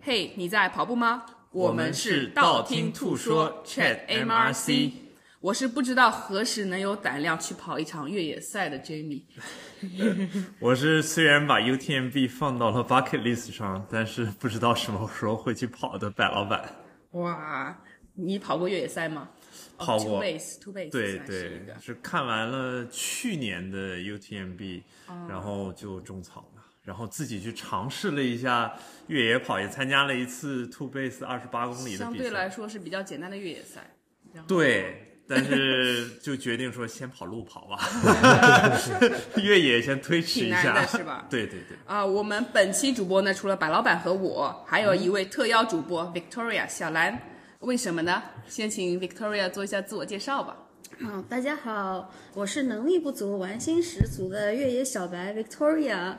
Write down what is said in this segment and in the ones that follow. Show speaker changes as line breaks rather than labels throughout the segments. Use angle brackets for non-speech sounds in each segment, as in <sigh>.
嘿、你在跑步吗？
我们是道听途说 Chat MRC
我是不知道何时能有胆量去跑一场越野赛的 Jamie。
我是虽然把 UTMB 放到了 bucket list 上，但是不知道什么时候会去跑的白老板。
哇，你跑过越野赛吗？
跑过
t w o base two base
对
算是
对
一个，
是看完了去年的 UTMB，、然
哦
后就种草了，然后自己去尝试了一下越野跑，也参加了一次 Two Base 二十八公里的
相
比
对来
赛。
说是比较简单的越野赛。然后
对，但是就决定说先跑路跑吧，
<laughs>
越野先推迟一
挺难
下，
的是吧
对对对，
啊、我们本期主播呢，除了白老板和我，还
嗯
有一位特邀主播 Victoria 小兰。为什么呢？先请 Victoria 做一下自我介绍吧。
嗯，大家好，我是能力不足、玩心十足的越野小白 Victoria。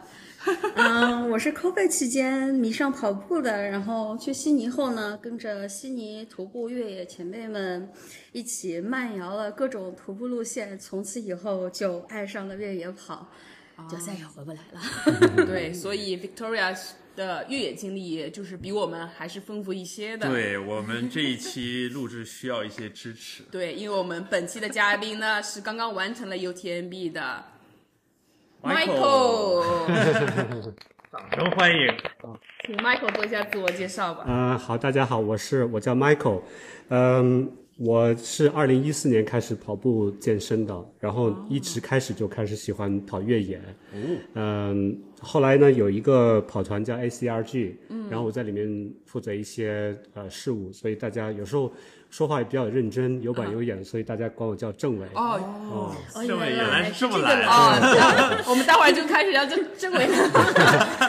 嗯，我是 COVID 期间迷上跑步的，然后去悉尼后呢，跟着悉尼徒步越野前辈们一起慢摇了各种徒步路线，从此以后就爱上了越野跑，
哦
就再也回不来
<laughs>
了。
嗯
对，所以 Victoria 的越野经历就是比我们还是丰富一些的。
对我们这一期录制需要一些支持。
对，因为我们本期的嘉宾呢是刚刚完成了 UTMB 的 Michael，
掌声欢迎！
请 Michael 做一下自我介绍吧。
啊、好，大家好，我是我叫 Michael，嗯，我是二零一四年开始跑步健身的，然后一直开始就开始喜欢跑越野，嗯，后来呢有一个跑团叫 ACRG，然后我在里面负责一些呃事务，所以大家有时候说话也比较认真，有板有眼，所以大家管我叫政委。
哦
哦，
这么原来是哎这么啊
这
来
个
的，
哦，那我们待会儿就开始聊这政委。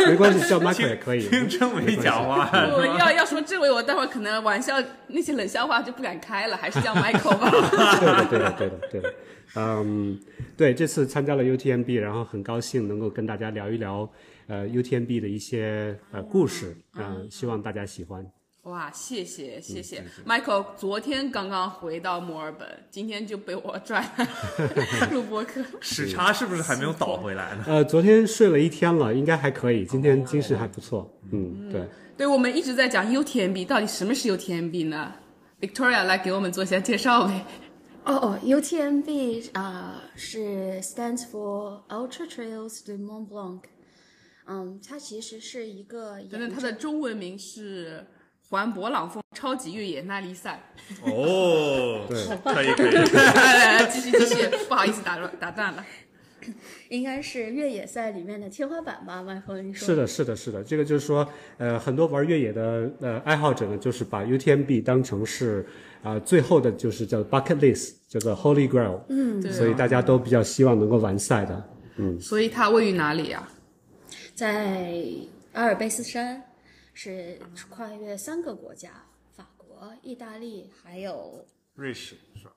没关系，叫 Michael
听 <laughs>
也可以。
听政委讲话，
我要要说政委，我待会儿可能玩笑那些冷笑话就不敢开了，还是叫 Michael 吧。
对的，对的，对的，对的。嗯，对，这次参加了 UTMB，然后很高兴能够跟大家聊一聊呃 UTMB 的一些呃故事，嗯、希望大家喜欢。
哇，谢谢谢谢、Michael，昨天刚刚回到墨尔本，今天就被我拽来录播课。
时差是不是还没有倒回来呢？
呃，昨天睡了一天了，应该还可以，今天精神还不错。嗯，对。
对，我们一直在讲 UTMB，到底什么是 UTMB 呢？Victoria 来给我们做一下介绍呗。
哦哦，UTMB 啊、是 stands for Ultra Trails du Mont Blanc，嗯，它其实是一个
等等，
沿
它的
着
中文名是环勃朗峰超级越野耐力 <laughs> 赛。
<laughs> 哦，
对
可以可以，
来来哎来，继续继续，不好意思打断打断了。
应该是越野赛里面的天花板吧，万峰，你说
是的，是的，是的，这个就是说，呃，很多玩越野的呃爱好者呢，就是把 UTMB 当成是啊、最后的就是叫 bucket list，叫做 Holy Grail，
嗯，
对啊
所以大家都比较希望能够完赛的。
所以它位于哪里啊？
在阿尔卑斯山是跨越三个国家，法国、意大利还有
瑞士是吧？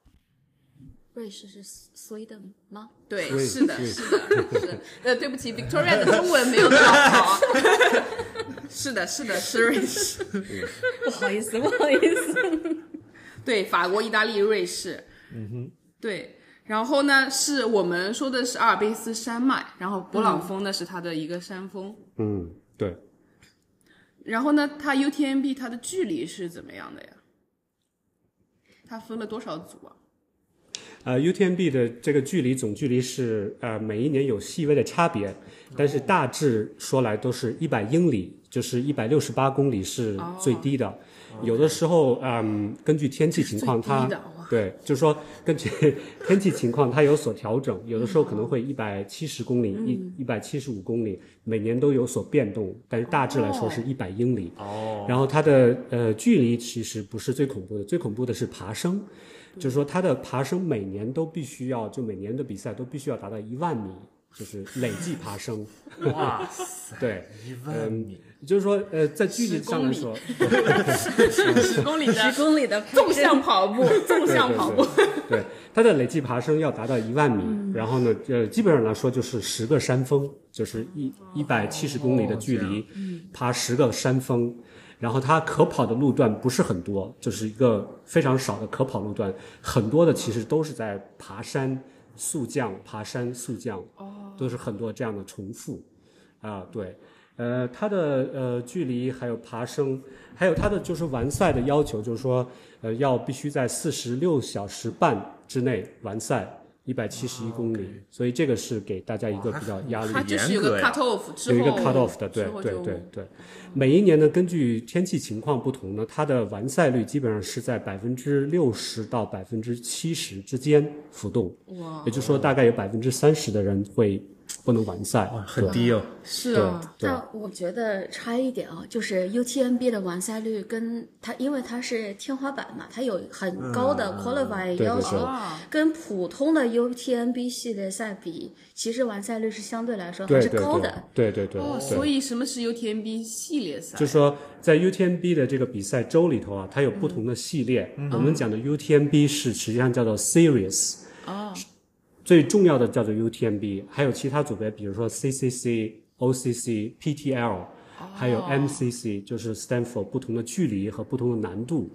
瑞士是 Sweden 吗？
对，
对
是的，
对
是的，是的。呃，对不起，Victoria 的中文没有那么 <laughs> 好。是的，是的，是瑞士。
不好意思，不好意思。
对，法国、意大利、瑞士。嗯哼。对，然后呢，是我们说的是阿尔卑斯山脉，然后勃朗峰呢是它的一个山峰。
嗯，对。
然后呢，它 UTMB 它的距离是怎么样的呀？它分了多少组啊？
呃，UTMB 的这个距离总距离是呃每一年有细微的差别，但是大致说来都是一百英里，就是一百六十八公里是最
哦
低的。有的时候，嗯，根据天气情况，
最低
它
的哦哇
对，就是说根据 <laughs> 天气情况它有所调整，有的时候可能会一百七十公里、一一百七十五公里，每年都有所变动，但是大致来说是一百英里。
哦，
然后它的呃距离其实不是最恐怖的，最恐怖的是爬升，就是说它的爬升每年都必须要，就每年的比赛都必须要达到一万米，就是累计爬升。
哇塞，
对，
一万米，
就是说，呃，在距离上来说，
十公里的
十公里 <laughs> 的
纵向跑步，纵
对
向跑步，
对 <laughs> 对，对它的累计爬升要达到一万米，然后呢，呃，基本上来说就是十个山峰，就是一一百七十公里的距
哦这
离
样，
爬十个山峰。然后它可跑的路段不是很多，就是一个非常少的可跑路段，很多的其实都是在爬山、速降、爬山、速降，都是很多这样的重复，啊，对，呃，它的呃距离还有爬升，还有它的就是完赛的要求，就是说，呃，要必须在四十六小时半之内完赛，一百七十一公里，所以这个是给大家一个比较压力
它就是有
很
个
严
cut
格
off 之
有
后
一个 cut off 的，对
之后
对
就
对对。每一年呢，根据天气情况不同呢，它的完赛率基本上是在百分之六十到百分之七十之间浮动，
哇，
也就是说，大概有百分之三十的人会不能完赛。
哇，很低哦。
是啊，
对
但我觉得差一点啊，就是 UTMB 的完赛率跟它，因为它是天花板嘛，它有很高的 qualify
嗯对
要
对
求，
对
啊，
跟普通的 UTMB 系列赛比，其实完赛率是相对来说还
对
是
对
高
对
的。
对对对，
哦，
对
所以什么是 UTMB 系列赛？
就是说，在 UTMB 的这个比赛周里头啊，它有不同的系列。我们讲的 UTMB 是实际上叫做 Series，
哦，
最重要的叫做 UTMB，还有其他组别，比如说 CCC、OCC、PTL，还有 MCC，就是 stand for 不同的距离和不同的难度。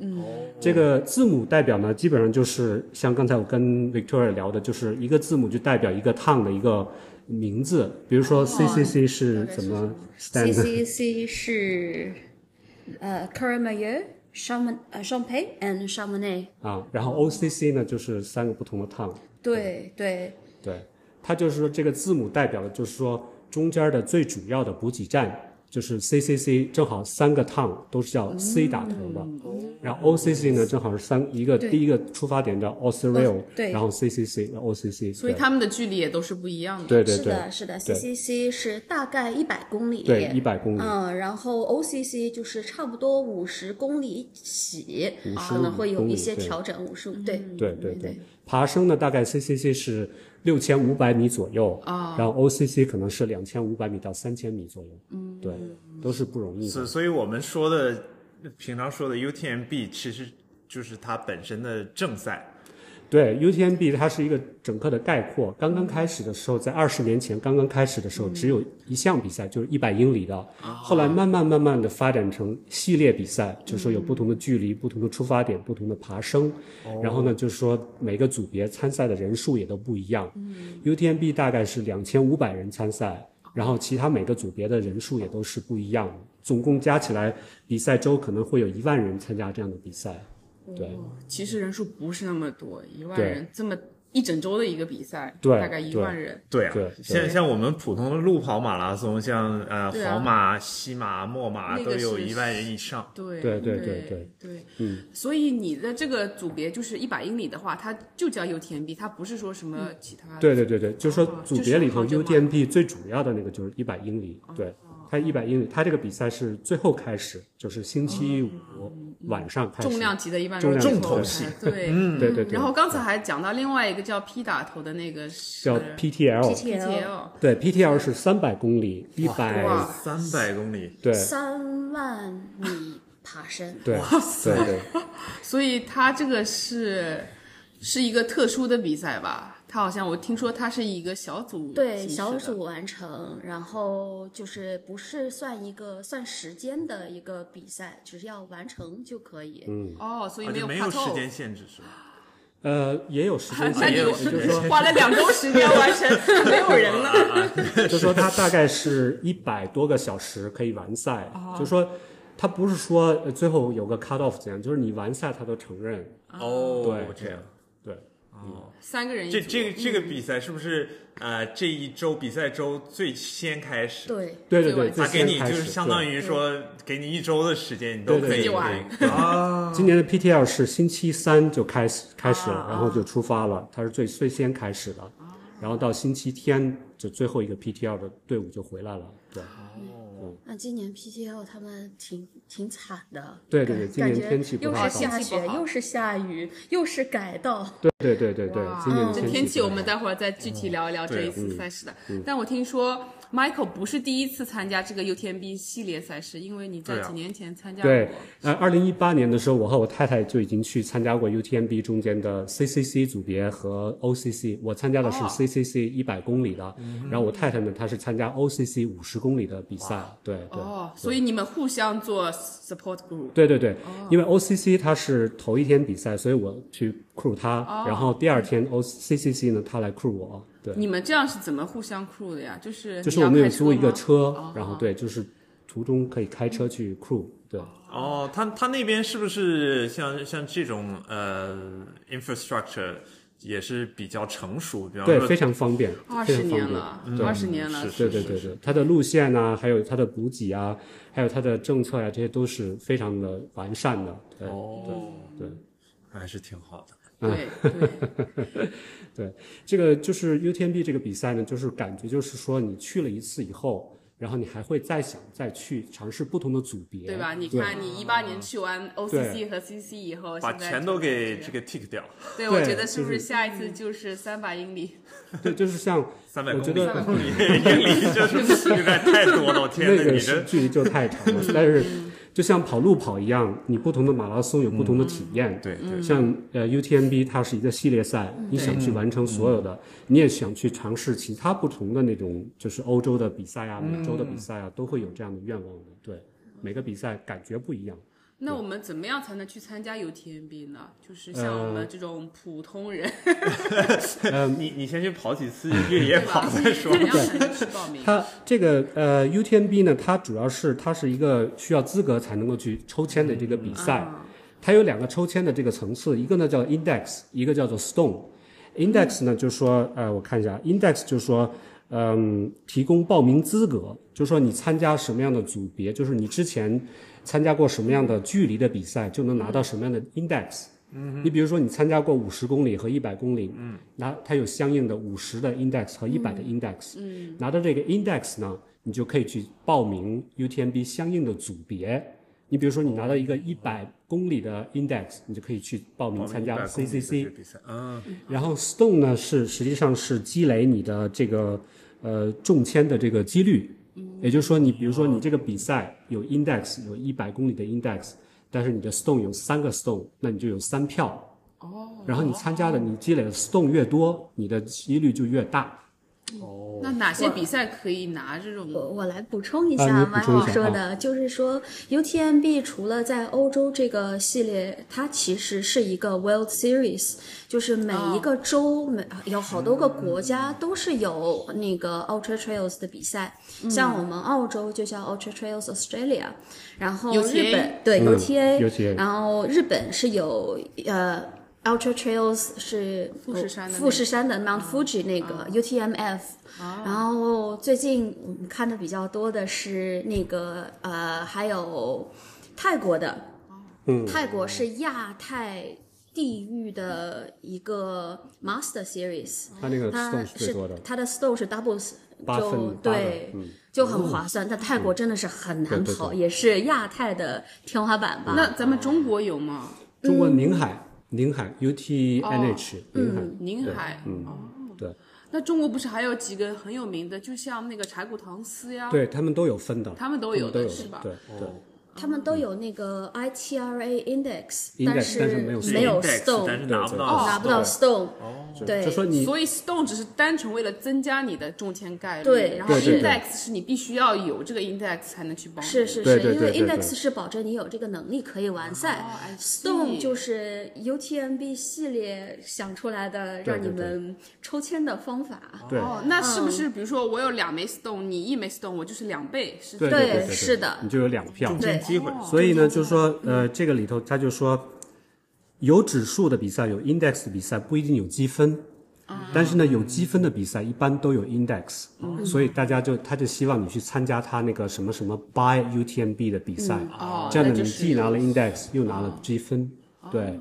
这个字母代表呢，基本上就是像刚才我跟 Victoria 聊的，就是一个字母就代表一个趟的一个名字，比如说 CCC 是怎么 stand
CCC 是呃 c u r m a y e u Chaman 呃 Champagne and Chamonix。
啊，然后 OCC 呢就是三个不同的 town，
对对，
对，它就是说这个字母代表的就是说中间的最主要的补给站就是 CCC，正好三个 town 都是叫 C 打头的，然后 OCC 呢正好是三一个第一个出发点叫 o s r i l
对
然后 CCC 然后 OCC，
所以
对
他们的距离也都是不一样的。
对对
是
对
的，是的
对
，CCC 是大概一百公里。
对一百公里，
嗯，然后 OCC 就是差不多五十公里起，
55
可能会有
公里
一些
对嗯
调整，五十五对。
对对对，爬升呢大概 CCC 是六千五百米左右，
啊
然后 OCC 可能是两千五百米到三千米左右，嗯，对，都是不容易的
所。所以我们说的，平常说的 UTMB 其实就是它本身的正赛，
对 UTMB 它是一个整个的概括。刚刚开始的时候，在二十年前刚刚开始的时候，只有一项比赛，就是一百英里的。后来慢慢慢慢的发展成系列比赛，就是说有不同的距离、不同的出发点、不同的爬升。然后呢，就是说每个组别参赛的人数也都不一样。UTMB 大概是两千五百人参赛，然后其他每个组别的人数也都是不一样的。总共加起来，比赛周可能会有一万人参加这样的比赛。对。
其实人数不是那么多，一万
对
人这么一整周的一个比赛，
对
大概一万人，
对啊，
对
像
对
像我们普通的路跑马拉松，像呃
对啊
黄马、西马、墨马
那
都
个
有
是
一万人以上，
对
对对
对
对对
对，嗯，所以你的这个组别就是一百英里的话，它就叫 UTMB，它不是说什么其他
嗯对对对对，就是说
哦
组
就是
别里头
好久哦嘛
UTMB 最主要的那个就是一百英里，对，它一百英里，它这个比赛是最后开始，就是星
哦
期五晚上开
嗯
始，
重量级的一万
重
人
量
重头戏，
对，
对对对
然，后刚才还讲到另外一个叫 P 打头的那个是
叫 PTL，
PTL，
对，PTL 是三百公里，一百，
哇
三百公里，
对，
三万米爬升
对对对，
所以它这个是是一个特殊的比赛吧？它好像我听说它是一个小组
对
形式
小
的
组完成，然后就是不是算一个算时间的一个比赛，只是要完成就可以。
嗯
哦，所以
啊
没
就
有
没
cut
有时
off
间限制是吧？
呃，也有时
<laughs>
间
那
限
你
也
制，
有
也
时
就是
间
说
<laughs> 花了两周时间完
<laughs>
成，没有人
啊
了。
就说它大概是一百多个小时可以完赛，
哦
就说它不是说呃最后有个 cut off 怎样，就是你完赛他都承认，
哦
对
这样。
对。
三个人一
这
组嗯
这个这个比赛是不是呃这一周比赛周最先开始？
对，
对对对，
最
他
最
给
先
你就
开始
是相当
对
于说给你一周的时间，你都
对对
可以
自己
玩
可以啊，
今年的 PTL 是星期三就开
哦
始开始了，然后就出发了，它是最最先开始的，然后到星期天就最后一个 PTL 的队伍就回来了。对，
哦，
那今年 PTL 他们挺挺惨的，
对对对
感
今年
感觉
天气不
又
太好
是下雪，又是下雨，又是改道，
对对对对对，今年
这
的
嗯天
气
气
不
我
太
们
好
待会儿再具
嗯
体聊一聊这一次赛事的。但我听说 Michael 不是第一次参加这个 UTMB 系列赛事，因为你在
对啊
几年前参加过。
对，呃，二零一八年的时候，我和我太太就已经去参加过 UTMB 中间的 CCC 组别和 OCC，我参加的是
哦嗯
CCC 一百公里的，然后我太太呢，她是参加 OCC 五十公里的比赛，对对。
哦，所以你们互相做 support group。
对对对，
哦
因为 OCC 它是头一天比赛，所以我去 crew 他，
哦
然后第二天 OCCC 呢，他来 crew 我，对，
你们这样是怎么互相 crew 的呀？就是
就
就是
我们有租一个车，
哦
然后对，就是途中可以开车
嗯
去 crew，对，
哦，他他那边是不是像像这种呃 infrastructure 也是比较成熟？比方
对，
说
非常方便，
二
非
十
常方
年
便。
了，二十年了
嗯是，
对对对对，它的路线啊，还有它的补给啊，还有它的政策呀、这些都是非常的完善的。对、
哦，
对，
还是挺好的。
对
啊
对，
这个就是 UTMB 这个比赛呢，就是感觉就是说你去了一次以后，然后你还会再想再去尝试不同的组别，
对吧？你看你一八年去完 OCC 和 CC 以后，
把
现在
全都给
就
这个 tick 掉，
对，我
对
觉得是不
就是
是下一次就是三百英里？
对，就是像
三百
我
公
觉
里， <laughs>
得
公里英里就是有点太多了，我天
那
哪，你
个是
这
距离就太长
<laughs>
了，但是就像跑路跑一样，你不同的马拉松有不同的体验，
对对
像呃 UTMB 它是一个系列赛，你想去完成所有的，你也想去尝试其他不同的那种，就是欧洲的比赛啊、美洲的比赛啊，都会有这样的愿望的。对，每个比赛感觉不一样。
那我们怎么样才能去参加 UTMB 呢？就是像
呃
我们这种普通
<laughs>
人，
嗯
你你先去跑几次越野
对吧
跑再说
怎。么样才能去报名？
它这个呃 UTMB 呢，它主要是它是一个需要资格才能够去抽签的这个比赛，
嗯
它有两个抽签的这个层次，一个呢叫 Index，一个叫做 Stone。Index 呢，就是说，呃，我看一下，Index 就是说，嗯，提供报名资格，就是说你参加什么样的组别，就是你之前参加过什么样的距离的比赛，就能拿到什么样的 Index。嗯，你比如说你参加过五十公里和一百公里，嗯，拿它有相应的五十的 index 和一百的 index，嗯，拿到这个 index 呢，你就可以去报名 UTMB 相应的组别。你比如说你拿到一个一百公里的 index，你就可以去报名参加 CCC，
比赛，嗯，
然后 stone 呢是实际上是积累你的这个呃中签的这个几率，
嗯
也就是说你比如说
哦
你这个比赛有 index 有一百公里的 index，但是你的 stone 有三个 stone，那你就有三票。
哦，
然后你参加的你积累的 stone 越多，你的几率就越大。
哦，
那哪些比赛可以拿这种？
我我来补充一
嗯啊
下
你
马
补充一
老
下
说的，就是说 UTMB 除了在欧洲这个系列，它其实是一个 World Series，就是每
哦
一个州、每有好多个
嗯
国家都是有那个 Ultra Trails 的比赛，
嗯
像我们澳洲就叫 Ultra Trails Australia，然后
UTA
日本对
嗯
UTA，、
UTA
然后日本是有呃 Ultra Trails 是呃
富士山的那个
富士山的 Mount Fuji 那个 UTMF，、然后最近我们看的比较多的是那个呃，还有泰国的，
嗯
泰国是亚太地域的一个 Master Series，
哦
它那个
它
stone 是最
是
多的，
它的 Stone 是 Doubles，
八
就
分八个
对。
嗯，
就很划算，但泰国真的是很难
对对
跑，
对
也是亚太的天花板吧。
那咱们中国有吗？
中
嗯
国宁海宁海 UTNH 宁海
宁海，哦，
对，嗯
那中国不是还有几个很有名的，就像那个柴谷唐斯呀，，
对他们都有分的，
他们都
都
有
都
的
有
是吧？
对对。
他们都有那个 ITRA index，
嗯 Index，
但
但是没
没
有
有
index，但
stone，哦
是拿不到，
对
哦
对
拿不到 stone。
就
对
就说你
所以 stone 只是单纯为了增加你的中签概率，
对
然后
对对对
index 是你必须要有这个 index 才能去报名，
是是
对
是，
对
因为
对对对
index 是保证你有这个能力可以完赛
哦，I see
，stone 就是 UTMB 系列想出来的让你
对对对
们抽签的方法。
对
哦，那是不
嗯
是比如说我有两枚 stone，你一枚 stone，我就是两倍，是
对
这样
对对，
是的
你就有两票
中。间机会，
哦
所以呢，就是说，
嗯
呃，这个里头他就说，有指数的比赛，有 index 的比赛不一定有积分，
啊
但是呢，有积分的比赛一般都有 index，所以
哦
大家就他就希望你去参加他那个什么什么 by UTMB 的比赛
哦，
这样
那
的
就
你
是哦
既拿了 index 又拿了积分，对。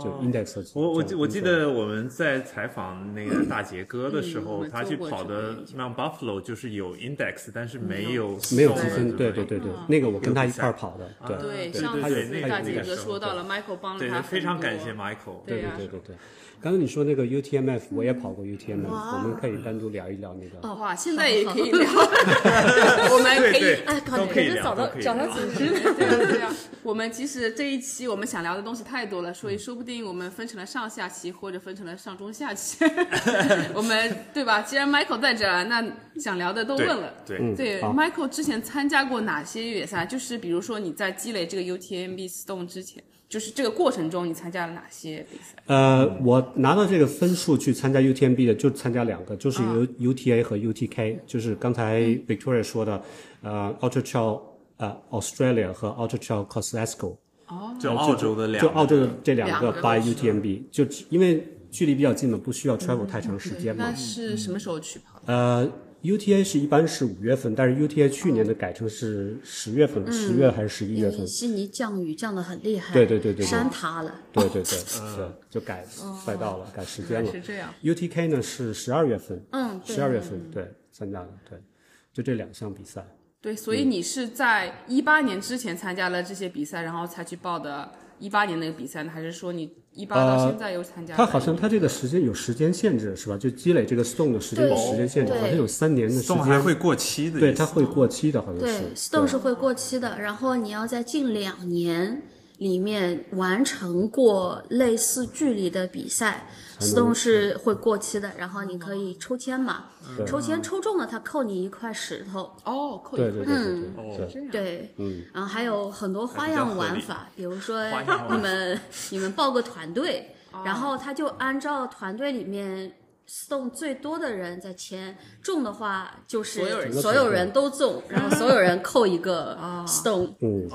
就 index 这种。
哦我我记我
这
记
种
得我们在采访那个大杰哥的时
嗯我
候，
们
他
做
去
过
跑
这
的
个研究
Mount Buffalo 就是有 index，但是没有
没有
送
积
的
分，
这
对
么
对
一
对对
嗯，
那个我跟他一
有比赛
块儿跑的，对
啊
呃对，
对
上
对对那
次
个
大
那
杰
个
哥
时候
说到
对
了 Michael 帮了
对
他，
对，非常感谢。Michael。
啊对呀
对对对对。刚才你说那个 UTMF，我也跑过 UTMF，我们可以单独聊一聊那
哦
个。
哇，现在也可
<laughs>
以聊，我们可
对
以 <laughs>
对，
哎，靠，
都
你
可
还
以
是
聊
找到
都可以
找到
聊
组织。
<laughs>
对啊对啊，我们其实这一期我们想聊的东西太多了，
嗯
所以说不定我们分成了上下期，或者分成了上中下
<laughs>
期。 <laughs> 我们对吧？既然 Michael 在这儿，啊那想聊的都问了。
对
嗯
对
好
，Michael 之前参加过哪些越野赛？就是比如说你在积累这个 UTMB Stone 之前，就是这个过程中你参加了哪些比赛？
呃，我拿到这个分数去参加 UTMB 的，就参加两个，就是
啊
U UTA 和 UTK，就是刚才 Victoria 说的，呃，Ultra Trail 呃 Australia 和 Ultra Trail Kosciuszko，
就澳洲的两
就
个
澳洲的这两
两
个
个
by UTMB，就只因为距离比较近嘛，不需要 travel 太长时间嘛。
那是什么时候去跑的？
呃，UTA 是一般是五月份，但是 UTA 去年的改成是十月份，十、月还是十一月份？
悉尼降雨降得很厉害，
对对对对对
山塌了。
对对对，对，就改赛道了，改时间了。
是这样。
UTK 呢是十二月份，
嗯，对
十二月份对参加的，对，就这两项比赛。
对，所
嗯
以你是在一八年之前参加了这些比赛，然后才去报的一八年那个比赛呢？还是说你一八到现在又参加了？
它呃好像它这个时间有时间限制是吧？就积累这个 stone 的时间有
对
时间限制，
对
好像有三年的时
送还
间，
会过期的意思，
对，它会过期的，好像
对
是。
，stone 是会过期的，然后你要在近两年里面完成过类似距离的比赛，stone 是会过期的，然后你可以抽签嘛，抽签抽中了，他扣你一块石头。
哦，扣一
对
分。
对对对
嗯
对
哦
对。
对，
嗯，
然后还有很多花样玩法，比如说
花样玩法
你们你们报个团队，然后他就按照团队里面 stone 最多的人在签，中的话就是
所有人
所有人都中，然后所有人扣一个 stone。
嗯，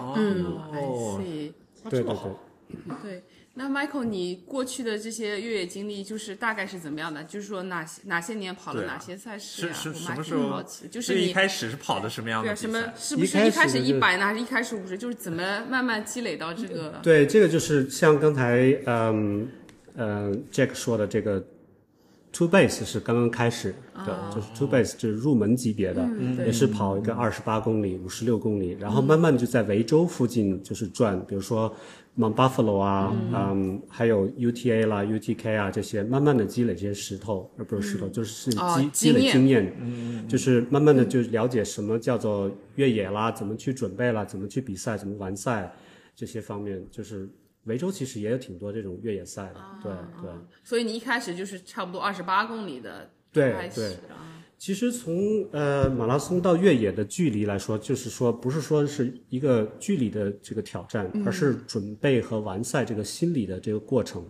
I
哦，
see
对对
么
对
好。
对，那 Michael，你过去的这些越野经历，就是大概是怎么样的？就是说哪些哪些年跑了
对啊
哪些赛事
是
呀、
是
我
什
蛮
么时
挺好
候？
奇的，就是
一
你
开始是跑的什么样
对
的
啊，
比
什么
赛？
是不是
一
一
开
开
始
始
就是
一百呢，还是一开始五十？就是怎么慢慢积累到这个？
对，这个就是像刚才嗯呃 Jack 说的，这个 Two Base 是刚刚开始的，
哦
就是 Two Base 就是入门级别的，
嗯
嗯
也是跑一个二十八公里、五十六公里，然后慢慢就在维州附近就是转，比如说 Mount Buffalo 啊，嗯，还有 UTA 啦、UTK 啊这些，慢慢的积累这些石头，呃，不是石头，就是积、
哦
积累
经验
经验，就是慢慢的就了解什么叫做越野啦，怎么去准备啦，怎么去比赛，怎么完赛这些方面，就是维州其实也有挺多这种越野赛的，
啊
对对。
所以你一开始就是差不多二十八公里的
对
开始
对
啊。
其实从呃马拉松到越野的距离来说，就是说不是说是一个距离的这个挑战，而是准备和完赛这个心理的这个过程。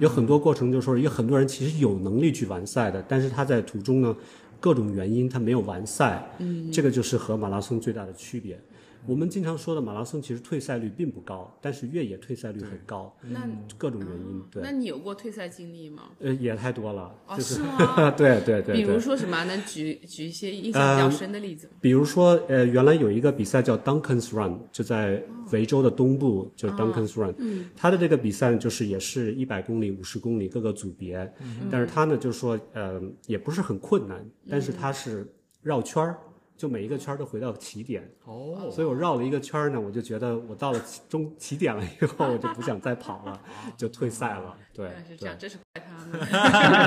有很多过程就是说，有很多人其实有能力去完赛的，但是他在途中呢，各种原因他没有完赛。嗯，这个就是和马拉松最大的区别。我们经常说的马拉松其实退赛率并不高，但是越野退赛率很高，
那
各种原因对
嗯那，你有过退赛经历吗？
呃也太多了，
哦，
就是是
吗？
对对对 <laughs> 对。嗯
比如说什么？能举举一些印象比较深的例子吗？
比如说，呃，原来有一个比赛叫 Duncan's Run，就在维州的东部，
哦
就是 Duncan's Run。它的
嗯
这个比赛就是也是一百公里、五十公里各个组别，
嗯
但是它呢，就是说，呃，也不是很困难，但是它是绕圈儿，就每一个圈儿都回到起点。
哦，
所以我绕了一个圈儿呢，我就觉得我到了起终起点了以后，我就不想再跑了，就退赛了。对
原来，哦是这
对。
样，真是怪他们。
<laughs>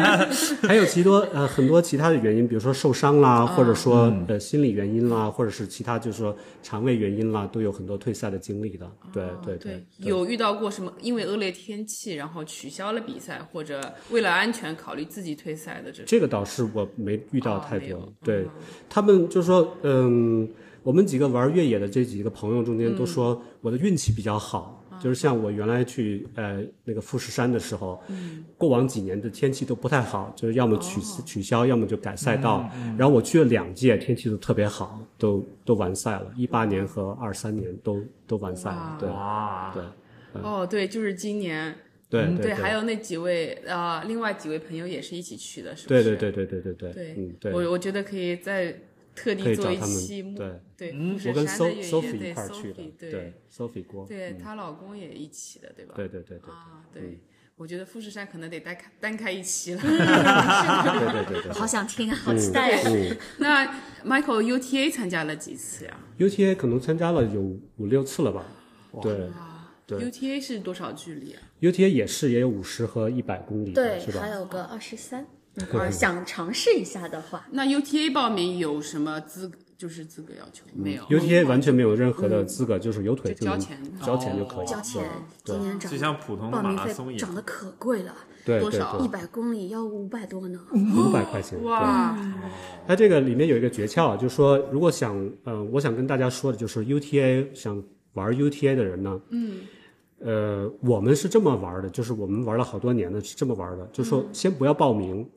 还有其多呃很多其他的原因，比如说受伤啦，或者说、呃心理原因啦，或者是其他就是说肠胃原因啦，都有很多退赛的经历的。对对
对，
对
有遇到过什么因为恶劣天气然后取消了比赛，或者为了安全考虑自己退赛的这种？
这个倒是我没遇到
哦
太
没
多。
有
对
嗯
他们就说，嗯，我们几个玩越野的这几个朋友中间
嗯
都说我的运气比较
啊
好。就是像我原来去呃那个富士山的时候，
嗯
过往几年的天气都不太好，就是要么取、
哦
取消，要么就改赛道。
嗯
然后我去了两届，天气都特别好，都都完赛了，一八年和二三年都都完赛了。对
哇，
对
哦，对，就是今年，
嗯对
嗯
对，
还有那几位呃，另外几位朋友也是一起去的，是不
对
是？
对对对对对对
对
嗯对，
我我觉得可以再特
可
地
以
做
找
一
他
期
们
目
对。嗯
对，富士
我跟
山的越
So Sophie
野
一
对
块儿去的嗯
Sophie，，
对，Sophie 郭，
对她老公也一起的，对吧？
对对对对，
啊，对，我觉得富士山可能得单开单开一期了。 <laughs>
对对对对
好想听啊，好期待啊！
嗯
那 Michael UTA 参加了几次呀、
，UTA 可能参加了有五六次了吧？对对
u t a 是多少距离啊？
，UTA 也是也有五十和一百公里的，
对
是，吧
还？有个二十三，呃，想尝试一下的话，
那 UTA 报名有什么资格就是资格要求
嗯
没有？
UTA 完全没有任何
嗯
的资格，就是有腿
就
就
交
能
钱哦
交钱就可以。
交钱，今年涨
就像普通的
报
马
名
拉松一
费涨
样。
得可贵了，
对
多
对
少
对
一，百公里要五百多呢。
五百块钱。
<laughs>
对。
哇，
它这个里面有一个诀窍啊，就是说，如果想，呃，我想跟大家说的就是 UTA 想玩 UTA 的人呢，嗯，呃，我们是这么玩的，就是我们玩了好多年了，是这么玩的，就是说先不要报名，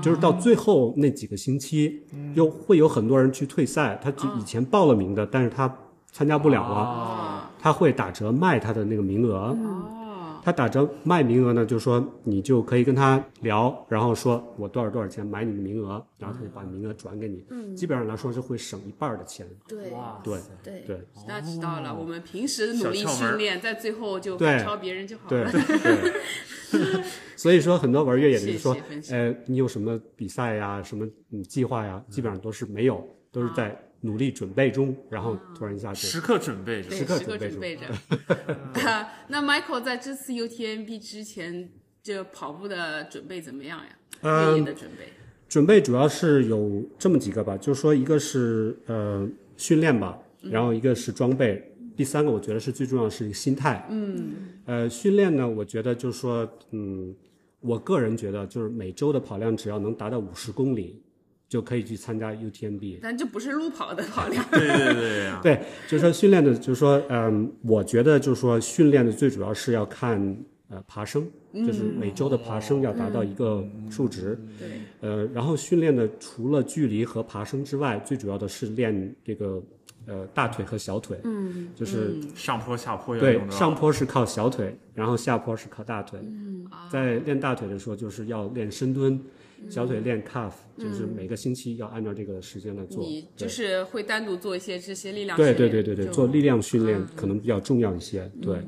就是到最后那几个星期，又会有很多人去退赛，他就以前报了名的，但是他参加不了了，
啊
他会打折卖他的那个名额，
哦，
他打折卖名额呢，就是说你就可以跟他聊，然后说我多少多少钱买你的名额，然后他就把名额转给你。嗯，基本上来说是会省一半儿的钱。
对
对
对，
对
那知道
哦
了。我们平时努力
小窍门
训
儿
练，
练
在最后就
对
反超别人就好
对
了。
对。
<laughs>
所以说，很多玩越野的
谢
就
谢
说
分，析
呃，你有什么比赛呀、什么嗯计划呀，基本上都是没有，都是
嗯
在努力准备中，然后突然一下就
时刻准备着
对，
时刻
刻
准
准备
备
着。啊 <laughs> 那 Michael 在这次 UTMB 之前，这跑步的准备怎么样呀？
嗯
越野的准备，
准备主要是有这么几个吧，就是说一个是呃训练吧，
嗯
然后一个是装备，第三个我觉得是最重要的是一个心态。嗯，呃，训练呢，我觉得就是说，嗯，我个人觉得就是每周的跑量只要能达到五十公里，就可以去参加 UTMB。
但这不是路跑的跑量。
对对对啊，
对，就是说训练的，就是说，嗯，我觉得就是说训练的最主要是要看呃爬升，
嗯
就是每周的爬升要达到一个数值。
对，
呃，然后训练的除了距离和爬升之外，最主要的是练这个呃大腿和小腿，嗯，就是、
上坡下坡要
对
用到。
上坡是靠小腿，然后下坡是靠大腿。
嗯啊
在练大腿的时候，就是要练深蹲，
嗯
小腿练 cuff，、就是每个星期要按照这个时间来做。
你
对
就是会单独做一些这些力量训
对
练。
对对对对，
就嗯
做力量训练可能比较重要一些。对，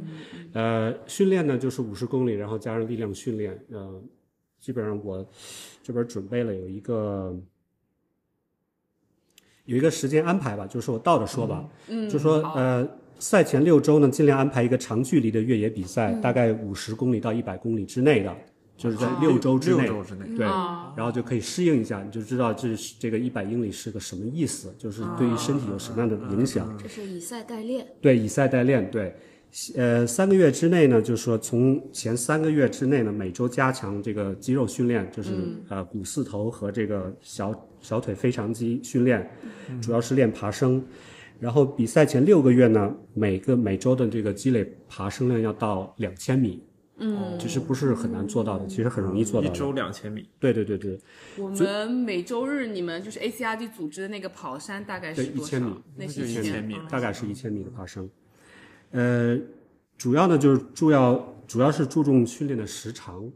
呃，训练呢就是五十公里，然后加上力量训练，呃，基本上我这边准备了有一个有一个时间安排吧，就是我倒着说吧，嗯，就说呃。赛前六周呢，尽量安排一个长距离的越野比
嗯
赛，大概五十公里到一百公里之内的，就是在六周之内。
六周之
嗯
内，
啊哦
对，然后就可以适应一下，你就知道这是这个一百英里是个什么意思，就是对于身体有什么样的影响。
这是以赛代练，
对，以赛代练，对，呃，三个月之内呢，就是说从前三个月之内呢，每周加强这个肌肉训练，就是、呃股四头和这个小小腿腓肠肌训练，主要是练爬升。然后比赛前六个月呢，每个每周的这个积累爬升量要到两千米，嗯，其实不是很难做到的，其实很容易做
一
到的。
周两千米，
对对对对，
我们每周日你们就是 ACRD 组织的那个跑山大概是
对
多
1000
少
米？
那
就是1000
1000
米
啊
大概是一千米的爬升。呃，主要呢就是注要主要是注重训练的时长，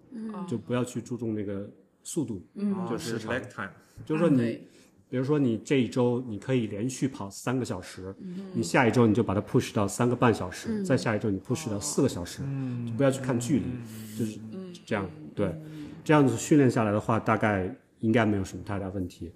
就不要去注重那个速度。
嗯
就
就是是 leg time，
就是说你，
嗯对
比如说你这一周你可以连续跑三个小时，你下一周你就把它 push 到三个半小时，再下一周你 push 到四个小时，就不要去看距离，就是这样。对，这样子训练下来的话，大概应该没有什么太大问题。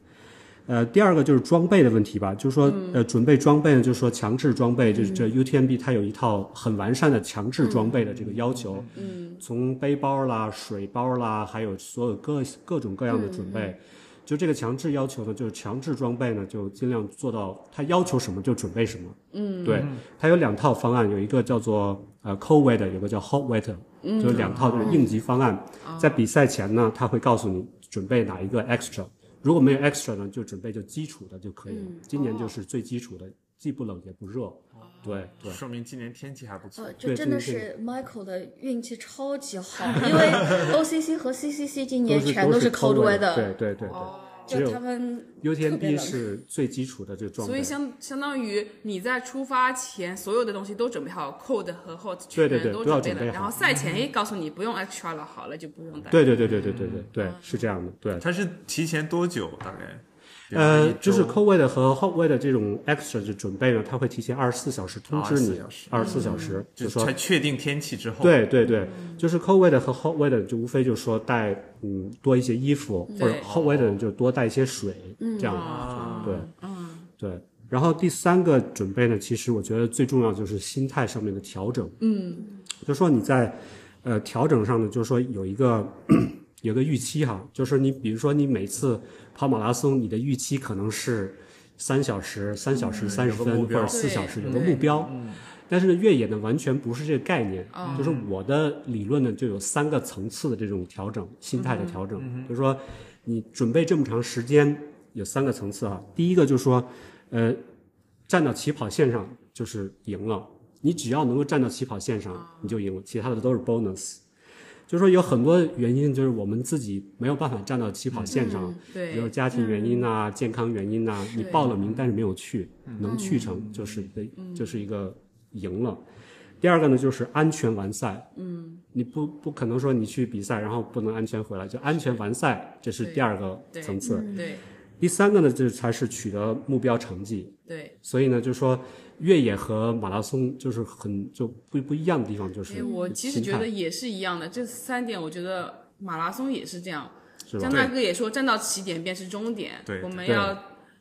呃，第二个就是装备的问题吧，就是说，呃，准备装备呢，就是说强制装备，就是这 UTMB 它有一套很完善的强制装备的这个要求，嗯，从背包啦、水包啦，还有所有各各种各样的准备，就这个强制要求呢，就是强制装备呢，就尽量做到它要求什么就准备什么，嗯，对，它有两套方案，有一个叫做呃 cold weather，有个叫 hot weather，就是两套就是应急方案，在比赛前呢，他会告诉你准备哪一个 extra。如果没有 extra 呢，就准备就基础的就可以了。今年就是最基础的，既不冷也不热。对对
说明今年天气还不错
呃，。
对
这真的是 Michael 的运气超级好，因
<laughs>
为 OCC 和 CCC 今年
是
全
都
是 cold
weather。
weather，
哦对对对只
就他
有
们特别
UTMB
冷
是最基础的这个装
所以
备。
相相当于你在出发前所有的东西都准备好，code 和 hot 全
对对对
都
都要
准备
准备
了，
好
然后赛前也告诉你不用 extra 了，好了就不用带。
嗯
对对对对对对对对，是这样的。对，
它是提前多久？大概比如
呃
一，
就是
周
扣位的和后位的这种 extra 的准备呢，它会提前二十四小时通知你
24小时，
二十四小时，
就
就说
才确定天气之后，，
对对对，就是后卫的和后卫的，就无非就是说带嗯多一些衣服，或者
对
后卫的人就多带一些水，这样
嗯
啊
对，对。然后第三个准备呢，其实我觉得最重要就是心态上面的调整，嗯，就说你在呃调整上呢，就是说有一个 <coughs> 有一个预期哈，就是你比如说你每次跑马拉松，你的预期可能是三小时、三小时三
嗯
十
有个
分
目
或者
标嗯
四小时，
对
有个目
对
标，但是呢，越野呢完全不是这个概念，
嗯
就是我的理论呢就有三个层次的这种调整，心态的调整，
嗯
就是说你准备这么长时间有三个层次啊。第一个就是说，呃，站到起跑线上就是赢了，你只要能够站到起跑线上
啊
你就赢了，其他的都是 bonus。就是说有很多原因，就是我们自己没有办法站到起跑线上，比如
嗯对，嗯
家庭原因呐、健康原因呐、啊你
对
报了名但是没有去，
嗯
能去成就是一个、就是一个赢了。第二个呢，就是安全完赛。嗯，你不不可能说你去比赛，然后不能安全回来，就安全完赛，这是
对
第二个
对
层次。
对，嗯
第三个呢，这才是取得目标成绩。
对。
所以呢，就说越野和马拉松就是很就不不一样的地方，就是
哎，我
心
其实觉
态
得也是一样的，这三点我觉得马拉松也是这样。
是吧
张？大哥也说，站到起点便是终点，
对
我们
对
要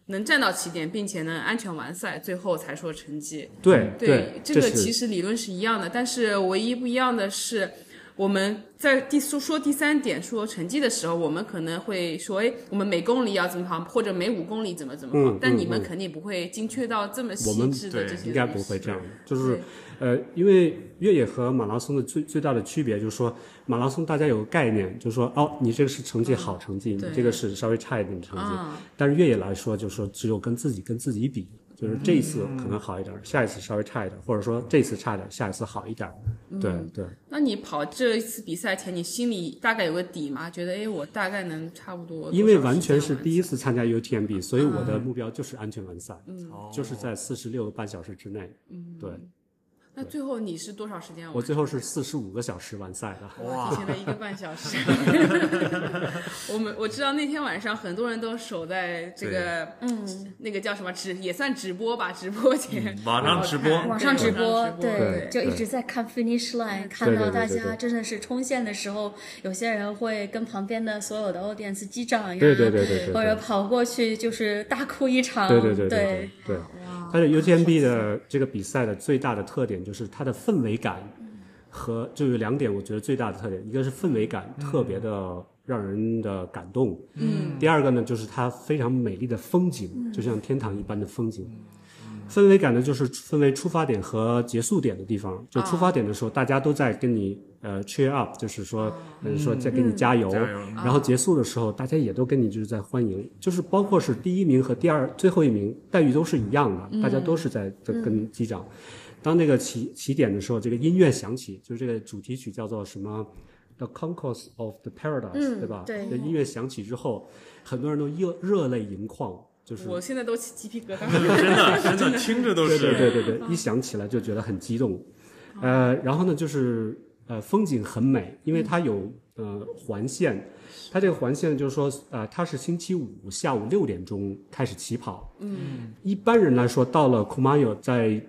能站到起点，并且能安全完赛，最后才说成绩。
对
对，这
这
个
是
其实理论是一样的，但是唯一不一样的是，我们在第说说第三点说成绩的时候，我们可能会说，哎，我们每公里要怎么跑，或者每五公里怎么怎么跑，
嗯
但
嗯
你们
嗯
肯定不会精确到这么
我
细
们
致的这
对
些东西，
应该不会这样，就
对，
是呃，因为越野和马拉松的最最大的区别就是说，马拉松大家有个概念，就是说哦，你这个是成绩好成绩，你
对
这个是稍微差一点的成绩。
嗯
但是越野来说，就是说只有跟自己跟自己比，就是这一次可能好一点，
嗯
下一次稍微差一点，或者说这次差一点，下一次好一点。对
嗯
对，
那你跑这一次比赛前，你心里大概有个底吗？觉得哎，我大概能差不多多少时间
因
完成。嗯
为完全是第
一
一次参加 UTMB，所以我的目标就是安全完赛，
哦
就是在四十六个半小时之内。
嗯
对，
那最后你是多少时间完成？
我最后是四十五个小时完赛的。
哇，提前了一个半小
<laughs>
时。我们我知道那天晚上很多人都守在这个嗯那个叫什么直也算直播吧，直播间
嗯
网上直播
然后看
网上直播，
对
对
就一
对
直在看 finish line，看
对对
到大
对对
家真的是冲线的时候，有些人会跟旁边的所有的 audience 击掌呀，
<laughs> 对对对对对对
或者跑过去就是大哭一场，
对对对
对
对对。它的 UTMB 的这个比赛的最大的特点就是它的氛围感和就有两点，我觉得最大的特点，一个是氛围感特别的让人的感动，嗯，第二个呢就是它非常美丽的风景，就像天堂一般的风景。氛围感呢，就是分为出发点和结束点的地方。就出发点的时候，大家都在跟你呃 cheer up，就是说，嗯，说在给你加油。
加油
然后结束的时候，大家也都跟你就是在欢迎，就是包括是第一名和第二最后一名待遇都是一样的，大家都是在在跟击掌。当那个起起点的时候，这个音乐响起，就是这个主题曲叫做什么？The Concourse of the Paradise，、
嗯
对吧？
对
那音乐响起之后，很多人都热热泪盈眶，就是
我现在都起鸡皮疙瘩。
真的真的听着都
对
是
对对对对，一想起来就觉得很激动。呃，然后呢，就是呃，风景很美，因为它有呃环线，它这个环线就是说，呃，它是星期五下午六点钟开始起跑。嗯，一般人来说，到了库马友在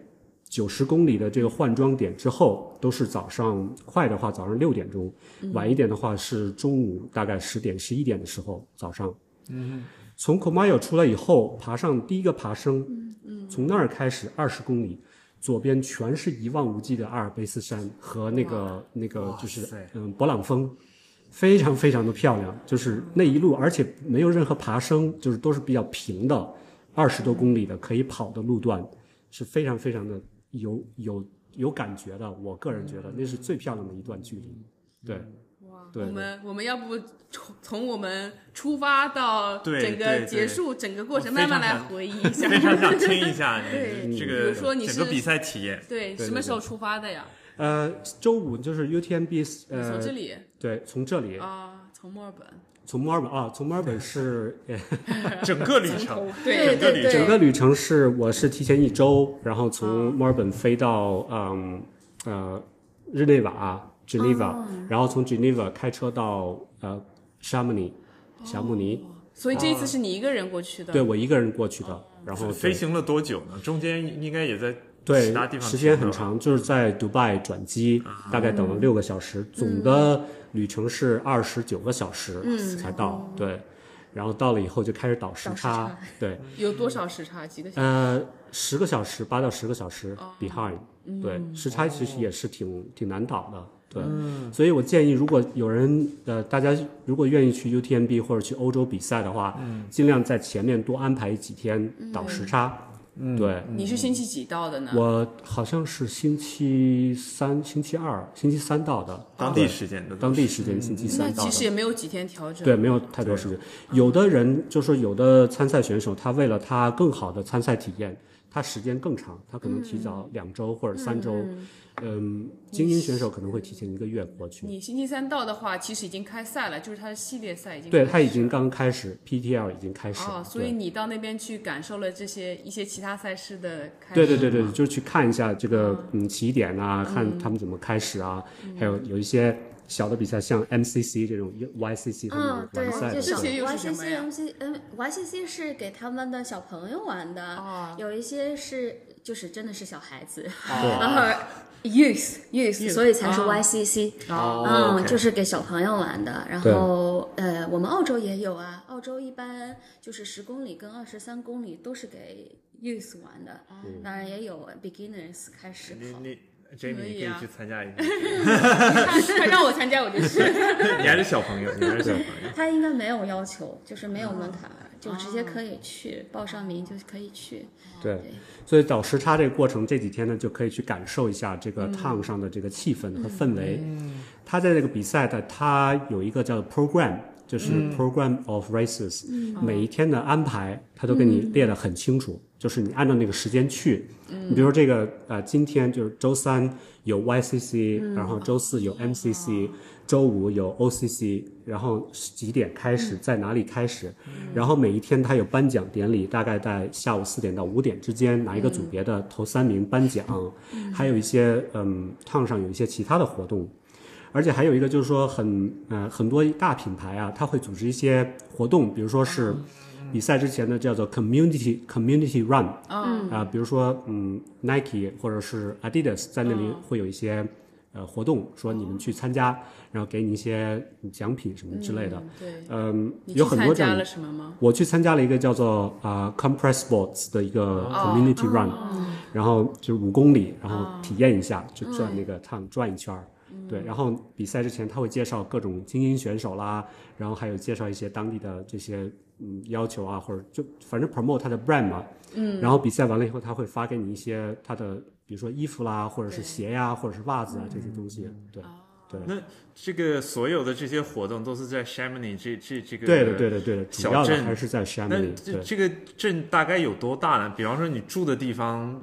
九十公里的这个换装点之后，都是早上快的话早上六点钟，
嗯
晚一点的话是中午大概十点十一点的时候早上。嗯，从 Comayo 出来以后，爬上第一个爬升，
嗯
从那儿开始二十公里，左边全是一望无际的阿尔卑斯山和那个那个就是
哇塞
嗯勃朗峰，非常非常的漂亮，就是那一路，而且没有任何爬升，就是都是比较平的，二十多公里的可以跑的路段，是非常非常的有有有感觉的。我个人觉得那是最漂亮的一段距离，对。对
我
对
们我们要不从从我们出发到
对
整
对
个
对
结束整个过程
哦
我非
慢慢
常
来
想
回忆一
<laughs>
下。
非常想听一下你这
比
个
如说你
整个
是
比赛体验，
对，
对
什么时候出发的呀？
呃，周五就是 UTMB，
你从
呃
这，里
对，从这里，
啊，从墨尔本。
从墨尔本啊，从墨尔本是呃
整个旅程，
对
整个旅
对
整
对
个旅程是我是提前一周，然后
哦
从墨尔本飞到嗯呃日内瓦
哦哦
（Geneva），、然后从 Geneva 开车到呃 Chamonix 霞慕尼，
所以这一次是你一个人过去的。
对我一个人过去
哦
的，然后
飞
对
行了多久呢？中间应该也在
对
其他地方
时间
停
很
留嗯啊
长，就是在迪拜转机，大概等了六个小时，
嗯
总的旅程是二十九个小时才到，对，然后到了以后就开始倒时
哦倒时
差
差，
对，
有多少时差？几个小时？
嗯
呃，十个小时，八到十个小时
哦
behind，、对，
嗯
时差其
哦
实也是挺、挺难倒的，对，
嗯
所以我建议，如果有人呃，大家如果愿意去 UTMB 或者去欧洲比赛的话，
嗯
尽量在前面多安排几天倒
嗯
时差，
嗯
对。
你是星期几到的呢？
我好像是星期三、星期二、星期三到的，
当
对
地时间的
当地时间星期
那
三到
其
的
实。也没有几天调整。
对，没有太多时间。有的人就说，有的参赛选手，他为了他更好的参赛体验，他时间更长，他可能提早
嗯
两周或者三周。嗯，精英选手可能会提前一个月过去。
你星期三到的话，其实已经开赛了，就是它的系列赛已经
对
开
他已
始
经
了
刚开始，PTL 已经开始了。
哦，所以
对
你到那边去感受了这些一些其他赛事的开
对对
始 <laughs>
对对，
吗
就是去看一下这个嗯起点啊，看他们怎么开始啊，还有有一些小的比赛，像 MCC 这种 YCC 他们
嗯，对
完赛，的
就
时
是
候
这些又是什么
YCC
呀
MC 嗯 YCC 是给他们的小朋友玩的，
哦
有一些是就是真的是小孩子，
哦
<laughs> 然后 youth youth，所以才是
哦
YCC。
哦
哦
嗯，
，OK
就是给小朋友玩的。然后，呃，我们澳洲也有啊，澳洲一般就是十公里跟二十三公里都是给 youth 玩的，
哦
嗯
当然也有 beginners 开始
你
跑。
你 Jamie
可以
你可
啊
以去参加一下，
他 <laughs> 让我参加，我
<laughs>
就去。
你还是小朋友，你还是小朋友。
他应该没有要求，就是没有
哦
门槛，就直接可以去报上名就可以去。
对，所以倒时差这个过程，这几天呢就可以去感受一下这个烫上的这个气氛和氛围。他在这个比赛的，他有一个叫 program，就是 program of races，、每一天的安排他都给你列得很清楚，就是你按照那个时间去。你比如说这个呃，今天就是周三有 YCC，、然后周四有 MCC，、周五有 OCC，然后几点开始，在哪里开始，然后每一天他有颁奖典礼，大概在下午四点到五点之间，哪一个组别的头三名颁奖，还有一些嗯，烫上有一些其他的活动，而且还有一个就是说很呃很多大品牌啊，它会组织一些活动，比如说是比赛之前的叫做 community community run，
嗯，
啊、比如说嗯，Nike 或者是 Adidas 在那里会有一些、呃活动，说你们去参加，然后给你一些奖品什么之类的。
对，
嗯，
你
有
去
很多
参
这样
加
的
了什么吗？
我去参加了一个叫做啊、Compress Sports 的一个
哦
community run，、然后就是五公里，然后体验一下，就转那个趟转一圈儿。对，然后比赛之前他会介绍各种精英选手啦，然后还有介绍一些当地的这些嗯要求啊，或者就反正 promote 他的 brand 嘛。嗯。然后比赛完了以后，他会发给你一些他的，比如说衣服啦，或者是鞋呀、或者是袜子啊这些东西。对。对。
那这个所有的这些活动都是在 Chamonix 这这这个
对的，对的，对的，主
小
要的
镇
还是在 s h a m
那
a n
这这个镇大概有多大呢？比方说你住的地
嗯
方，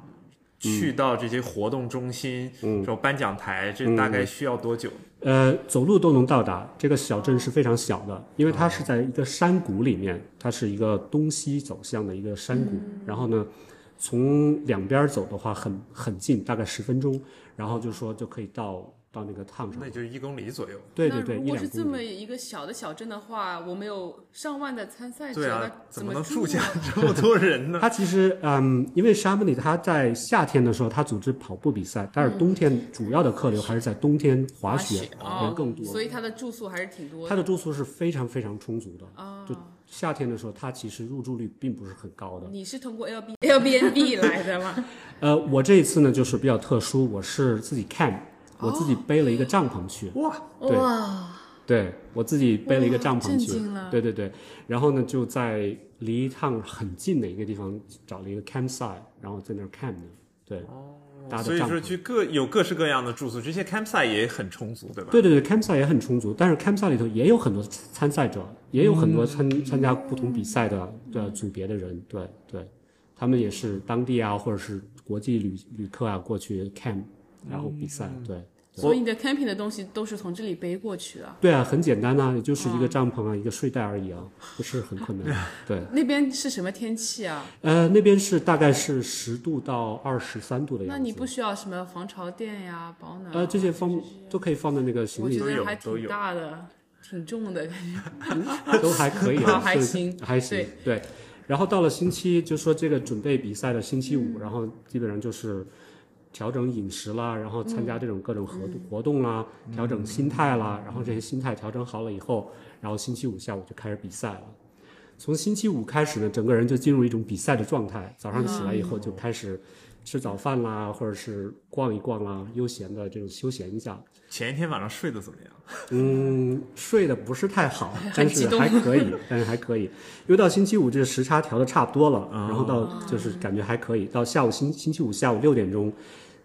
去到这些活动中心，嗯，什么颁奖台，
嗯
这大概需要多久？
呃，走路都能到达。这个小镇是非常小的，因为它是在一个山谷里面，它是一个东西走向的一个山谷。
嗯
然后呢，从两边走的话很很近，大概十分钟，然后就说就可以到到那个烫上
那。也就一公里左右。
对对对，
那如
一
果
两
是这
公
么
里。
一个小的小镇的话，我们有上万的参赛者，
对
那
啊，怎
么
能
住
住下
啊
这么多人呢？
它其实，嗯，因为沙姆里它在夏天的时候，它组织跑步比赛，但是
嗯
冬天主要的客流还是在冬天滑雪
哦
人更多。
所以他的住宿还是挺多
它
的。哦
的住宿是非常非常充足的。就夏天的时候，它其实入住率并不是很高的。
你是通过 L B L B N B 来的吗？
呃，我这一次呢就是比较特殊，我是自己 camp，我自己
哦
背了一个帐篷去，
哇，
对
哇，
对我自己背了一个帐篷
震
去
惊了，
对对对，然后呢就在离一趟很近的一个地方找了一个 campsite，然后在那儿 camp 呢，对， <laughs> 搭
哦所
的
以
帐
说
篷。
去各有各式各样的住宿，这些 campsite 也很充足，对吧？
对对对，campsite 也很充足，但是 campsite 里头也有很多参赛者，也有很多参、参加不同比赛的的组别的人，对对，他们也是当地啊或者是国际旅旅客啊过去 camp，然后比赛，对。
所以你的 camping 的东西都是从这里背过去的。
对啊，很简单呐、也就是一个帐篷啊，一个睡袋而已啊，不是很困难。对，
那边是什么天气啊？
呃，那边是大概是十度到二十三度的样
那
子。
你不需要什么防潮垫呀、保暖啊
呃呃这些放都可以放在那个行
我
李
觉
里。
得还
都
挺
有
大的，挺重的感觉。
<laughs> 都还可以
好
啊，
还
是
行
还行，对。然后到了星期，就说这个准备比赛的星期五，然后基本上就是调整饮食啦，然后参加这种各种活动、活动啦，调整心态啦，然后这些心态调整好了以后，然后星期五下午就开始比赛了。从星期五开始呢，整个人就进入一种比赛的状态。早上起来以后就开始吃早饭啦，或者是逛一逛啦，悠闲的这种休闲一下。
前一天晚上睡得怎么样？
嗯，睡得不是太好，但
激
是
动
还可以，但是还可以。因为到星期五这个时差调的差不多了，然后到
嗯
就是感觉还可以。到下午星星期五下午六点钟、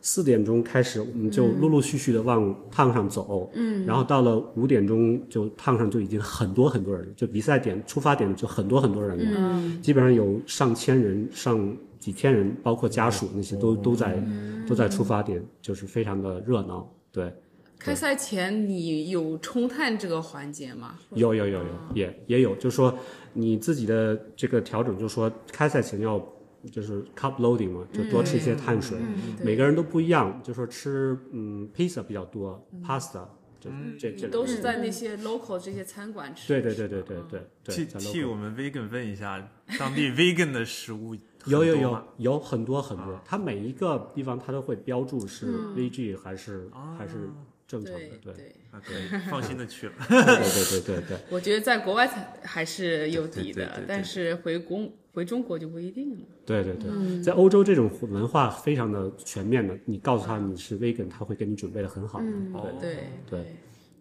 四点钟开始，我们就陆陆续续的往趟上走。嗯，然后到了五点钟，就趟上就已经很多很多人了，就比赛点出发点就很多很多人了，基本上有上千人、上几千人，包括家属那些都都在、都在出发点，就是非常的热闹。对。
开赛前你有冲碳这个环节吗？
有有有有，
啊
也也有，就是说你自己的这个调整，就是说开赛前要就是 cup loading 嘛，就多吃一
嗯
些碳水。
嗯
每个人都不一样，就说吃嗯 pizza 比较多，pasta 这
嗯
这这
嗯都
类
是嗯在那些 local 这些餐馆吃。
对对对对对对
替
对，在
替
local
我们 vegan 问一下，当地 vegan 的食物很
有有
多
有
吗啊
有很多很多，它每一个地方它都会标注是 VG 还是还是正常的，
嗯对
对
对，
啊，可以放心的去了。
对对对对对。
我觉得在国外才还是有底
对对对对
的
对，
但是回国回中国就不一定了。
对对对，在欧洲这种文化非常的全面的，你告诉他你是 vegan，他会给你准备的很好的。
嗯
哦
对
对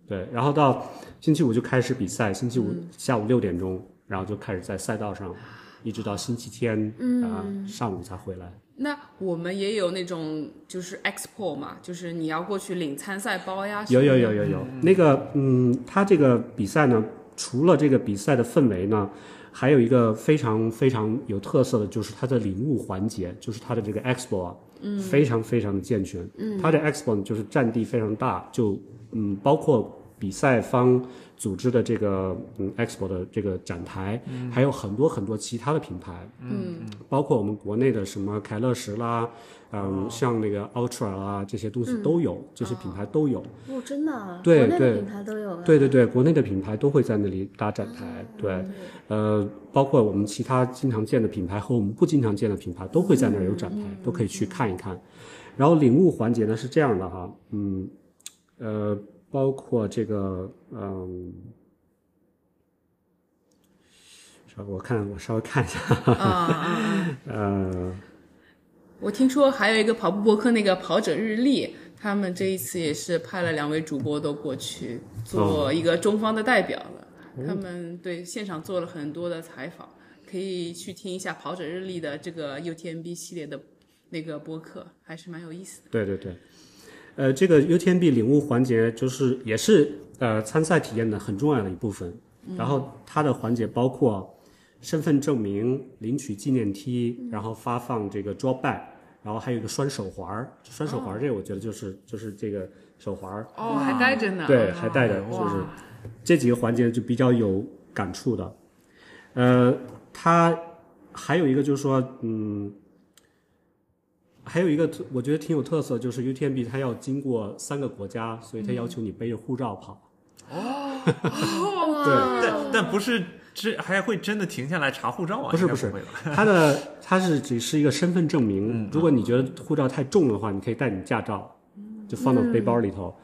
对，然后到星期五就开始比赛，星期五下午六点钟，然后就开始在赛道上，一直到星期天啊、上午才回来。
那我们也有那种就是 expo 嘛，就是你要过去领参赛包呀。
有有有
有。
有有，那个嗯，他这个比赛呢，除了这个比赛的氛围呢，还有一个非常非常有特色的，就是它的领物环节，就是它的这个 expo 啊，嗯，非常非常的健全。嗯，它的 expo 呢就是占地非常大，就嗯，包括比赛方组织的这个嗯 expo 的这个展台，还有很多很多其他的品牌，
嗯，
包括我们国内的什么凯乐石啦，嗯，像那个 Ultra 啦，这些东西都有，这些品牌都有。
哦，真的啊，
对
国内的
对
品牌都有了。啊
对对对，国内的品牌都会在那里搭展台，对，呃，包括我们其他经常见的品牌和我们不经常见的品牌都会在那儿有展台，都可以去看一看。然后领悟环节呢是这样的哈，嗯，呃，包括这个，嗯，稍我看我稍微看一下，
啊啊啊！
<laughs> 呃，
我听说还有一个跑步博客那个跑者日历，他们这一次也是派了两位主播都过去
哦
做一个中方的代表了。他们对现场做了很多的采访，可以去听一下跑者日历的这个 UTMB 系列的那个播客，还是蛮有意思的。
对对对，呃，这个 UTMB 领悟环节就是也是呃参赛体验的很重要的一部分。然后它的环节包括身份证明、领取纪念 T，然后发放这个 drop back，然后还有一个拴手环儿。拴手环儿这个我觉得就是、就是这个手环儿，
哦，还带着呢。
对，还带着就是这几个环节就比较有感触的。呃，它还有一个就是说，嗯，还有一个特我觉得挺有特色，就是 UTMB 它要经过三个国家，所以它要求你背着护照跑。
但但不是这还会真的停下来查护照啊？
不是
应该
不是
会吧？
<laughs> 它的它是只是一个身份证明，如果你觉得护照太重的话，你可以带你驾照，就放
嗯
到背包里头。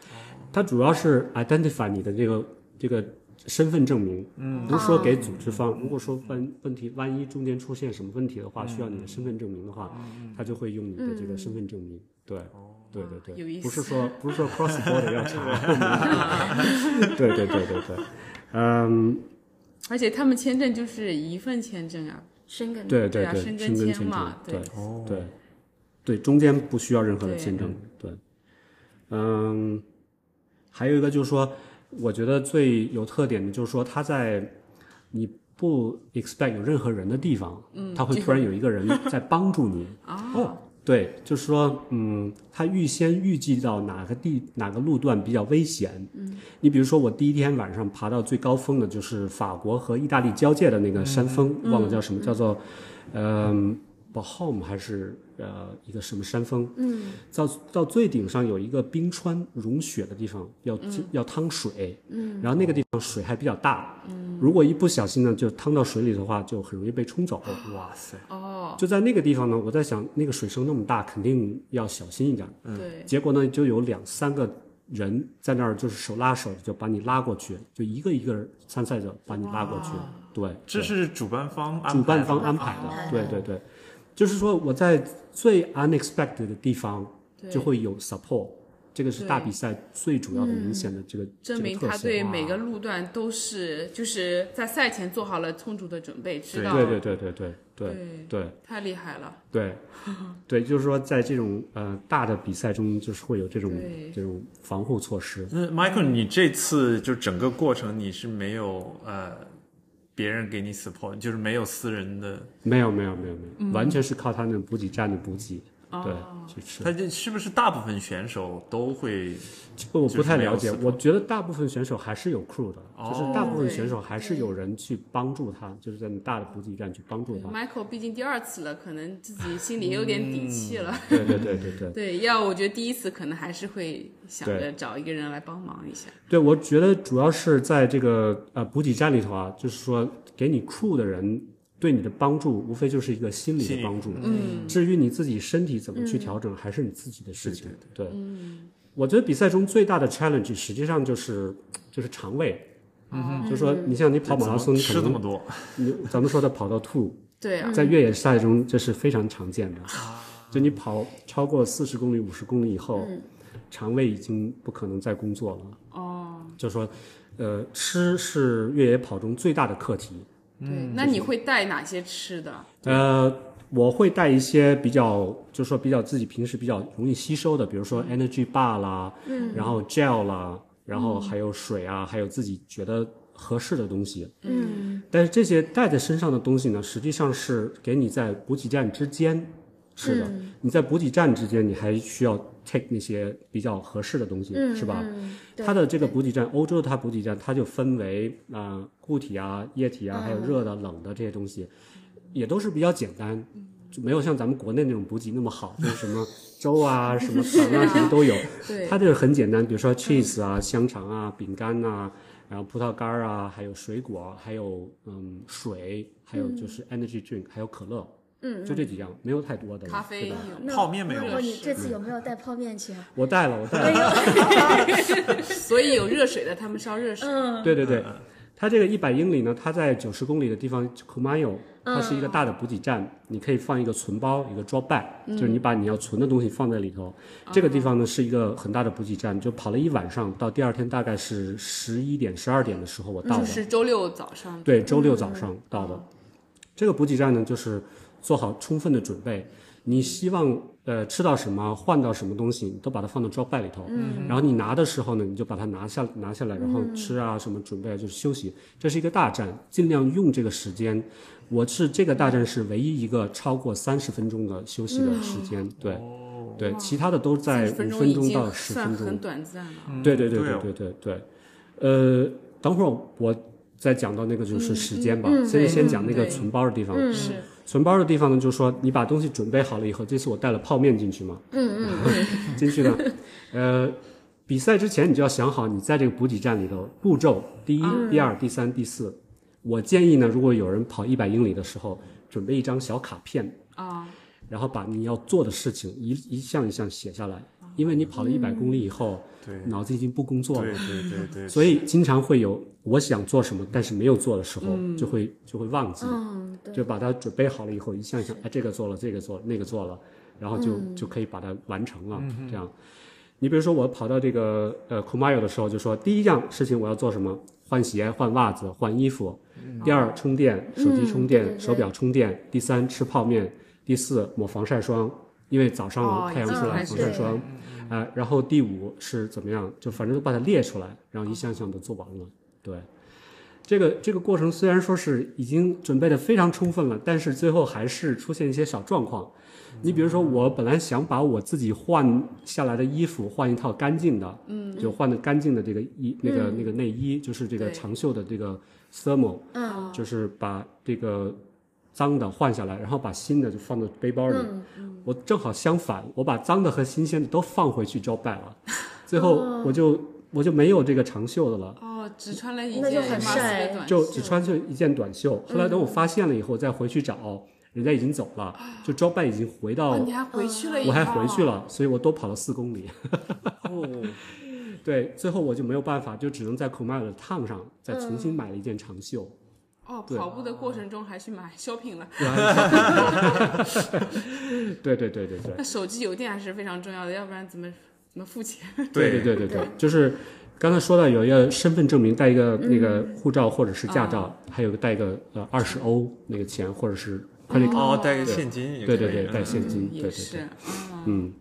它主要是 identify 你的这个这个身份证明，不是说给
哦
组织方。如果说问问题，万一中间出现什么问题的话，需要你的身份证明的话，他就会用你的这个身份证明。对，对对
嗯有
对，
意
不是
思
说不是说 cross border 要查。对对对对对，嗯，
而且他们签证就是一份签证啊，
深根
对对
啊，
对，
申根
申根
签
签
嘛
证，对
对
哦
对对，中间不需要任何的
对
签证，对，嗯，还有一个就是说，我觉得最有特点的就是说，他在你不 expect 有任何人的地方，嗯，他会
就
突然有一个人在帮助你，
哦，
对，就是说，嗯，他预先预计到哪个地哪个路段比较危险。嗯，你比如说，我第一天晚上爬到最高峰的就是法国和意大利交界的那个山峰，忘了叫什么，叫做，嗯、b a h o m 呃还是呃一个什么山峰，嗯，到到最顶上有一个冰川融雪的地方，要、要趟水，嗯，然后那个地方水还比较大，嗯，如果一不小心呢就趟到水里的话，就很容易被冲走。
哇塞，
哦，
就在那个地方呢，我在想那个水声那么大，肯定要小心一点。
对，
结果呢，就有两三个人在那儿，就是手拉手就把你拉过去，就一个一个参赛者把你拉过去
哇。
对，
这
对
是主办方安排的
主办方安排
哦
的。对对对，就是说我在最 unexpected 的地方
对
就会有 support，这个是大
对嗯
比赛最主要的明显的这个这
证
个
明
特
他
色。
对每个路段都是就是在赛前做好了充足的准备，知道
对对对对对对对。
太厉害了， <laughs>
对，对，就是说，在这种呃大的比赛中，就是会有这种
对
这种防护措施。
那 Michael，你这次就整个过程你是没有呃别人给你 support，就是没有私人的，
没有，没有，没有，没有，
嗯
完全是靠他们补给站的补给，
哦
对，去吃。
他就是不是大部分选手都会
这个我
就
不
是
太
没有哦
了解，
support
我觉得大部分选手还是有 crew 的，就是大部分
对
选手还是有人去帮助他，就是在大的补给站去帮助他。
Michael 毕竟第二次了，可能自己心里也有点底气了。
对对对对对。
对，要我觉得第一次可能还是会想
嗯对
着找一个人来帮忙一下。
对，我觉得主要是在这个呃补给站里头啊，就是说给你 crew 的人对你的帮助，无非就是一个心理
心理
的帮助。
嗯，
至于你自己身体怎么去调整，还是你自己的事情。对嗯，我觉得比赛中最大的 challenge 实际上就是就是肠胃。嗯就说你像你跑马拉
怎
松，你
么吃
可
这么
能
多，
你咱们说的跑到吐，
对啊，
在越野赛中这是非常常见的。
啊
就你跑超过四十公里、五十公里以后，
嗯
肠胃已经不可能再工作了。
哦，
就说，呃，吃是越野跑中最大的课题。嗯
对，那你会带哪些吃的？
呃，我会带一些比较，就说比较自己平时比较容易吸收的，比如说 energy bar 啦，嗯，然后 gel 啦，然后还有水啊，还有自己觉得合适的东西。
嗯，
但是这些带在身上的东西呢，实际上是给你在补给站之间吃的。你在补给站之间，你还需要 take 那些比较合适的东西，
嗯，
是吧？
嗯？对
它的这个补给站，欧洲的它补给站，它就分为啊、呃固体啊、液体
嗯
啊，还有热的、冷的这些东西，也都是比较简单，就没有像咱们国内那种补给那么好，就是什么粥
<laughs>
啊、什么糖啊，什么都有。
对，
它就是很简单，比如说
嗯
cheese 啊、香肠啊、饼干啊，然后葡萄干儿啊，还有水果，还有嗯水，还有就是 energy drink，还有可乐，
嗯，
就这几样，没有太多的了，
咖啡
对吧？
有
那
泡面没有
那你这次有没有带泡面去啊？
我带了，我带了。
所以有热水的，他们烧热水。
嗯，
对对对，它这个一百英里呢，它在九十公里的地方 Kumayo，它是一个大的补给站，你可以放一个存包，一个 drop bag，、就是你把你要存的东西放在里头。这个地方呢是一个很大的补给站，就跑了一晚上，到第二天大概是十一点、十二点的时候我到
就
的，
是周六早上，
对，周六
嗯
早上到的。这个补给站呢，就是做好充分的准备。你希望呃吃到什么，换到什么东西，你都把它放到 drop bag 里头。嗯。然后你拿的时候呢，你就把它拿下拿下来，然
嗯
后吃啊什么准备啊就是休息。这是一个大站，尽量用这个时间。我是这个大站是唯一一个超过三十分钟的休息
嗯
的时间，对对，其他的都在
30
五
分
分
已
钟
经
到十
算
分钟
很。短暂了。
对对对
对哦
对对对对，呃，等会儿我再讲到那个就是时间吧，先
对
先讲那个
对嗯
存包的地方。
是，
存包的地方呢，就是说你把东西准备好了以后，这次我带了泡面进去嘛，
嗯嗯，
进去呢，呃，比赛之前你就要想好你在这个补给站里头步骤，第一、第二、第三、第四。我建议呢，如果有人跑一百英里的时候，准备一张小卡片，
啊，
然后把你要做的事情一一项一项写下来，因为你跑了一百公里以后，
对
脑子已经不工作了
对。对对对，
所以经常会有我想做什么，但是没有做的时候，就会就会忘记，
嗯，
就把它准备好了以后，一项一项，哎，这个做了，这个做了，那个做了，然后就、就可以把它完成了。这样，你比如说我跑到这个呃 Kumayo 的时候，就说第一样事情我要做什么？换鞋、换袜子、换衣服。第二，充电，手机充电，
对对对
手表充电。第三，吃泡面。第四，抹防晒霜，因为早
哦
上太阳
已
出
经
来，
开
防
始
晒
了
霜。啊、然后第五是怎么样？就反正都把它列出来，然后一项项的做完了。对，这个这个过程虽然说是已经准备的非常充分了，但是最后还是出现一些小状况。你比如说，我本来想把我自己换下来的衣服换一套干净的，嗯，就换的干净的这个衣那个那个内衣，就是这个
对
长袖的这个 thermal，
嗯，
就是把这个脏的换下来，然后把新的就放到背包里。
嗯
我正好相反，我把脏的和新鲜的都放回去 job bag 了，最后我就、我就没有这个长袖的了。
哦，只穿了一件
那就很
马斯
晒
的短
就
袖嗯
只穿就一件短袖。后来等我发现了以后，再回去找，人家已经走了，就装扮已经回到，
哦，你还回去了一
我还
趟
回去
啊，
了，所以我多跑了四公里。
哦，
对，最后我就没有办法，就只能在 k o m a 的烫上再重
嗯
新买了一件长袖。
哦，
对
跑步的过程中还去买 <laughs> shopping 了。嗯
对对
<laughs>
对对对
那手机邮电还是非常重要的，要不然怎么怎么付钱？
对对对对对，就是刚才说到有一个身份证明带一个那个
嗯
护照或者是驾
哦
照，还有个带一个呃二十欧那个钱或者是 credit，、
哦，带个现金也可
对
以，嗯
对对，带现金，对
嗯也
对对。
是，嗯，
嗯，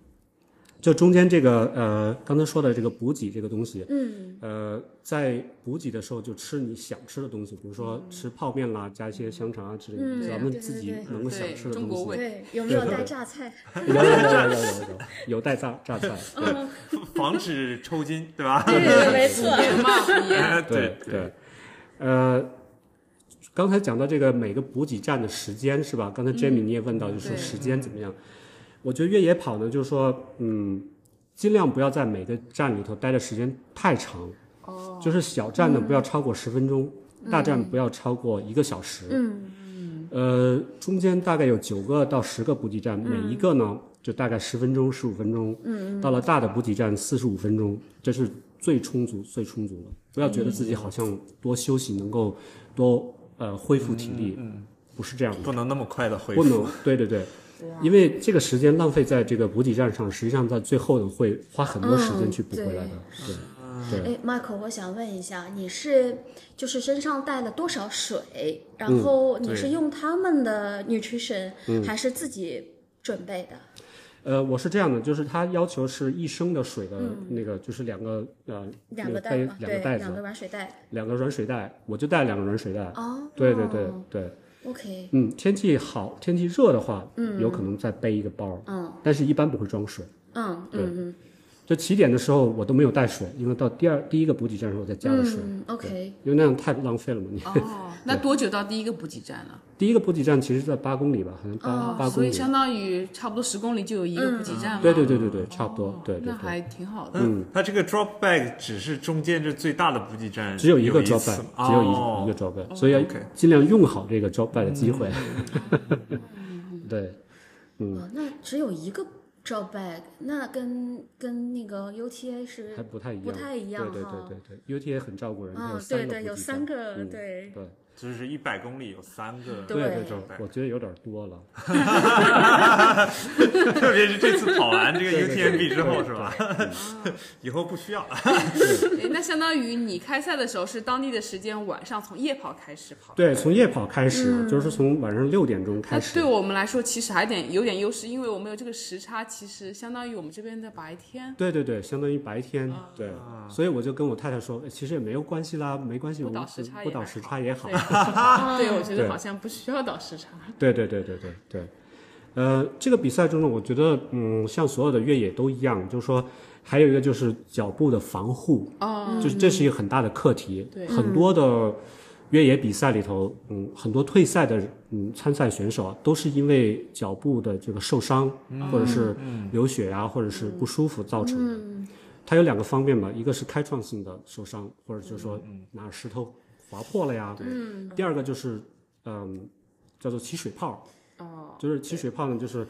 就中间这个呃，刚才说的这个补给这个东西，嗯，呃，在补给的时候就吃你想吃的东西，比如说吃泡面啦，加一些香肠啊之类的，
嗯
咱
对
们
对
自
对
己
对
能够想
对
吃的
中国
东西。
味
对，有没有带榨菜？
有有有有有有有有带榨榨菜，
防止抽筋，对吧？
<laughs>
对，没错。
盐嘛，盐，
哎
对
<laughs> 对
对，呃，刚才讲到这个每个补给站的时间是吧？刚才 Jamie 你也问到，就是
对
时间怎么样？我觉得越野跑呢，就是说，嗯，尽量不要在每个站里头待的时间太长，
哦，
就是小站呢不要超过十分钟，大站不要超过一个小时。
嗯，
呃，中间大概有九个到十个补给站，每一个呢就大概十分钟、十五分钟。嗯，到了大的补给站四十五分钟，这是最充足、最充足的。不要觉得自己好像多休息能够多呃恢复体力，不是这样的。
不能那么快的恢
不
复。
能，对对对，因为这个时间浪费在这个补给站上，实际上在最后呢会花很多时间去补回来的。对，对，
哎，Michael，我想问一下，你是就是身上带了多少水？
嗯
然后你是用他们的 nutrition，、还是自己准备的？
呃，我是这样的，就是它要求是一升的水的那个，就是两个呃
两个
那
袋
杯
嘛，
两个
对，
袋
两个
子，
软水袋。
两个软水袋，我就带两个软水袋。
哦，
对对对对，
OK，
嗯，天气好，天气热的话，嗯，有可能再背一个包，
嗯，
但是一般不会装水。
嗯
对
嗯
就起点的时候我都没有带水，因为到第二第一个补给站的时候再加了水，
嗯，OK，
因为那样太浪费了嘛。你
哦，那多久到第一个补给站了？
第一个补给站其实在八公里吧，好像八八
哦，所
公
以
里。
相当于差不多十公里就有一个补
嗯
给站了。
对对对对对，差不多
哦，
对对
那
对。
还挺好
<laughs>
的。
嗯，它这个 drop bag 只是中间这最大的补给站，
只有一
一
个
次
drop bag，
吗
只有一
哦
一个 drop bag，所以要
OK
尽量用好这个 drop bag 的机会。 <laughs> 对，嗯
哦，那只有一个 job bag，那跟跟那个 UTA 是
还不太一样，
不太一样
对对
哈
对对对，UTA 很照顾人，它
嗯，
三
对
个
对，有
补给
三
站
个，
<laughs>
嗯
对，
对
就是一百公里有三个
对
对
drop
对，我觉得有点多了。
bag，特别是这次跑完这个
对对对
UTMB 之后
对
是吧？以后不需要了。
诶那相当于你开赛的时候是当地的时间，晚上从夜跑开始跑。
对，从夜跑开
嗯
始，就是从晚上六点钟开
啊
那
始
对。我们来说，其实还点有点优势，因为我们有这个时差，其实相当于我们这边的白天。
对对对，相当于白天，
啊
对，所以我就跟我太太说，哎其实也没有关系啦，没关系，
不
我
倒
们
时差
不
也
倒
还
时
好
差也好
对。对，我觉得好像不需要倒时差。
对对对对对对，呃，这个比赛中呢，我觉得，嗯，像所有的越野都一样，就是说，还有一个就是脚步的防护，
哦，
就是这是一个很大的课题。
对
很多的越野比赛里头，嗯，很多退赛的嗯参赛选手啊，都是因为脚步的这个受伤，或者是流血啊，或者是不舒服造成的。它有两个方面吧，一个是开创性的受伤，或者就是说拿石头划破了呀。嗯。第二个就是，嗯，叫做起水泡。
哦，
就是起水泡呢，就是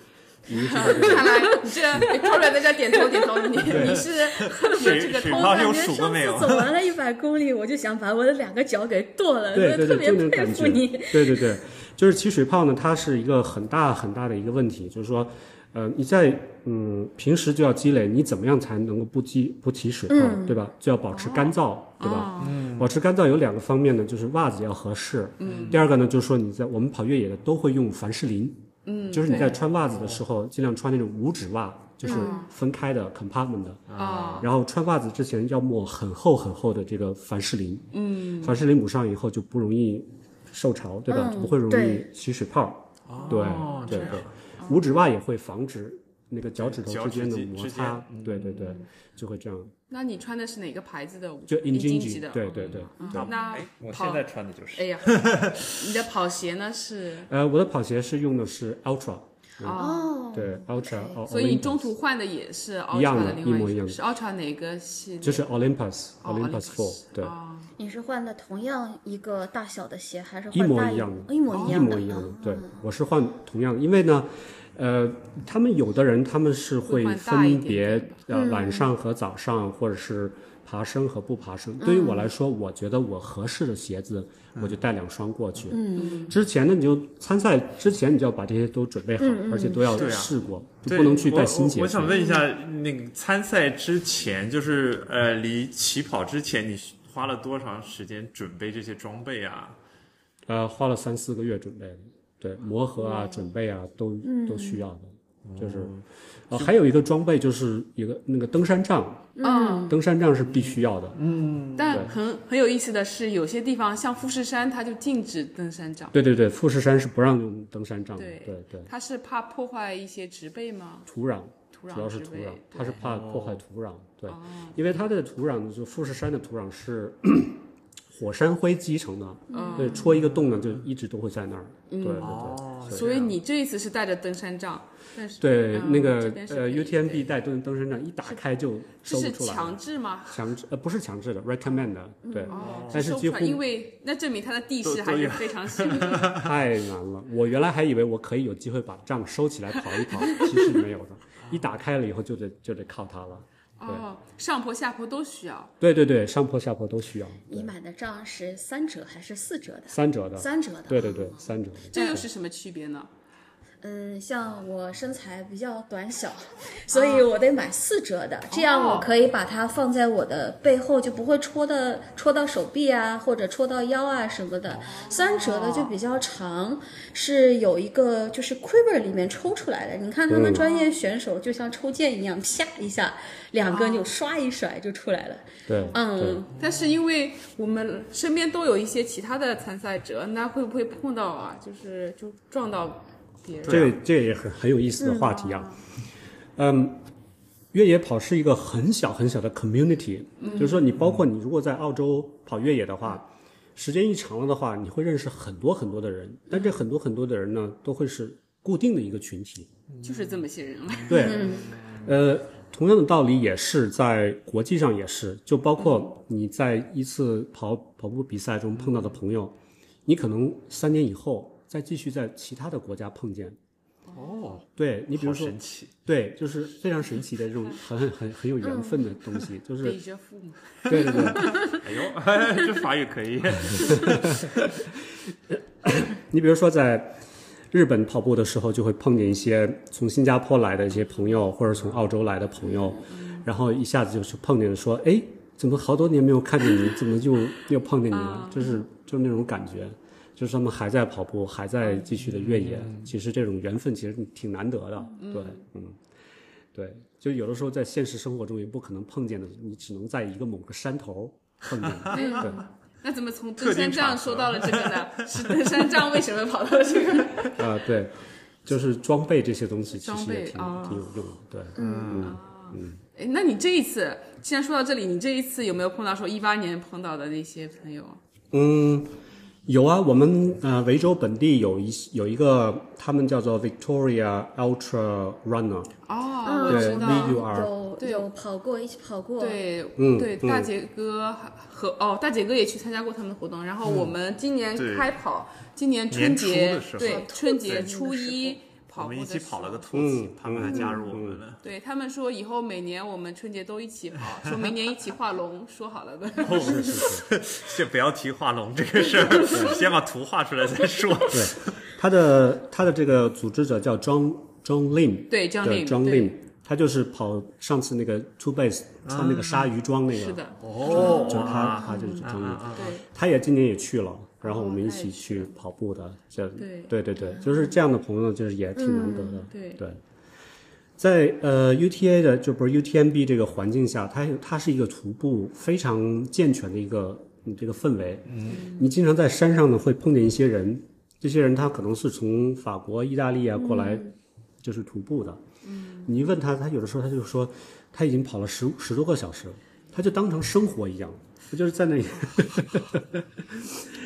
你这个
看来你这 Victoria 在这点头点头，你
对
你是有这
水
个
水
偷
泡
我
懒
感
有
觉
数
上
过没有
次？走完了一百公里，我就想把我的两个脚给剁了，
对
我
对
特
对，
别
就
佩
那感
服
觉，
你。
对对对，就是起水泡呢，它是一个很大很大的一个问题，就是说，呃，你在嗯平时就要积累，你怎么样才能够不积不起水泡，
嗯
对吧？就要保持干燥，
哦
对吧？保持干燥有两个方面呢，就是袜子要合适，嗯，第二个呢就是说你在我们跑越野的都会用凡士林，
嗯，
就是你在穿袜子的时候，尽量穿那种五指袜，就是
嗯
分开的 compartment 的，
啊，
然后穿袜子之前要抹很厚很厚的这个凡士林，
嗯，
凡士林抹上以后就不容易受潮，对吧？
嗯
就不会容易
对
起水泡。对
哦，
对
这样
对，五指袜也会防止那个脚趾头
脚
之
趾
间的
间
摩
之
擦
嗯
间，
对对对，就会这样，
那你穿的是哪个牌子的？
就
银
经
济的，
对
嗯
对对。
那
那
哎我
跑
现在穿的就是
哎呀， <laughs> 你的跑鞋呢是？
呃，我的跑鞋是用的是 Ultra，
哦，
哦，
对 Ultra，哦
所以你
Olympus
中途换的也是
一样
Ultra 的
的
另外
一模一样的
是 Ultra 哪个系列？
就是 Olympus
哦
Olympus Four，对，
哦
你是换的同样一个大小的鞋，还是
一
换
模
大
一样的，哦啊
一模一
一
样
模
的？
一样的
嗯。
对，我是换同样的，因为呢，呃，他们有的人他们是会
会换大一点
分别
点
呃
嗯
晚上和早上，或者是爬升和不爬升。对于
嗯
我来说，我觉得我合适的鞋子，我就带两双过去。嗯，之前呢，你就参赛之前你就要把这些都准备好，
嗯
而且都要
对啊
试过，就
对
不能去带
我
新鞋
哎我。我
去
想问一下，那个参赛之前，就是呃，离起跑之前，你花了多长时间准备这些装备啊？
呃，花了三四个月准备的，对，磨合
嗯
啊、准备啊，都都需要的。就是，呃，还有一个装备就是一个那个登山杖，
嗯，
登山杖是必须要的。
但很很有意思的是，有些地方像富士山，它就禁止登山杖，
对对对，富士山是不让用登山杖的。
对
对对，
它是怕破坏一些植被吗？
土壤
土
主要
壤
是
植
土
被
壤，，它是
对哦
怕破坏土壤。对，因为它的土壤呢就富士山的土壤是 <clears throat> 火山灰积成
哦
的，
嗯
对，戳一个洞呢就一直都会在那儿。对对对，
所以你这一次是带着登山杖，但是
对，
嗯这
那个
边是可
呃
以
UTMB
对
带登登山杖一打开就
这
收不
是
出来了，
强制吗？哦
强制呃不是强制的，recommend 的，
嗯
对，但是
收
几
不
乎
出来，因为那证明它的地势
都
还
都
是
有
非
<laughs>
常幸运。
太难了。我原来还以为我可以有机会把账收起来跑一跑，其实没有的，
<laughs>
一打开了以后就得就得靠它了。
哦，上坡下坡都需要。
对对对，上坡下坡都需要，
你买的账是三折还是四折的？
三折的，
三折的。
对对对，三折的。
这又是什么区别呢？
嗯，像我身材比较短小，所以我得买四折的，这样我可以把它放在我的背后，就不会戳的戳到手臂啊，或者戳到腰啊什么的。三折的就比较长，是有一个就是 quiver 里面抽出来的。你看他们专业选手就像抽剑一样，啪一下，两根就刷一甩就出来了。
对，对
嗯，
但是因为我们身边都有一些其他的参赛者，那会不会碰到啊？就是就撞到
啊
别人？
这个这个也很很有意思的话题啊。嗯，越野跑是一个很小很小的 community，、就是
嗯
说你包括你如果在澳洲跑越野的话，时间一长了的话，你会认识很多很多的人，但这很多很多的人呢，都会是固定的一个群体。
就是这么些人了。
对，
嗯
呃，同样的道理也是在国际上也是，就包括你在一次跑跑步比赛中碰到的朋友，你可能三年以后再继续在其他的国家碰见。
哦，
对你比如
好
说
神，奇，
对，就是非常神奇的这种很很很很有缘分的东西，就是
背着父母，
对对对，
哎呦， <laughs> 这法语可以，
你比如说在日本跑步的时候，就会碰见一些从新加坡来的一些朋友，或者从澳洲来的朋友，然后一下子就去碰见了，说，哎，怎么好多年没有看见你，怎么就又碰见你了？就是就是那种感觉，就是他们还在跑步，还在继续的越野。其实这种缘分其实挺难得的，对，嗯，对，就有的时候在现实生活中也不可能碰见的，你只能在一个某个山头碰见，对。
那怎么从登山杖说到了这个呢？ <laughs> 是登山杖为什么跑到这个？ <laughs>
啊，对，就是装备这些东西其
装
实也
备
挺、
啊
挺有用的，对，嗯，
哎，那你这一次，既然说到这里，你这一次有没有碰到说一八年碰到的那些朋友？
嗯，有啊，我们呃维州本地有一些有一个，他们叫做 Victoria Ultra Runner，
哦，
嗯
我知道。
对 VUR
有
对
有跑过，一起跑过。
对，
嗯
对，
嗯
大姐哥和哦，大姐哥也去参加过他们的活动。然
嗯
后我们今年
对
开跑，今年春
年初
节
的时候
对春节初
对
一
我
跑步
们一
的
起
时候
跑了个兔子
嗯，
他们还加入我们了。
对他们说以后每年我们春节都一起跑，说明年一起画龙，说好
<laughs>
了的。
哦， <laughs> 先不要提画龙这个事
<laughs>
儿，先把图画出来再说。
对，他的他的这个组织者叫 John John Lim，
对，John
对
Lim，
，John
对
Lim，他就是跑上次那个 Two Base 穿那个鲨鱼装那个，
啊是的，啊
哦
就是他，他就是 John Lim，
对，
他也今年也去了，然后我们一
他也
起去跑步的，这
对
对对对，就是这样的朋友，就是也挺难得的。
对
对，在呃 UTA 的就不是 UTMB 这个环境下，它它是一个徒步非常健全的一个你这个氛围。嗯，你经常在山上呢会碰见一些人，这些人他可能是从法国、意大利啊过来，就是徒步的。嗯，你一问他，他有的时候他就说他已经跑了十十多个小时，他就当成生活一样，他就是在那里。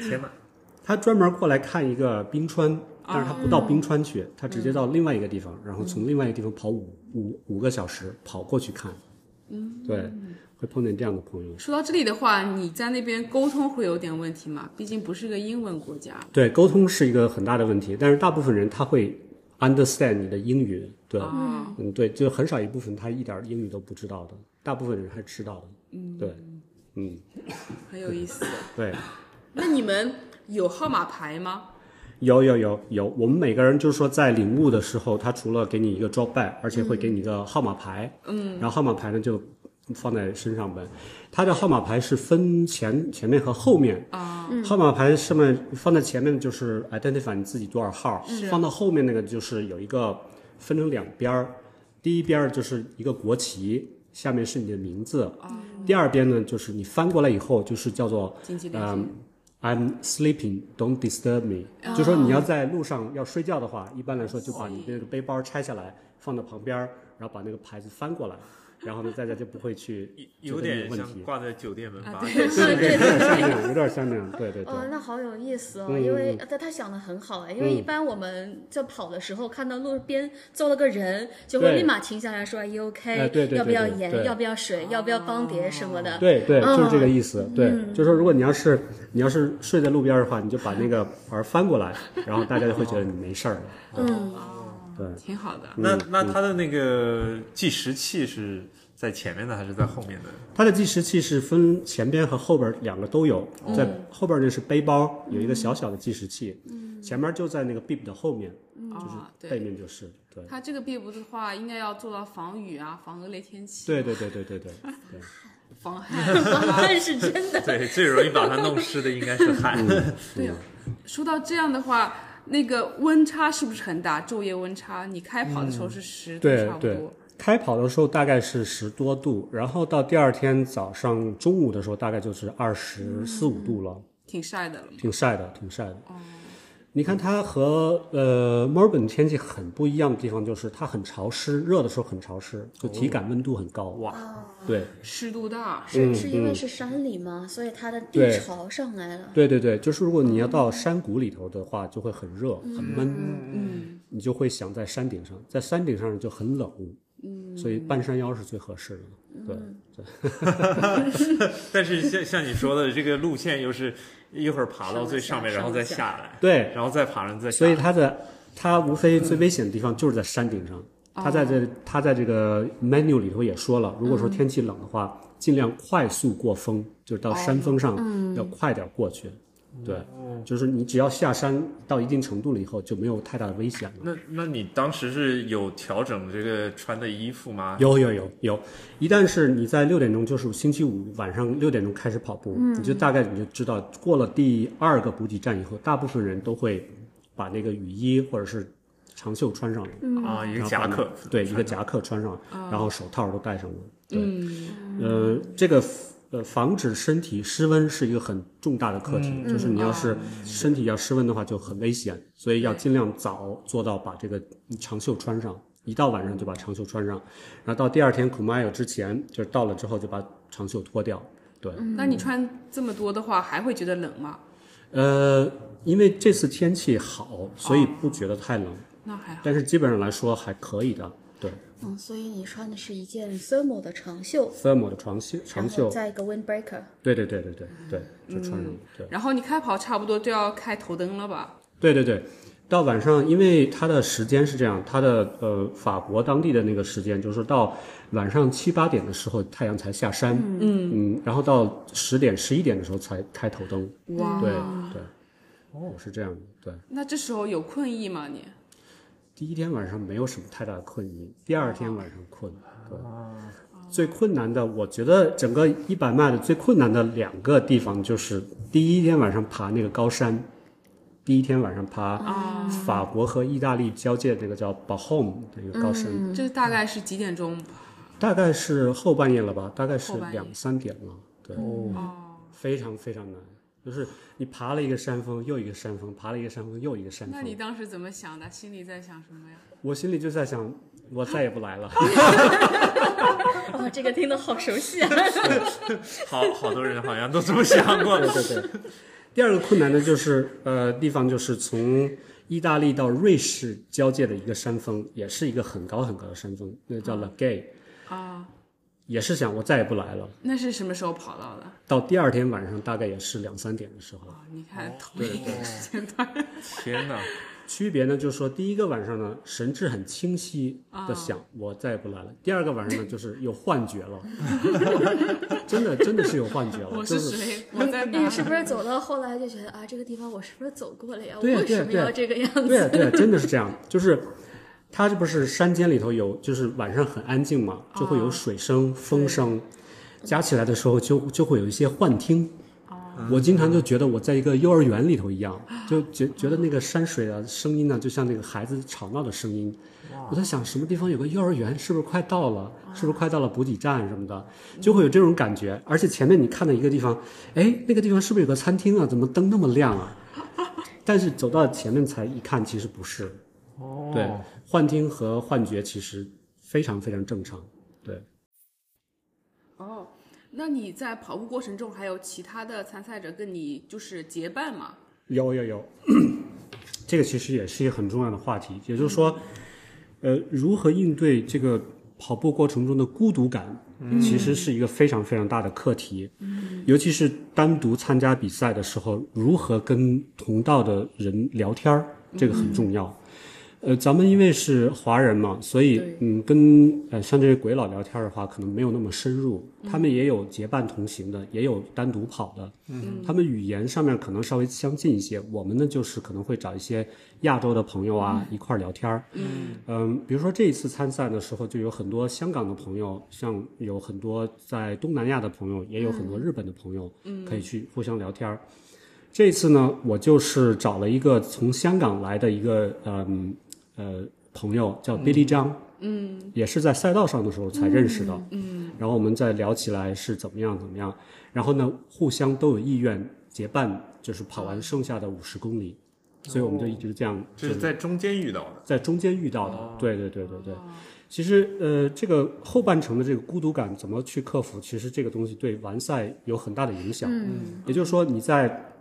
天哪！
他专门过来看一个冰川，但是他不到冰川去，他直接到另外一个地方，然后从另外一个地方跑五五五个小时跑过去看。嗯，对，会碰见这样的朋友。
说到这里的话，你在那边沟通会有点问题吗？毕竟不是个英文国家。
对，沟通是一个很大的问题，但是大部分人他会 understand 你的英语，对，
啊，
嗯，对，就很少一部分他一点儿英语都不知道的，大部分人还知道的，嗯，对，嗯，
很有意思。
对，
那你们有号码牌吗？
有有有有，我们每个人就是说在领悟的时候，他除了给你一个 drop back，而且会给你一个号码牌，嗯，然后号码牌呢就放在身上呗，它的号码牌是分前前面和后面。
啊，
号码牌上面放在前面就是 identify 你自己多少号，放到后面那个就是有一个分成两边儿，第一边儿就是一个国旗，下面是你的名字，第二边呢就是你翻过来以后就是叫做
经济联系
嗯。I'm sleeping, don't disturb me。就
哦
说你要在路上要睡觉的话，一般来说就把你那个背包拆下来放到旁边儿，然后把那个牌子翻过来，然后呢，大家就不会去
有
觉得你
点
问
像
题。
挂在酒店门把
啊
手。
对
<laughs> 对对对，有点像那样，有点像那样，对对对。
哦，那好有意思哦，
嗯
因为呃他他想的很好哎，因为一般我们就跑的时候看到路边坐了个人，就会
对
立马停下来说 “You
哎
OK？
对对
要不
对
要
对
盐？
对
要不要水？要不要帮碟什么的？”
对对，
嗯
就是这个意思。对，就是说，如果你要是你要是睡在路边儿的话，你就把那个牌儿翻过来，然后大家就会觉得你没事儿了。
嗯， <laughs>
对，
挺好的。
嗯
那那它的那个计时器是在前面的还是在后面的？
它的计时器是分前边和后边儿两个都有，在
哦
后边儿那是背包，
嗯
有一个小小的计时器，前面就在那个 bib 的后面，
啊，嗯
背
对，
面嗯就是。对，
它这个壁布的话，应该要做到防雨啊，防恶劣天气，
对对对对
<laughs>
对对对。
防 <laughs> 旱。是吧
但是真的，
对，最容易把它弄湿的应该是汗。
嗯
对，说到这样的话，那个温差是不是很大？昼夜温差，你开跑的时候是十度
对
差不
对
多，
开跑的时候大概是十多度，然后到第二天早上中午的时候大概就是二十四五度了。
挺晒的了嘛。
挺晒的，挺晒的。
哦
你看它和呃墨尔本天气很不一样的地方，就是它很潮湿，热的时候很潮湿，就体感温度很高。
哦
哇，
对
湿度大，
<laughs> 是是因为是山里嘛，所以它的地
嗯对
潮上来了。
对对对，就是如果你要到山谷里头的话，就会很热很闷，你就会想在山顶上，在山顶上就很冷，所以半山腰是最合适的。对，
<laughs> 但是像像你说的，这个路线又是一会儿爬到最上面，
上
然后
下
再下来，
对
然后再爬上再下
所
来。
以它的它无非最危险的地方就是在山顶上。它在这它在这个 menu 里头也说了，如果说天气冷的话，尽量快速过峰，就是到山峰上要快点过去。对，就是你只要下山到一定程度了以后，就没有太大的危险了。
那那你当时是有调整这个穿的衣服吗？
有有有有，一旦是你在六点钟，就是星期五晚上六点钟开始跑步，
嗯
你就大概你就知道，过了第二个补给站以后，大部分人都会把那个雨衣或者是长袖穿上了。
嗯
啊，一
然
个
后
夹
把
克，嗯
对，一个夹克穿上，然后手套都戴上了。对，嗯，呃，这个呃，防止身体失温是一个很重大的课题，
嗯
就是你要
哦
是身体要失温的话就很危险，所以要尽量早做到把这个长袖穿上。一到晚上就把长袖穿上，然后到第二天 k u m a y o 之前，就是到了之后就把长袖脱掉。对，
那你穿这么多的话，还会觉得冷吗？
呃，因为这次天气好，所
哦
以不觉得太冷，
那还好。
但是基本上来说还可以的。对
嗯，所以你穿的是一件 thermal 的长袖，
，thermal 的长袖
然
长
后
袖，
再嗯一个
<laughs>
windbreaker。
对对对对对对，就穿上了。对
然后你开跑差不多就要开头灯了吧？
对对对，到晚上，因为它的时间是这样，它的呃法国当地的那个时间，就是到晚上七八点的时候太阳才下山，嗯然后到十点十一点的时候才开头灯。
哇，
对对，哦，是这样的。对，
那这时候有困意吗？你
第一天晚上没有什么太大的困意，第二天晚上困。对。最困难的，我觉得整个一百迈的最困难的两个地方就是第一天晚上爬那个高山，第一天晚上爬
啊，
法国和意大利交界那个叫 b a h o m 那个高山，
这大概是几点钟？
大概是后半夜了吧，大概是
后半夜
两三点了，对，
哦，
非常非常难。就是你爬了一个山峰又一个山峰，爬了一个山峰又一个山
那你
峰。
当时怎么想的？心里在想什么呀？
我心里就在想，我再也不来了。 <laughs>
哦，这个听得好熟
<laughs>
悉啊！
好好多人好像都这么想过。
对对对。第二个困难呢，就是呃，地方就是从意大利到瑞士交界的一个山峰，也是一个很高很高的山峰，那个叫 La Gay，
啊，
也是想我再也不来了。
那是什么时候跑到的？
到第二天晚上大概也是两三点的时候，
啊，你看同
对
一个时间段，
天哪！
区别呢就是说，第一个晚上呢神志很清晰的想、我再也不来了，第二个晚上呢就是有幻觉
<laughs>
了， <laughs> 真的真的是有幻觉了，
我
哦就是
谁？我在哪
你
儿？
是不是走到后来就觉得啊，这个地方我是不是走过了呀？我
对呀
为
对呀
什么
对呀
要这个样
对
子？
啊，对啊，真的是这样。就是它这不是山间里头有，就是晚上很安静嘛，就会
哦
有水声、风声，加起来的时候就就会有一些幻听。
哦
我经常就觉得我在一个幼儿园里头一样，就觉觉得那个山水的声音呢，就像那个孩子吵闹的声音。我在想，什么地方有个幼儿园？是不是快到了？是
哦
不是快到了补给站什么的？就会有这种感觉。而且前面你看到一个地方，哎，那个地方是不是有个餐厅啊？怎么灯那么亮啊？但是走到前面才一看，其实不是。
哦
对，幻听和幻觉其实非常非常正常。对，
<laughs> 哦，那你在跑步过程中还有其他的参赛者跟你就是结伴吗？
有有 <clears throat> 有，这个其实也是一个很重要的话题，也就是说，呃，如何应对这个跑步过程中的孤独感，其实是一个非常非常大的课题。尤其是单独参加比赛的时候，如何跟同道的人聊天儿，这个很重要。呃，咱们因为是华人嘛，所以嗯，跟呃像这些鬼佬聊天的话，可能没有那么深入。他们也有结伴同行的，也有单独跑的。嗯，他们语言上面可能稍微相近一些。我们呢，就是可能会找一些亚洲的朋友啊、一块儿聊天儿。嗯比如说这一次参赛的时候，就有很多香港的朋友，像有很多在东南亚的朋友，也有很多日本的朋友，嗯，可以去互相聊天儿。这次呢，我就是找了一个从香港来的一个嗯呃朋友，叫 Billy 张，嗯，也是在赛道上的时候才认识的，嗯，然后我们再聊起来是怎么样怎么样，然后呢，互相都有意愿结伴，就是跑完剩下的五十公里，所以我们就一直嗯哦这样，
这
就是
在中间遇到的。
在中间遇到的。对对对对对。其实呃，这个后半程的这个孤独感怎么去克服？其实这个东西对完赛有很大的影响。嗯，也就是说你在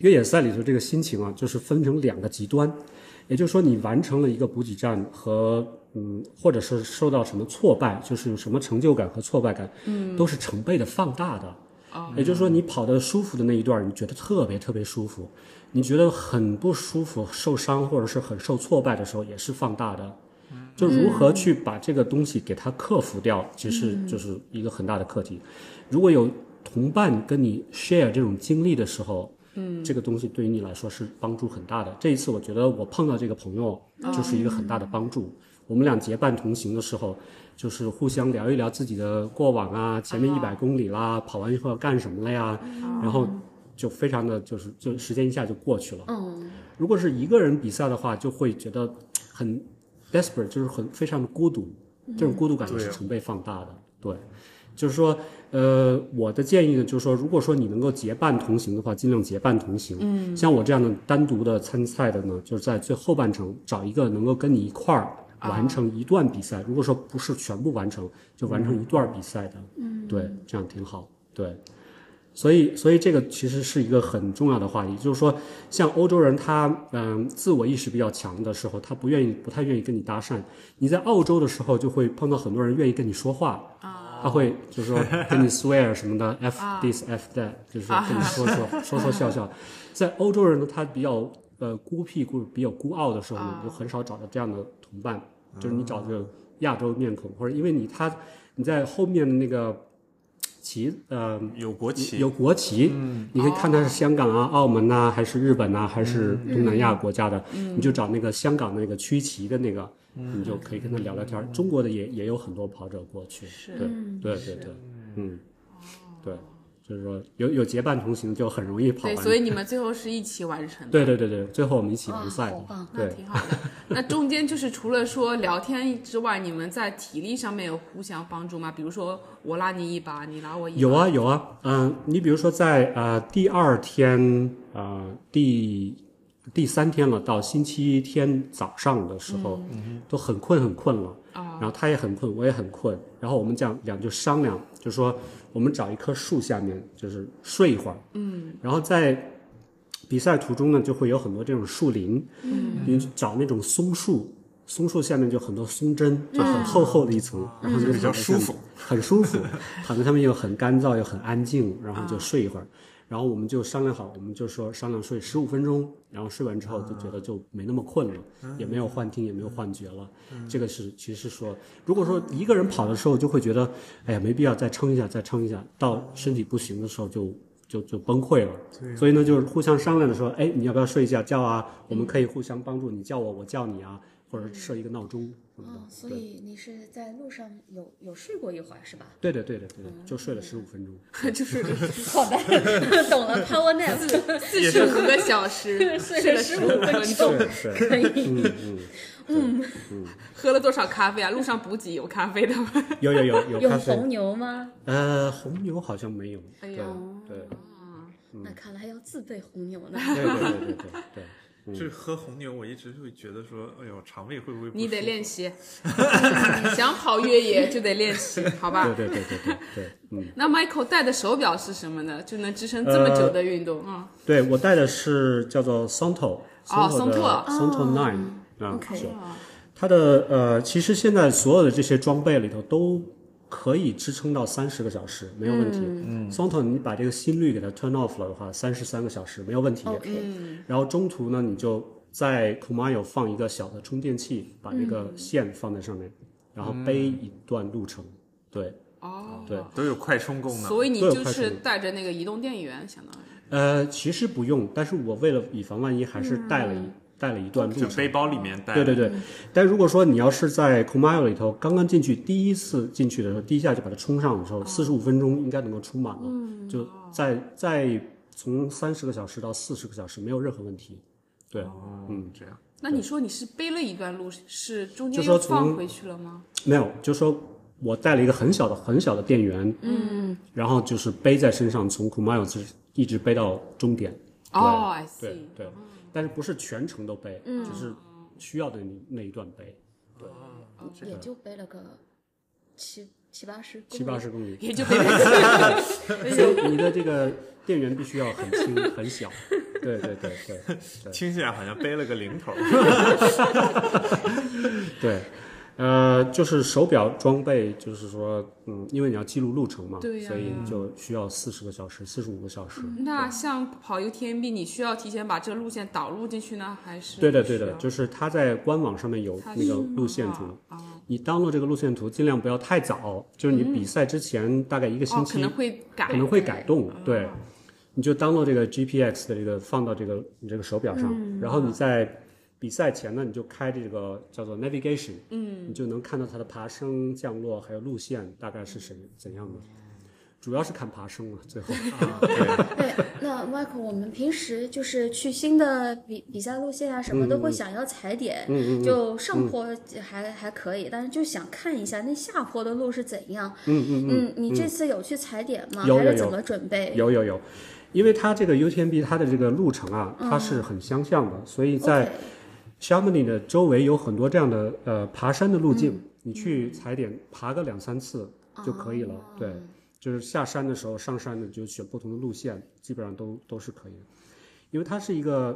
越野赛里头这个心情啊，就是分成两个极端。也就是说，你完成了一个补给站和嗯，或者是受到什么挫败，就是有什么成就感和挫败感，嗯，哦都是成倍的放大的。也就是说，你跑的舒服的那一段儿，你觉得特别特别舒服，你觉得很不舒服、受伤或者是很受挫败的时候，也是放大的。就如何去把这个东西给它克服掉，其实就是一个很大的课题。如果有同伴跟你 share 这种经历的时候，嗯，这个东西对于你来说是帮助很大的。这一次，我觉得我碰到这个朋友就是一个很大的帮助。我们俩结伴同行的时候，就是互相聊一聊自己的过往啊，嗯前面一百公里啦，跑完以后要干什么了呀，然后就非常的就是就时间一下就过去了。
嗯，
如果是一个人比赛的话，就会觉得很 desperate，就是很非常的孤独，这种孤独感也是成倍放大的。对，就是说，呃，我的建议呢，就是说，如果说你能够结伴同行的话，尽量结伴同行。嗯，像我这样的单独的参赛的呢，就是在最后半程找一个能够跟你一块儿完成一段比赛。如果说不是全部完成，就完成一段比赛的。嗯，对，这样挺好。对。所以，所以这个其实是一个很重要的话题，就是说，像欧洲人他，嗯自我意识比较强的时候，他不愿意不太愿意跟你搭讪。你在澳洲的时候，就会碰到很多人愿意跟你说话，他会就是说跟你 swear 什么的，f this f that，就是说跟你说说说说笑笑。在欧洲人呢，他比较呃孤僻或者比较孤傲的时候呢，你就很少找到这样的同伴，就是你找这个亚洲面孔，或者因为你他你在后面的那个旗呃。
有国旗，
有国旗，
嗯
你可以看它是香港
哦
啊、澳门呐、还是日本呐、还是
嗯
东南亚国家的，你就找那个香港的那个区旗的那个，
嗯
你就可以跟他聊聊天儿。中
嗯
嗯国的也也有很多跑者过去，对对对对，嗯，对，就是说有有结伴同行就很容易跑
对，
完。
所以你们最后是一起完成的。
对对对对，最后我们一起
哇
完赛
哦好棒
的，
那
对。
挺好的。那中间就是除了说聊天之外，你们在体力上面有互相帮助吗？比如说我拉你一把，你拉我一把。
有啊有啊，嗯、你比如说在呃第二天呃第第三天了，到星期一天早上的时候，都很困很困了，然后他也很困，我也很困，然后我们讲俩就商量，就说我们找一棵树下面就是睡一会儿，嗯，然后在。比赛途中呢，就会有很多这种树林，嗯，你找那种松树，松树下面就很多松针，就很厚厚的一层，然后
嗯
就
比较
躺在上面
舒服，
很
<laughs>
舒服，躺在上面又很干燥又很安静，然后就睡一会儿。然后我们就商量好，我们就说商量睡十五分钟，然后睡完之后就觉得就没那么困了，也没有幻听，也没有幻觉了。这个是其实是说，如果说一个人跑的时候就会觉得，哎呀没必要再撑一下，再撑一下，到身体不行的时候就就就崩溃了。所以呢，就是互相商量着说，哎，你要不要睡一下觉啊？我们可以互相帮助，你叫我，我叫你啊，或者设一个闹钟什么的
哦，。所
对
以你是在路上有有睡过一会儿是
<laughs>
吧？
对的，对的，对的，就睡了十五分钟。
<laughs>
嗯
<laughs>
就是
好的， <laughs> 懂了，Power Nap
四十五个小时，睡了十五分钟，
是
可以。
嗯嗯，
喝了多少咖啡啊？路上补给有咖啡的吗？
有有有有
有
咖啡
红。牛吗？
呃，红牛好像没有。
哎
<laughs> 对
呀
对
那看来要自备红牛呢。
对对对对对对。
就是喝红牛，我一直会觉得说，哎呦，肠胃会不会不
你得
舒服
练习， <laughs> 想跑越野就得练习，好吧？
对对对对对对，嗯，
那 Michael 戴的手表是什么呢？就能支撑
呃
这么久的运动啊、
对我戴的是叫做 Santo，
松特
的 Santo Nine 啊
OK
是它的呃，其实现在所有的这些装备里头都可以支撑到三十个小时，没有问题。嗯，Santo 你把这个心率给它 turn off 了的话，三十三个小时没有问题。
OK，
嗯
然后中途呢，你就在 Kumayo 放一个小的充电器，把那个线放在上面，然后背一段路程。对，
哦，
对
都有快充功能，
所以你
都有
就
快
是
充
带着那个移动电源，相当于。
呃，其实不用，但是我为了以防万一，还是带了一、带了一段路
就
程。
背包里面带。
对对对，但如果说你要是在 Kumayo 里头刚刚进去，第一次进去的时候，第一下就把它充上的时候，四十五分钟应该能够充满了，就再再从三十个小时到四十个小时没有任何问题。对，
嗯，这样。
那你说你是背了一段路，是中间
就说
又放
从
回去了吗？
没有，就说我带了一个很小的很小的电源，嗯，然后就是背在身上，从 Kumayo 自一直背到终点。
哦，I
对
see。
对，但是不是全程都背，就是需要的那一段背，
也就背了个七七八十公里，
七八十公里。
也就背
<laughs>
了。
所以你的这个电源必须要很轻很小。对对对对
听起来好像背了个零
<laughs>
头。
对，呃，就是手表装备，就是说，嗯，因为你要记录路程嘛，
对呀嗯
所以就需要四十个小时、四十五个小时。
那像跑 UTMB，你需要提前把这路线导入进去呢，还是
对的，
不需
对
要
的，就是它在官网上面有
它
那个
是
路线
吗
图，
啊
你当了这个路线图，尽量不要太早，就是你比赛之前大概一个
嗯
星
哦，可
期、
能会改，
可能会改动，对，你就当做这个 GPX 的这个放到这个你这个手表上，然后你在比赛前呢，你就开这个叫做 navigation，嗯，你就能看到它的爬升、降落还有路线大概是怎怎样的，主要是看爬升了，最后
对，那 Michael，我们平时就是去新的比比赛路线啊，什么都会想要踩点，就上坡还、还可以，但是就想看一下那下坡的路是怎样。嗯嗯你这次有去踩点吗？
有
还是
有
怎
有
么准备？
有有有，因为它这个 UTMB 它的这个路程啊，它是很相像的，所以在
OK，
Chamonix 的周围有很多这样的呃爬山的路径，你去踩点爬个两三次就可以了。对，就是下山的时候、上山的就选不同的路线，基本上都都是可以的。因为它是一个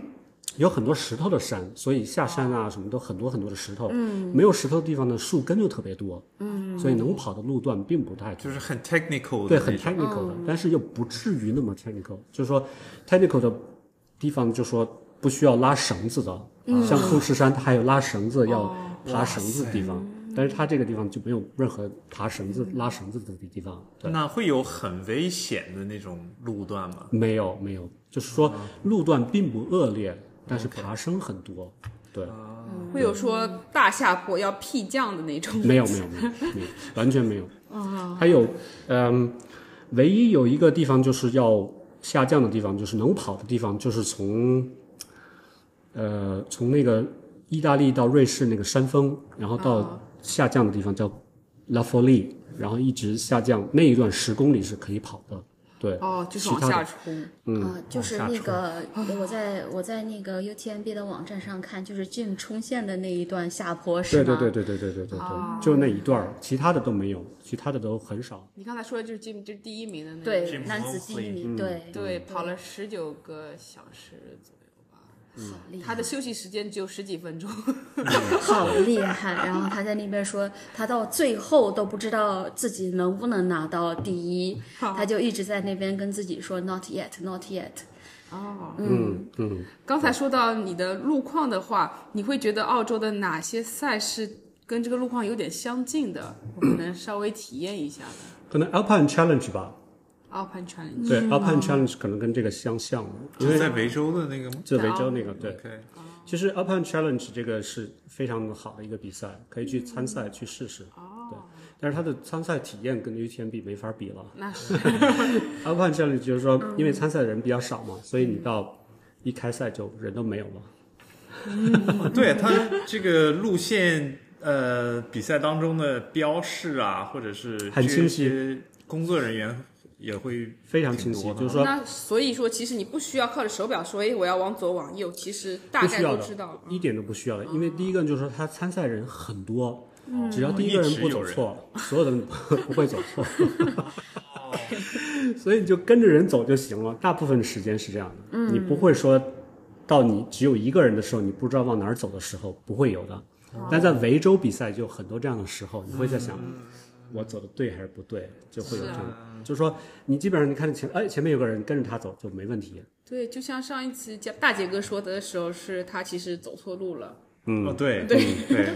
<clears throat> 有很多石头的山，所以下山啊什么都很多很多的石头。嗯，没有石头的地方呢，树根就特别多。嗯，所以能跑的路段并不太多。
就是很 technical 的
对，
那
很
种
technical 的，但是又不至于那么 technical。就是说，technical 的地方，就说不需要拉绳子的，像富士山它还有拉绳子要爬绳子的地方，但是它这个地方就没有任何爬绳子、拉绳子的地方。对，
那会有很危险的那种路段吗？
没有没有，就是说路段并不恶劣，但是爬升很多。对，
会有说大下坡要劈降的那种，
没有没有没有没有，完全没有。它有，嗯，唯一有一个地方就是要下降的地方，就是能跑的地方，就是从，呃，从那个意大利到瑞士那个山峰，然后到下降的地方叫拉佛利，然后一直下降那一段十公里是可以跑的。对，
<laughs> 哦，就是
其
往
他的
下冲，
嗯，
啊，就
往
是
下
那
冲
个，我在我在那个 UTMB 的网站上看，就是 Jim 冲线的那一段下坡是
对
吗？
对对对对对对对
哦
对，就那一段儿，其他的都没有，其他的都很少。
你刚才说的就是进就是第一名的那个，
对
Jim 嗯
男子第一
Walmsley
名，对，
对，
嗯
跑了十九个小时左右吧。
嗯
他的休息时间只有十几分钟，
好厉害。然后他在那边说，他到最后都不知道自己能不能拿到第一，他就一直在那边跟自己说 not yet, not yet。
哦，
嗯嗯，
刚才说到你的路况的话，你会觉得澳洲的哪些赛事跟这个路况有点相近的？我们能稍微体验一下的。
可能 Alpine Challenge 吧，
Alpine Challenge，
对，Alpine Challenge 可能跟这个相像，因
是
为
在维州的那个吗
就维州那个对。
？OK，
其实 Alpine Challenge 这个是非常好的一个比赛，可以去参赛去试试。
哦
对，但是它的参赛体验跟 UTMB 没法比了。
那是
Alpine Challenge 就是说，因为参赛的人比较少
嗯
嘛，所以你到一开赛就人都没有了。 <laughs>
哦对它这个路线，呃，比赛当中的标示啊，或者是
很清晰，
工作人员也会
非常清晰
挺多的
<laughs> 就是说
那所以说，其实你不需要靠着手表说，哎，我要往左往右，其实大
不
概
需要
都
的
知道了。
一点都不需要了，因为第一个就是说他参赛人很多，
嗯
只要第一个
哦一
人
直
不
有
走
人
错，所有的人不不会走
<laughs>
错，所以你就跟着人走就行了。大部分时间是这样的，你不会说到你只有一个人的时候，你不知道往哪儿走的时候，不会有的。但在维州比赛就很多这样的时候，你会在想，
嗯
我走的对还是不对，就会有这
是
种，就是说你基本上你看前哎前面有个人跟着他走就没问题，
对，就像上一次大大姐哥说的时候，是他其实走错路了。
嗯
哦，对
对
对，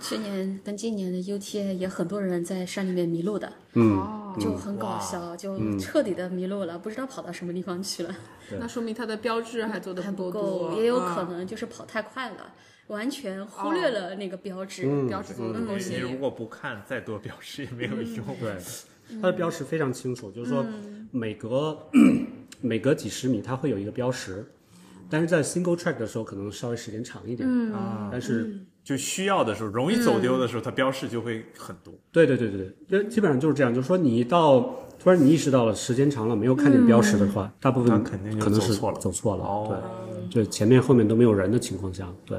去年跟今年的 UTA 也很多人在山里面迷路的，
嗯。
哦，
就很搞
哇
笑，就彻底的迷路了，不知道跑到什么地方去了。
对
那说明他的标志还做的
还
不
不嗯
够
够，
多，
也有可
啊
能就是跑太快了，完全忽略了那个标志。
嗯
标志嗯做的不够
你你
显
如
眼。
果不看，再多标示也没有用。对，
它的标识非常清楚，就是说每隔、每隔几十米它会有一个标识，但是在 single track 的时候可能稍微时间长一点，啊，但是、
就需要的时候，容易走丢的时候，它标示就会很多。
对对对对对，这基本上就是这样，就是说你一到突然你意识到了时间长了没有看见标识的话，大部
那
分
肯定就
嗯可能
走
是
错了
走错了，
哦
对，就前面后面都没有人的情况下，对，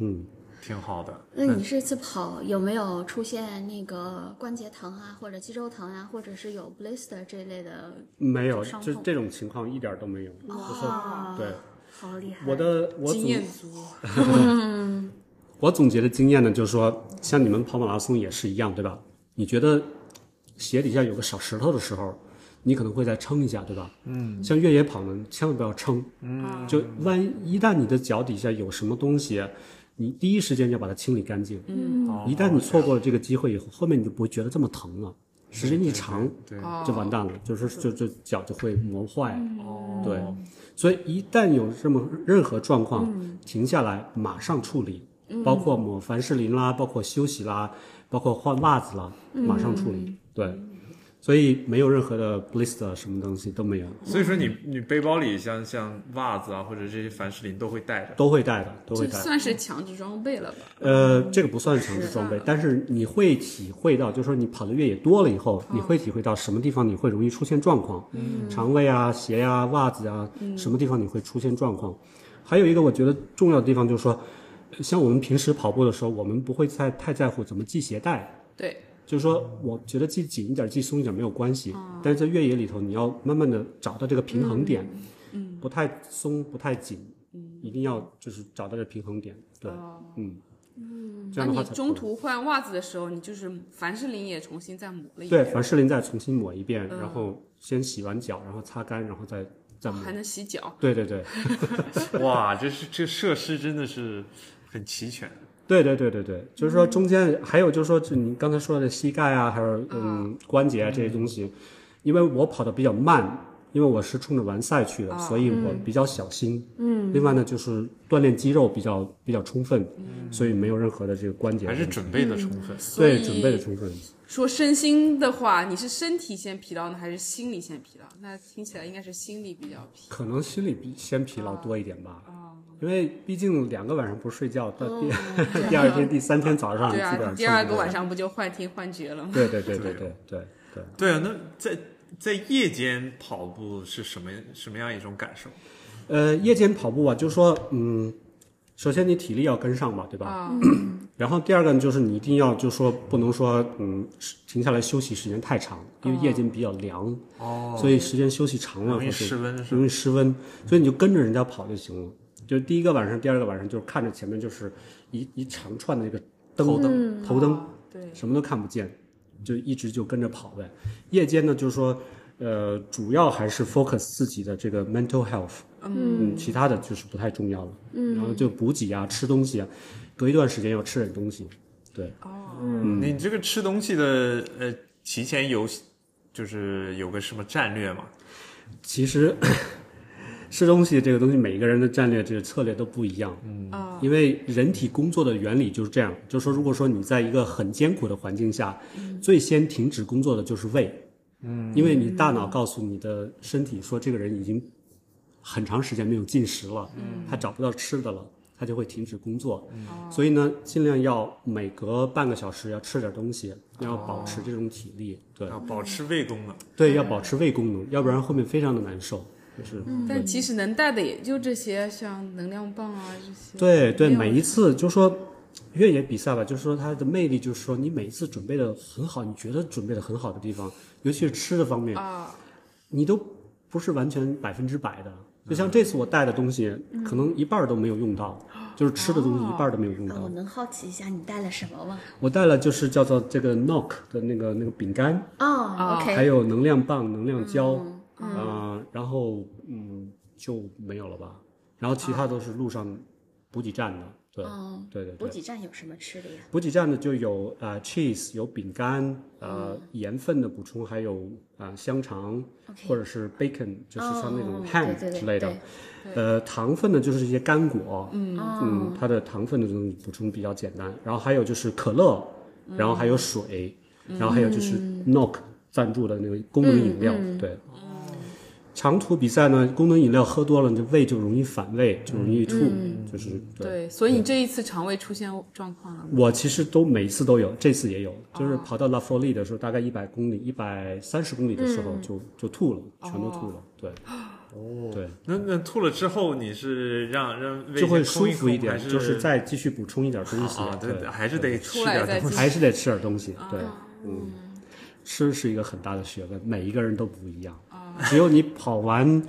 嗯
挺好的。
那你这次跑有没有出现那个关节疼啊，或者肌肉疼啊，或者是有 blister 这类的？
嗯，没有，
伤
就
痛哦
这种情况一点儿都没有，
哇，
对，
好厉害！
我的我
经
组
验足，
我总结的经验呢，就是说，像你们跑马拉松也是一样，对吧？你觉得鞋底下有个小石头的时候，你可能会再撑一下，对吧？嗯。像越野跑呢，千万不要撑。嗯。就万一一旦你的脚底下有什么东西，你第一时间要把它清理干净。
嗯，
哦
一旦你错过了这个机会以后，后面你就不会觉得这么疼了。时间一长，
对，
哦
就完蛋了，就是就就脚就会磨坏。
哦，
对，所以一旦有这么任何状况，停下来马上处理，包括抹凡士林啦，包括休息啦，包括换袜子啦，马上处理。对，所以没有任何的 blister 什么东西都没有，
所以说你你背包里像像袜子啊，或者这些凡士林都会带着。
都会带的，都会
这
带。
算是强制装备了吧？
呃，这个不算强制装备，但是你会体会到，就是说你跑的越野多了以后，你会体会到什么地方你会容易出现状况，肠胃啊、鞋呀、袜子啊，什么地方你会出现状况。还有一个我觉得重要的地方就是说，呃像我们平时跑步的时候，我们不会太太在乎怎么系鞋带，
对，
就是说我觉得系紧一点、系松一点没有关系，
哦
但是在越野里头，你要慢慢的找到这个平衡点，嗯，不太松，不太紧，
嗯
一定要就是找到这平衡点，对，嗯。这
哦那
样的
你
话才
中
不会
途换袜子的时候，你就是凡士林也重新再抹了一嗯
对，
遍，
凡士林再重新抹一遍，然后先洗完脚，然后擦干，然后再再
哦
抹
还。能洗脚。
对对对，
<laughs> 哇，这是这设施真的是很齐全。
对对对对对，就
嗯
是说中间还有就是说，就你啊
嗯
刚才说的膝盖啊，还有嗯关节啊这些东西，因为我跑的比较慢，因为我是冲着完赛去的，
啊
所以我比较小心。
嗯，
另外呢，就是锻炼肌肉比较比较充分，所以没有任何的这个关节
还
问
是
题。
准备的充分。
嗯所
对
以
准备的充分。
说身心的话，你是身体先疲劳呢，还是心理先疲劳？那听起来应该是心理比较疲
可能心里比先疲
啊
劳多一点吧，啊因为毕竟两个晚上不睡觉，到第、
哦
<laughs> 第二天、第三天早上
劳。
基
啊对
本
啊，
上
第二个晚
上，
上不就幻听幻觉了吗？
对对对对对对对。
对啊，那在在夜间跑步是什么什么样一种感受？
呃，夜间跑步啊，就说嗯，首先你体力要跟上嘛，对吧？
啊，
<clears throat> 然后第二个呢，就是你一定要就说不能说嗯是停下来休息时间太长，因为夜间比较凉，
哦，
所以时间休息长了
容易
会
失温是吧？
容易失温，所以你就跟着人家跑就行了。就第一个晚上，第二个晚上，就是看着前面就是一一长串的这个灯
头
灯头灯，
啊对，
什么都看不见，就一直就跟着跑呗。夜间呢，就是说，呃，主要还是 focus 自己的这个 mental health，嗯，其他的就是不太重要了。嗯，然后就补给啊，吃东西啊，隔一段时间要吃点东西。对，
嗯，你这个吃东西的呃，提前有就是有个什么战略吗？
其实吃东西这个东西，每个人的战略这个策略都不一样。嗯，因为人体工作的原理就是这样，就是说，如果说你在一个很艰苦的环境下，最先停止工作的就是胃。嗯，因为你大脑告诉你的身体说，这个人已经很长时间没有进食了，他找不到吃的了。他就会停止工作，所以呢，尽量要每隔半个小时要吃点东西，要保持这种体力。对
要保持胃功能。
对，要保持胃功能，要不然后面非常的难受。就是
但其实能带的也就这些，像能量棒啊这些。
对对，
没有
每一次就说越野比赛吧，就是说它的魅力，就是说你每一次准备的很好，你觉得准备的很好的地方，尤其是吃的方面，
啊，
你都不是完全百分之百的。就像这次我带的东西，可能一半儿都没有用到，就是吃的东西一半儿都没有用
啊，我
到。
能好奇一下你带了什么吗？
我带了就是叫做这个 Knock 的那个那个饼干，
哦
还
，OK，
有能量棒、能量胶，啊、然后嗯就没有了吧。然后其他都是路上补给站的，对、
嗯，
对对
补
对。
给站有什么吃的呀？
补给站呢就有呃 cheese 有饼干呃盐分的补充，还有啊、呃香肠
嗯 OK
或者是 bacon，就是像那
哦
种
对
ham
对对
之类的
对。
呃，糖分呢就是一些干果，嗯
哦，
它的糖分的东西补充比较简单。然后还有就是可乐，
嗯
然后还有水，然后还有就是 Nok 赞助的那个功能饮料，
嗯哦
对。长途比赛呢，功能饮料喝多了，你的胃就容易反胃，就容易
嗯
吐，就是对。
对，所以你这一次肠胃出现状况了。
我其实都每一次都有，这次也有，就是跑到拉佛利的时候，大概一百公里、一百三十公里的时候就、就吐了，全都吐了，对，哦，对，
那那吐了之后，你是让让胃
就会
先空
舒
一
服一
空还
点，
是
就是再继续补充一点东西，
啊，对
对，
还是得吃
出来再
点东西。
还是得吃点东西，对，嗯，吃是一个很大的学问，每一个人都不一样，只有你跑完。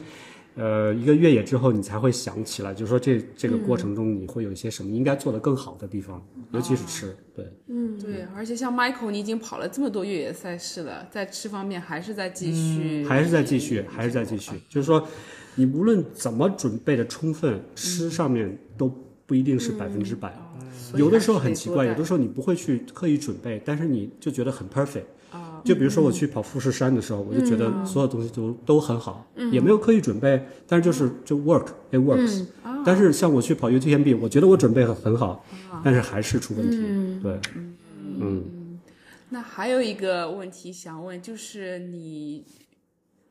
呃，一个越野之后，你才会想起来，就是说这这个过程中你会有一些什么应该做得更好的地方，尤其是吃，对，
对，
嗯
而且像 Michael，你已经跑了这么多越野赛事了，在吃方面还是在继续，
嗯还是在继续，还是在继
嗯
续。就是说，你无论怎么准备的充分，吃上面都不一定是百分之百。
嗯哦所以
有的
还
时候
是
很
得
奇
多
怪，
带
有的时候你不会去刻意准备，但是你就觉得很 perfect。就
哦
比如说我去跑富士山的时候，我就觉得
嗯
所有东西都都很好，也没有刻意准备，但是
嗯
就是就 work it works。
哦
但是像我去跑 UTMB，我觉得我准备很很好，但是还是出问题。对，嗯。
那还有一个问题想问，就是你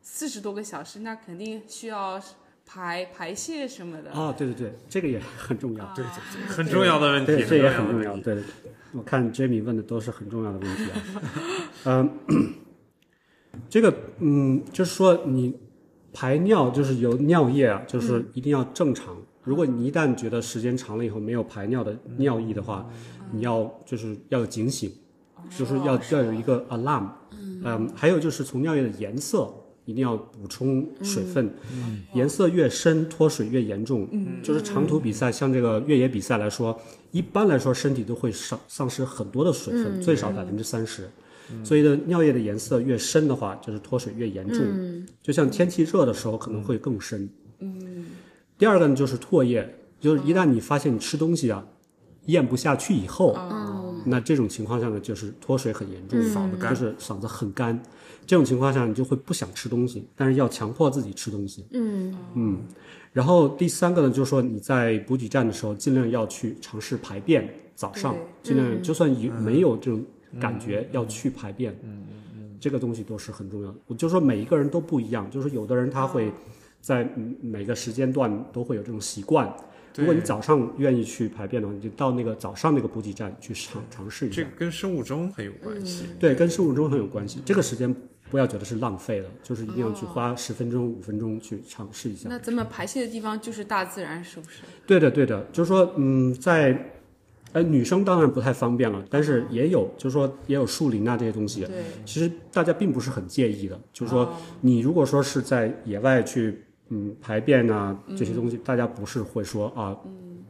四十多个小时，那肯定需要排排泄什么的。
啊，对对对，这个也很重要。
哦
对对
很重要的问题，
对，这也很
很
重
要
要
的。问题。
对，对我看 Jamie 问的都是很重要的问题啊。嗯，这个嗯，就是说你排尿就是有尿液啊，就是一定要正常。如果你一旦觉得时间长了以后没有排尿的尿意的话，你要就是要有警醒，哦就是要要有一个 alarm。嗯，还有就是从尿液的颜色。一定要补充水分，颜色越深脱水越严重。嗯，就是长途比赛，像这个越野比赛来说，一般来说身体都会丧丧失很多的水分，最少百分之三十。
嗯
所以呢，尿液的颜色越深的话，就是脱水越严重。就像天气热的时候，可能会更深。嗯。第二个呢，就是唾液，就是一旦你发现你吃东西啊，咽不下去以后，
哦，
那这种情况下呢，就是脱水很严重，
嗓子干
就是嗓子很干。这种情况下，你就会不想吃东西，但是要强迫自己吃东西。
嗯
然后第三个呢，就是说你在补给站的时候，尽量要去尝试排便，早上
对
尽量就算有没有这种感觉，要去排便。嗯嗯，这个东西都是很重要的。我就说每一个人都不一样，就是有的人他会在每个时间段都会有这种习惯。如果你早上愿意去排便的话，你就到那个早上那个补给站去尝尝试一下
这。跟生物钟很有关系。
对，跟生物钟很有关系。这个时间不要觉得是浪费了，就是一定要去花十分钟、五分钟去尝试一下。
那咱们排泄的地方就是大自然，是不是？
对的，对的，就是说，嗯，在，呃，女生当然不太方便了，但是也有，就是说也有树林啊这些东西，
对，
其实大家并不是很介意的。就是
哦
说，你如果说是在野外去，嗯，排便啊这些
嗯
东西，大家不是会说啊，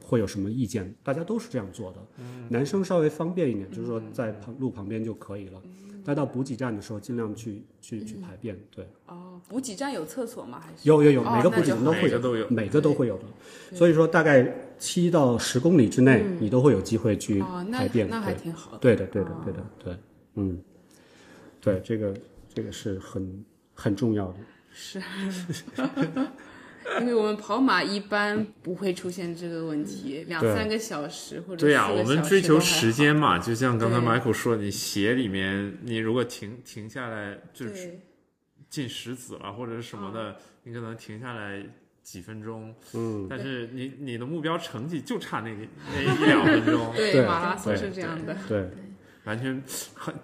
会有什么意见？大家都是这样做的。
嗯
男生稍微方便一点，就是说在旁路旁边就可以了。但到补给站的时候，尽量去去去排便。对，
嗯哦，补给站有厕所吗？还是
有有有，
哦
每个补
那
给
就
站都
每
会
个
有。
都有。
每个都会有的。所以说，大概七到十公里之内，你都会有机会去
嗯哦，那
排便。
那还挺好的。哦
对对的，对的，对的，对，嗯，对，这个这个是很很重要的。
是，因为我们跑马一般不会出现这个问题，两
对
三个小时或者
对呀、
四个
我
小
们
时
追
都
求
还
时
好。
间嘛，就像刚才
对
Michael 说，你鞋里面你如果停停下来，就是
对，嗯
进石子了或者是什么的，你可能停下来几分钟，
嗯，
但是你你的目标成绩就差那个那一两分钟，
对，
对
马拉松
对
是这样的。
对，
完全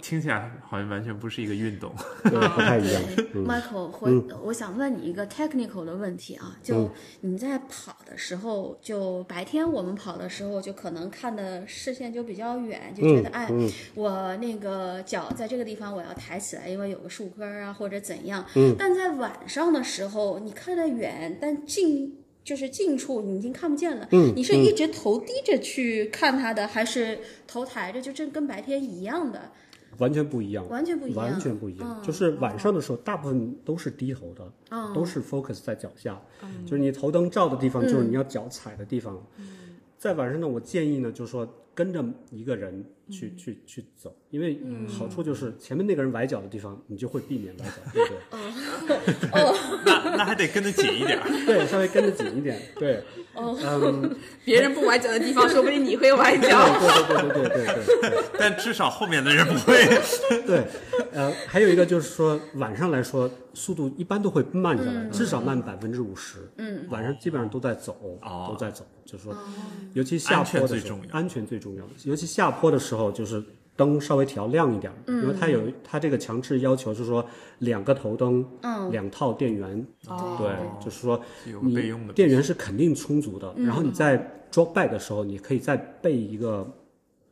听起来好像完全不是一个运动。 <laughs>
对，不太一样。嗯，嗯
，Michael，回、我想问你一个 technical 的问题啊，就你在跑的时候，就白天我们跑的时候，就可能看的视线就比较远，就觉得、
嗯
哎，
嗯
我那个脚在这个地方我要抬起来，因为有个树根儿啊或者怎样。嗯、但在晚上的时候，你看得远，但近。就是近处你已经看不见了，嗯、你是一直头低着去看它的，还是头抬着？就这跟白天一样的，
完全不一样。
完全不一样。嗯
完全不一样，就是晚上的时候，大部分都是低头的，都是 focus 在脚下，
嗯
就是你头灯照的地方，就是你要脚踩的地方。在晚上呢，我建议呢，就是说跟着一个人去、
嗯
去去走，因为好处就是前面那个人崴脚的地方，你就会避免崴脚，对不对？
<laughs>
那那还得跟得紧一点儿。
对，稍微跟得紧一点，对，
<laughs>
哦
嗯
<laughs>
别人不崴脚的地方，说不定你会崴
<laughs>
脚。
对对对对对对对对
但至少后面的人不会。
<laughs>
对，呃，还有一个就是说晚上来说，速度一般都会慢下来，至少慢百分之五十。嗯，晚上基本上都在走，
哦
都在走，就是说，尤其下坡
安
的
全最
时候
重，要
安全最重要，尤其下坡的时候就是。灯稍微调亮一点儿，因为它有它这个强制要求是说两个头灯，
嗯
两套电源，
哦
对，就是说
有个
你
备用的
电源是肯定充足的，
嗯
然后你在 drop back 的时候，你可以再备一个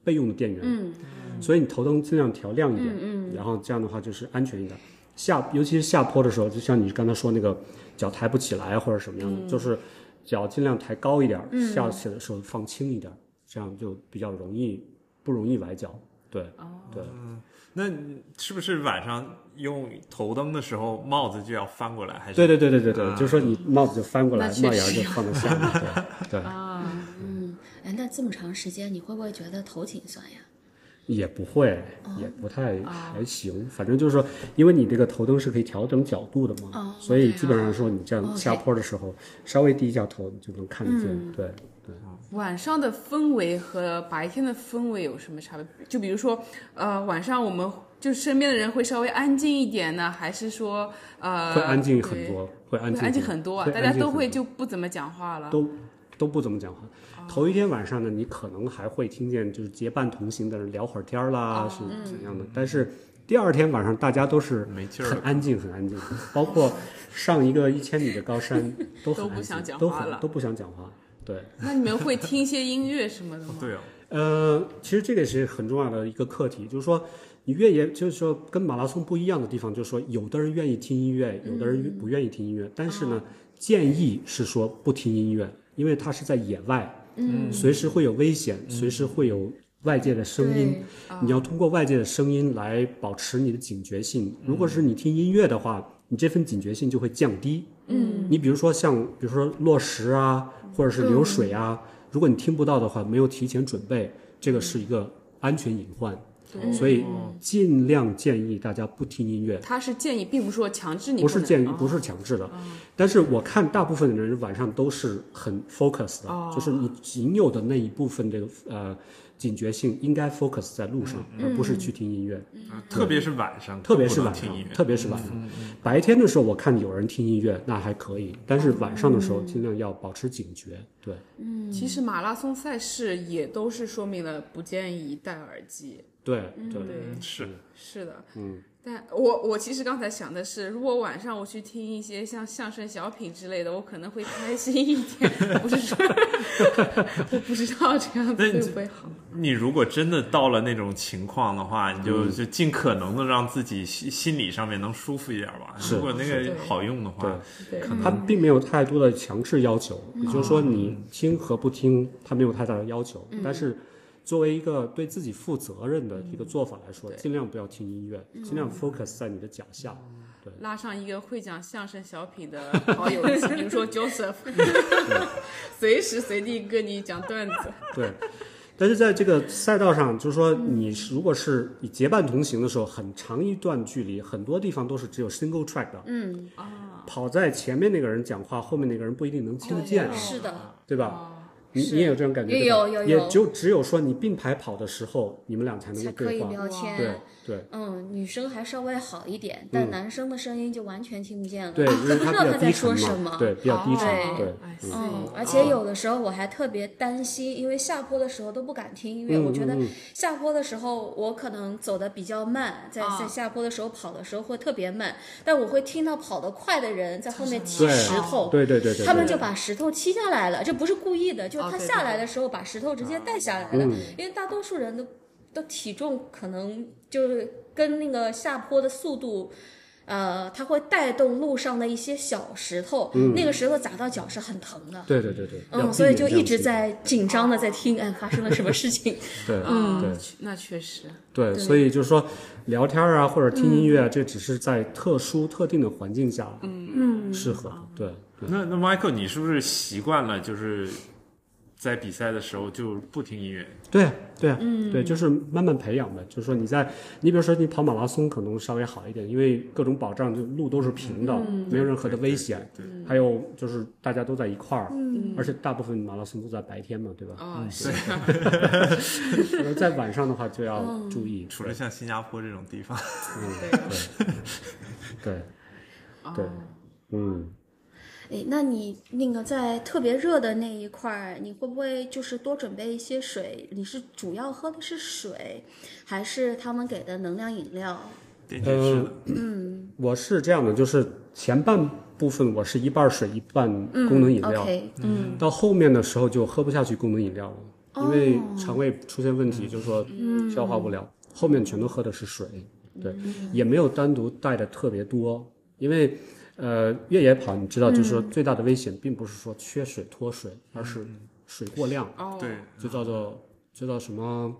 备用的电源，
嗯
所以你头灯尽量调亮一点，
嗯
然后这样的话就是安全一点。下尤其是下坡的时候，就像你刚才说那个脚抬不起来或者什么样
嗯
的，就是脚尽量抬高一点，下去的时候放轻一点，这样就比较容易不容易崴脚。对，
哦
对，
那你是不是晚上用头灯的时候帽子就要翻过来？还是
对对对对对对，
啊
就是说你帽子就翻过来，
那确实
帽檐儿就放在下面，对，对
啊，
嗯，哎，那这么长时间，你会不会觉得头颈酸呀？
也不会，也不太还行，反正就是说，因为你这个头灯是可以调整角度的嘛，所以基本上说你这样
OK
下坡的时候，稍微低一下头你就能看得见，对对。
晚上的氛围和白天的氛围有什么差别？就比如说，呃，晚上我们就身边的人会稍微安静一点呢，还是说，呃，
会安静很
对，
多，会安
会
静
安静
很
很多，
会
啊，大
安
家
静
都
很
会
多
就哦不怎么讲话了。
都都不怎么讲话。头一天晚上呢，你可能还会听见就是结伴同行的人聊会儿天儿啦，
哦
是
嗯
怎样的。但是第二天晚上，大家都是
没劲儿
很
了
安静，很安静，包括上一个一千米的
<laughs>
高山都很
都不
安
想
静，
讲
都
话
很
了
都不想讲话。对，
那你们会听一些音乐什么的吗？
对哦，
呃，其实这个是很重要的一个课题，就是说，你越野就是说跟马拉松不一样的地方，就是说，有的人愿意听音乐，有的人不愿意听音乐。但是呢，建议是说不听音乐，因为它是在野外，嗯，随时会有危险，随时会有外界的声音，你要通过外界的声音来保持你的警觉性。如果是你听音乐的话，你这份警觉性就会降低。嗯，你比如说像，比如说落石
嗯
啊，或者是流水啊，如果你听不到的话，没有提前准备，这个是一个安全隐患，
嗯
所以尽量建议大家不听音乐。
他是建议，并不是说强制你
不
能，
是建议，
哦
不是强制的。但是我看大部分的人晚上都是很 focus 的，就是
哦
你仅有的那一部分这个呃警觉性应该 focus 在路上，
嗯
而不是去听音乐。
啊特别是晚上，
特别是
更不
晚
能
上
听音，乐，嗯
特别是晚上，白天的时候我看有人听音乐那还可以，但是晚上的
嗯
时候尽量要保持警觉。对，
其实马拉松赛事也都是说明了不建议戴耳机。
对，对，
对，
是
是的，嗯。但我我其实刚才想的是，如果晚上我去听一些像相声、小品之类的，我可能会开心一点。不是说，我不知道这样子
那你
会不会好。
你如果真的到了那种情况的话，你
嗯
就就尽可能的让自己心心理上面能舒服一点吧。
是
如果那
是
个好用的
对
话，
对，
它并没有太多的强制要求，也就是说你听和不听，它没有太大的要求。但是作为一个对自己负责任的一个做法来说，
对
尽量不要听音乐，尽量 focus 在你的脚下。
拉上一个会讲相声、小品的好友一起，比如说 Joseph，随
嗯
时随地跟你讲段子。
对。 <laughs> 但是在这个赛道上，就是说，你是如果是你结伴同行的时候，很长一段距离，很多地方都是只有 single track 的，
嗯，
跑在前面那个人讲话，后面那个人不一定能听得见，
是的，
对吧？你
哦是
你也有这种感觉，
也
对吧
有有有
也就只有说你并排跑的时候，你们俩才能
才
够
可以
对话，
聊
对
天。
对
嗯，女生还稍微好一点，但男生的声音就完全听不见了，嗯
对，因为
都不知
它
道
比
他
较
在
低
说什
沉
么
嘛，。对，比较低
哦
沉，对，
哎，所
嗯
以，
而且
哦
有的时候我还特别担心，因为下坡的时候都不敢听音乐。
嗯
我觉得
嗯嗯
下坡的时候我可能走的比较慢，在
哦
啊
在下坡的时候跑的时候会特别慢，但我会听到跑得快的人在后面踢
对
石头，
对对对对，
他们
对
就把石头踢下来了，这不是故意的，就是
哦
他
对
下
对
来
对
的时候把石头直接带下来
嗯
了，因为大多数人都都体重可能就是跟那个下坡的速度。呃，它会带动路上的一些小石头，那个石头砸到脚是很疼的。
对对对对，嗯
嗯，
要避
所以
免
就
这样
一直
子
在紧张的在听，哎，发生了什么事情？
对，对
嗯，那确实，
对，所以就是说，聊天啊或者听音乐啊，
嗯
这只是在特殊特定的环境下，嗯，适合。对，
那那 Michael，你是不是习惯了就是在比赛的时候就不听音乐？
对啊，对啊，对，就是慢慢培养呗。就是说你在，你比如说你跑马拉松可能稍微好一点，因为各种保障，就路都是平的，没有任何的危险。还有就是大家都在一块儿，而且大部分马拉松都在白天嗯嘛，对吧？
哦，是
<laughs> 呃在晚上的话就要注意。嗯
除了像新加坡这种地方，
嗯对，
对，
哦
对嗯。
哎，那你那个在特别热的那一块儿，你会不会就是多准备一些水？你是主要喝的是水，还是他们给的能量饮料？
电解质的。
呃我是这样的，就是前半部分我是一半水一半功能饮料，嗯
OK，
到后面的时候就喝不下去功能饮料了，因为肠胃出现问题，就是说消化不了，后面全都喝的是水，对，也没有单独带的特别多，因为。呃，越野跑你知道，就是说最大的危险并不是说缺水脱水，而是水过量，
哦，
对，
就叫做就叫什么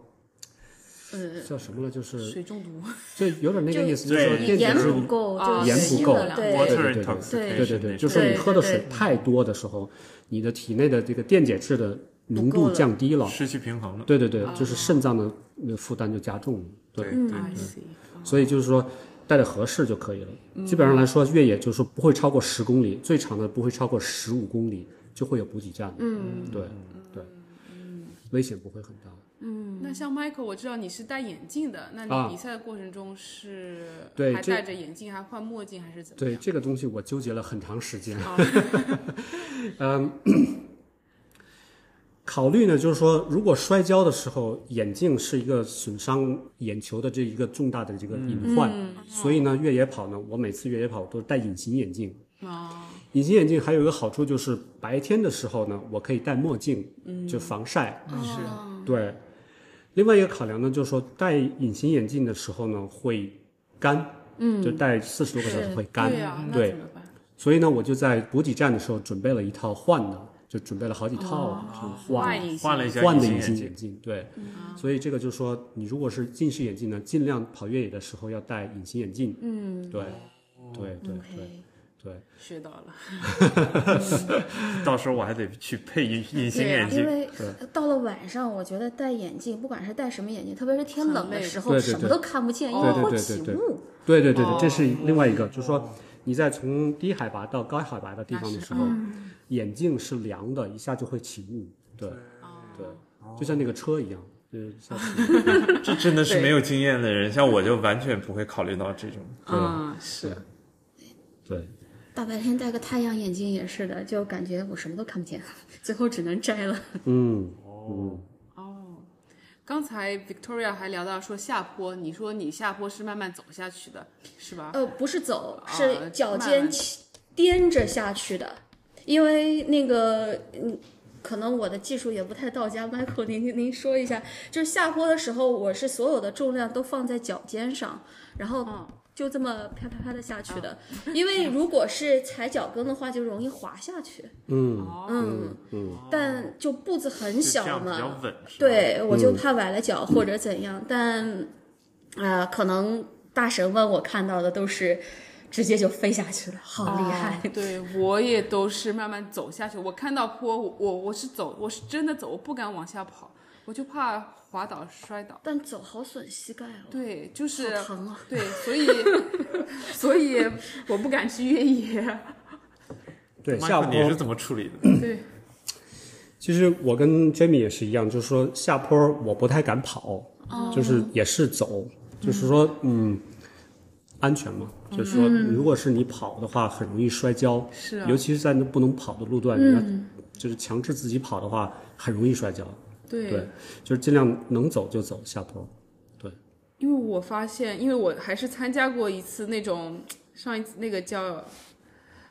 嗯
呃，
叫什么了，就是
水中毒，
就有点那个意思，就是
对
说电解
盐
质
不够，
啊
就
盐
是
不
吸
够
了对
Water
对对对
intoxication，
对对对，
那种
就是说你
对
喝的
对
水太多的时候，你的体内的这个电解质的浓
不够
度
了啊
降低了，
失去平衡了。
对对对，就是肾脏的呃负担就加重了，对，
对对，
I see，
所以就是说带的合适就可以
嗯
了。基本上来说，越野就是说不会超过十公里，最长的不会超过十五公里，就会有补给站，嗯，对对，
嗯
危险不会很大。
那像 Michael，我知道你是戴眼镜的，那
啊
你比赛的过程中是
对
还
这
戴着眼镜，还换墨镜，还是怎么
对
样？
这个东西，我纠结了很长时间。
啊
<laughs> 嗯，考虑呢，就是说，如果摔跤的时候，眼镜是一个损伤眼球的这一个重大的这个隐患，所以呢，越野跑呢，我每次越野跑都是戴隐形眼镜。
啊，
隐形眼镜还有一个好处就是，白天的时候呢，我可以戴墨镜，就防晒。
是
对，另外一个考量呢，就是说戴隐形眼镜的时候呢，会干，嗯，就戴四十多个小时会干，
对呀，那
对
怎么办？
所以呢，我就在补给站的时候准备了一套换的，就准备了好几套是换
隐形
换了一下
换
隐
的
形
隐
眼
形
镜
眼，镜。对，所以这个就是说，你如果是近视眼
哦
镜呢，尽量跑越野的时候要戴隐形眼镜。嗯，对，对对对
OK，
对，
学到了，
到时候我还得去配隐隐
<laughs>
形
对啊呀
眼
因
镜。
为到了晚上，我觉得戴眼镜，不管是戴什么眼镜，特别是天冷的时候，
对对对
什么都看不见，因为
对对
会
对
起
对对
雾。
对对对对，这是另外一个，就是说你在从低海拔到高海拔的地方的时候，眼镜是凉的，一下就会起雾。对对，就像那个车一样，就是像
这真的是
对
没有经验的人，像我就完全不会考虑到这种。
嗯，是，
对
大白天戴个太阳眼镜也是的，就感觉我什么都看不见，最后只能摘了。
嗯
哦，刚才 Victoria 还聊到说下坡，你说你下坡是慢慢走下去的，是吧？
呃，不是走，
啊
是脚
慢
尖
慢
起颠着下去的，因为那个嗯。可能我的技术也不太到家，Michael，您您您说一下，就是下坡的时候，我是所有的重量都放在脚尖上，然后
嗯
就这么啪啪啪的下去的。因为如果是踩脚跟的话，就容易滑下去。
嗯
哦，
嗯，
嗯，
但就步子很
就这
小
样
嘛，
比较稳，
嗯
是吧，
对，我就怕崴了脚或者怎样，但，呃，可能大神们我看到的都是直接就飞下去了，好厉害！ <laughs>
哦对我也都是慢慢走下去。我看到坡，我我我是走，我是真的走，我不敢往下跑，我就怕滑倒摔倒。
但走好损膝盖哦，
对，就是
好疼啊！
对，所以 <laughs> 所以我不敢去越野。
对，
Michael，
下坡
你是怎么处理的？
对，
其实我跟 Jamie 也是一样，就是说下坡我不太敢跑，
哦
就是也是走，就是说嗯，安全嘛，就是说如果是你跑的话，很容易摔跤，
嗯是啊嗯
尤其是在那不能跑的路段，你要就是强制自己跑的话，很容易摔跤。
对
对，就是尽量能走就走下坡。对，
因为我发现，因为我还是参加过一次那种上一次那个叫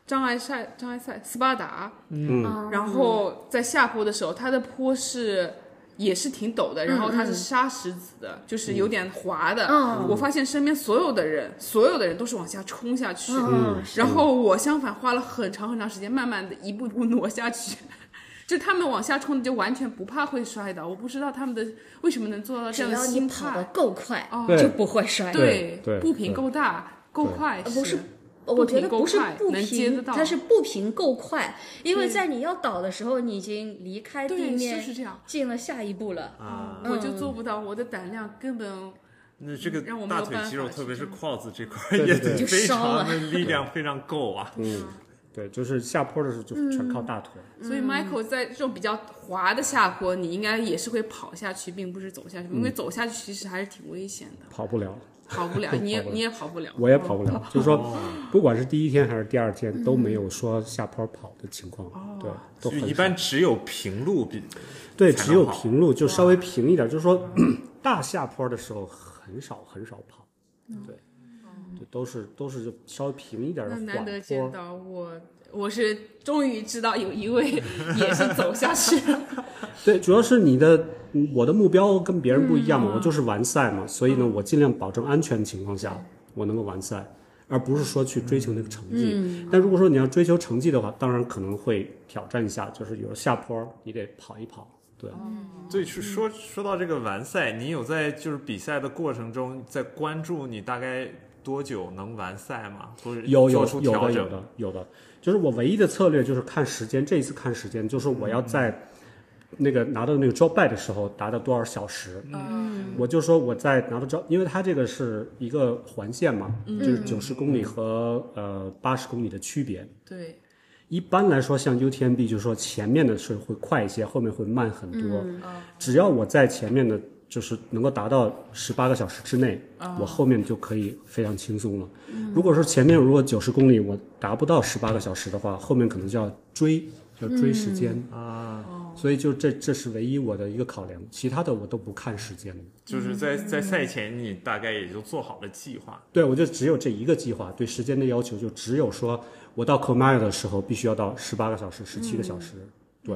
障碍赛障碍赛斯巴达，嗯，然
哦
后在下坡的时候，它的坡是。也是挺陡的，然后它是沙石子的，就是有点滑的。
嗯
我发现身边所有的人，所有的人都是往下冲下去，
嗯，
然后我相反花了很长很长时间，慢慢的一步一步挪下去。 <laughs> 就他们往下冲的，就完全不怕会摔倒。我不知道他们的为什么能做到这
只
样的
要你
心
跑得
态。
够快，
哦
对
就不会摔。
对
对
步频
对
够大够快，
呃不
是
是
步
我觉得
频够
不是
快
步
能接得
频，
到
它是步频够快，因为在你要倒的时候，你已经离开地
对，就
面，
是这样。
进了下一步了。
啊，
我就做不到，我的胆量根本
那这个
让我没有
大腿肌肉，
办法
特别是
去
quads 这块儿，
对
也
对
得非
对就烧
常
了
的力量非常够啊。
嗯
对，就是下坡的时候就全靠大腿。
所以 Michael 在这种比较滑的下坡，你应该也是会跑下去，并不是走下去，因为走下去其实还是挺危险的，
跑不了，
跑不了，你也
跑不了
你也跑不了。
我也跑不
哦
了。就是说，不管是第一天还是第二
嗯
天，都没有说下坡跑的情况。
哦
对， <laughs> 都
就
很
一
少
般只有平路比
对，
才
只
能
有
跑
平路就稍微
嗯
平一点，就是说大下坡的时候很少很少跑，对，对，都是都是就稍微平一点的
嗯那难
缓
得见
坡，
到我，我是终于知道有一位也是走下去了。
对，主要是你的嗯我的目标跟别人不一样
嗯
嘛，我就是完赛嘛，所以呢，我尽量保证安全的情况下我能够完赛，而不是说去追求那个成绩。
嗯
但如果说你要追求成绩的话，当然可能会挑战一下，就是有下坡你得跑一跑，对，
对，是
嗯
说说到这个完赛，你有在就是比赛的过程中在关注你大概多久能完赛吗？或者
有有
做出
有
调
的有
整？
的有的，就是我唯一的策略就是看时间，这一次看时间，就是我
嗯
要在那个拿到那个 job by 的时候达到多少小时，
嗯，
我就说我在拿到 job，因为它这个是一个环线嘛，就是九十公里和呃八十公里的区别。
对，
一般来说，像 UTMB 就是说前面的是会快一些，后面会慢很多。只要我在前面的，就是能够达到十八个小时之内，我后面就可以非常轻松了。如果说前面如果九十公里我达不到十八个小时的话，后面可能就要追，要追时间。
啊，
所以就这这是唯一我的一个考量，其他的我都不看时间的。
就是在
嗯
在赛前你大概也就做好了计划。
对，我就只有这一个计划，对时间的要求就只有说，我到 c o m a r 的时候必须要到十八个小时、十七个小时，对，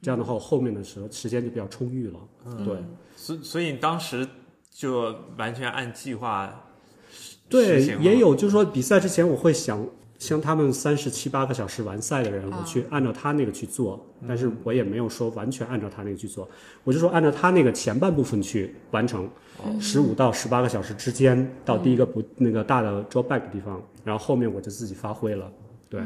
这样的话我后面的时候时间就比较充裕了，对，
所所以你当时就完全按计划实
对
行，了
也
吗
有就是说比赛之前我会想，像他们三十七八个小时完赛的人，我去按照他那个去做，但是我也没有说完全按照他那个去做，我就说按照他那个前半部分去完成，十五到十八个小时之间到第一个不那个大的 drawback 的地方，然后后面我就自己发挥了。对，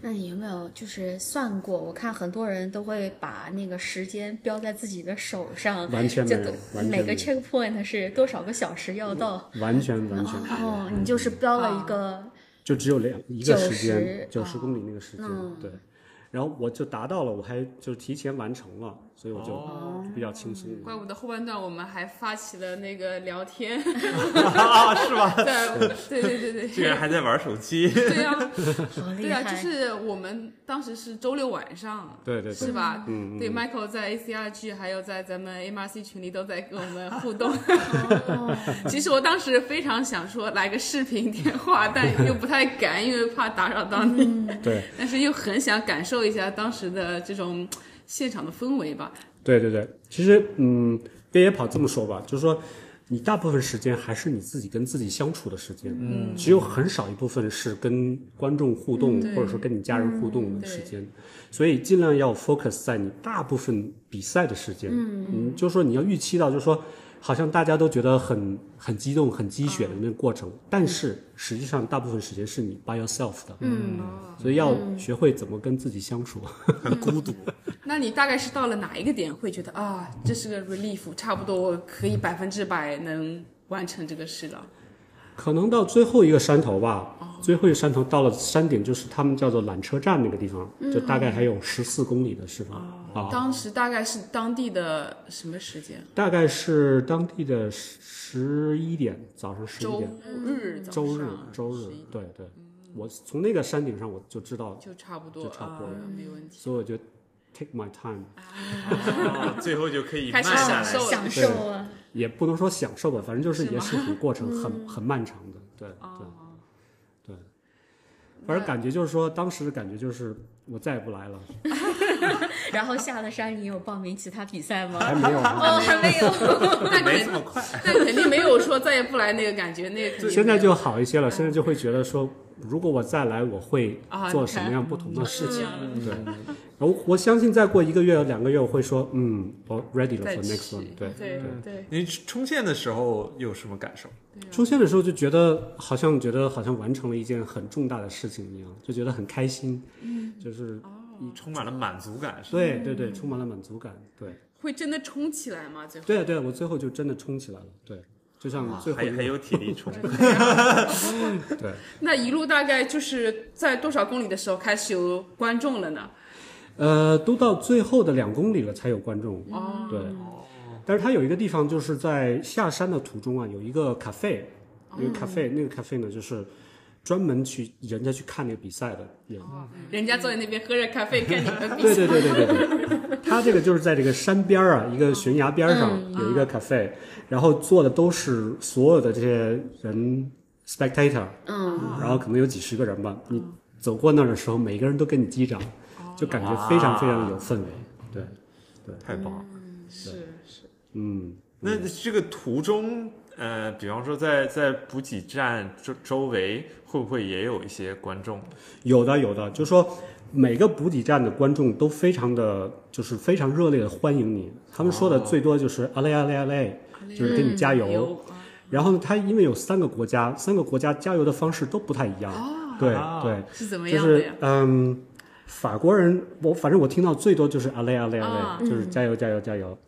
那你有没有就是算过？我看很多人都会把那个时间标在自己的手上，
完全
就
没有
都
完全
每
没
个
有
checkpoint 是多少个小时要到。
完全完全不一样
哦，你就是标了一
啊
个，
就只有两一个
90
时间，九
哦
十嗯公里那个时间，对。然后我就达到了，我还就是提前完成了，所以我就比较轻松。
怪不得后半段我们还发起了那个聊天，
<laughs> 啊，是吧？
对对对对
这个人
对，
还在玩手机，
对呀、
好厉
对呀、
害！哦
就是我们当时是周六晚上，
对对
是
对，
吧？嗯，对，Michael 在 ACRG 还有在咱们 MRC 群里都在跟我们互动。 <laughs> 其实我当时非常想说来个视频电话，但又不太敢，因为怕打扰到你。
对
但是又很想感受一下当时的这种现场的氛围吧。
对对对。其实，嗯，越野跑这么说吧，就是说，你大部分时间还是你自己跟自己相处的时间，嗯，只有很少一部分是跟观众互动，
对
或者说跟你家人互动的
对
时间，所以尽量要 focus 在你大部分比赛的时间。嗯嗯，就是说你要预期到，就是说。好像大家都觉得很很激动、很鸡血的那个过程，但是实际上大部分时间是你 by yourself 的，嗯，所以要学会怎么跟自己相处。
很孤独。
那你大概是到了哪一个点会觉得啊，这是个 relief，差不多我可以百分之百能完成这个事了？
可能到最后一个山头吧，最后一个山头到了山顶，就是他们叫做缆车站那个地方，就大概还有十四公里的时方啊，
当时大概是当地的什么时间？
大概是当地的十一点，早上十一
周
点，
日早上
周日，周日，对对，我从那个山顶上我就知道，
就差不多，
就差不多
啊
了、
没问题。
所以我就 take my time，
啊 <laughs> 最后就可以
开
慢
始
下
哦享受
来。
了
享受啊，
也不能说享受吧，反正就是
是
也
吗
是很过程很很漫长的，对对。
嗯哦，
对，反正感觉就是说，当时的感觉就是我再也不来了，
然后下了山，你有报名其他比赛吗？
还没
<laughs>
有。
哦，还没有。
哦那
没
肯
这么快，
那肯定没有说再也不来那个感觉，那个肯定没有
现在就好一些了，现在就会觉得说，如果我再来，我会
嗯啊
做
你
什
看嗯
么样不同的事情？对，然后我相信再过一个月、两个月，我会说，嗯，我 ready 了
再
for
去
next one。对，
对啊对
你冲线的时候有什么感受？
冲线的时候就觉得好像觉得好像完成了一件很重大的事情一样，就觉得很开心，
嗯
就是
哦
你充满了满足感，是吧？
对对对，充满了满足感。对
会真的冲起来吗？最后
对对，我最后就真的冲起来了。对，就像嗯最后
还
一
还
个
有体力冲，
对。
那一路大概就是在多少公里的时候开始有观众了呢？
呃，都到最后的两公里了才有观众。
哦
对，但是它有一个地方，就是在下山的途中啊，有一个咖啡，有一个咖啡，那个咖啡呢，就是专门去人家去看那个比赛的人。
人家坐在那边喝着咖啡看你
<laughs>
们比
对
赛，
对对对对对，它这个就是在这个山边儿啊，一个悬崖边儿上有一个咖啡，然后坐的都是所有的这些人 spectator，
嗯，
然后可能有几十个人吧。你走过那儿的时候，每个人都跟你击掌，就感觉非常非常有氛围。对，
太棒了。
是是，
嗯。
那这个途中，呃，比方说在在补给站周周围，会不会也有一些观众？
有的，有的，就是说每个补给站的观众都非常的，就是非常热烈的欢迎你。他们说的最多就是阿嘞阿嘞阿嘞，就是给你加
哎
油。
啊
然后呢，他因为有三个国家，三个国家加油的方式都不太一样。对
啊
对，
哦是怎么
就
样的
是
呀？
嗯，法国人，我反正我听到最多就是阿嘞阿嘞
啊
阿嘞，就是加油加油加油。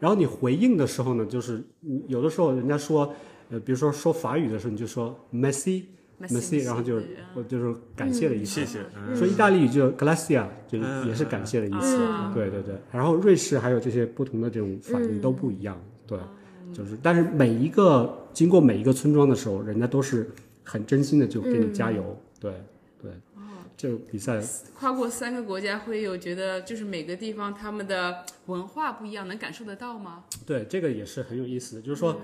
然后你回应的时候呢，就是嗯有的时候人家说，呃，比如说说法语的时候，你就说 Messi。Messi，然后
嗯
就是我就是感谢的意思，
谢谢，嗯
所以意大利语就 “glacia”，就是
嗯
也是感谢的意思。
嗯
对对对。然后瑞士还有这些不同的这种反应都不一样。对，就是但是每一个经过每一个村庄的时候，人家都是很真心的就给你加油。对对。这个比赛
跨过三个国家会有觉得就是每个地方他们的文化不一样，能感受得到吗？
对这个也是很有意思的，就是说。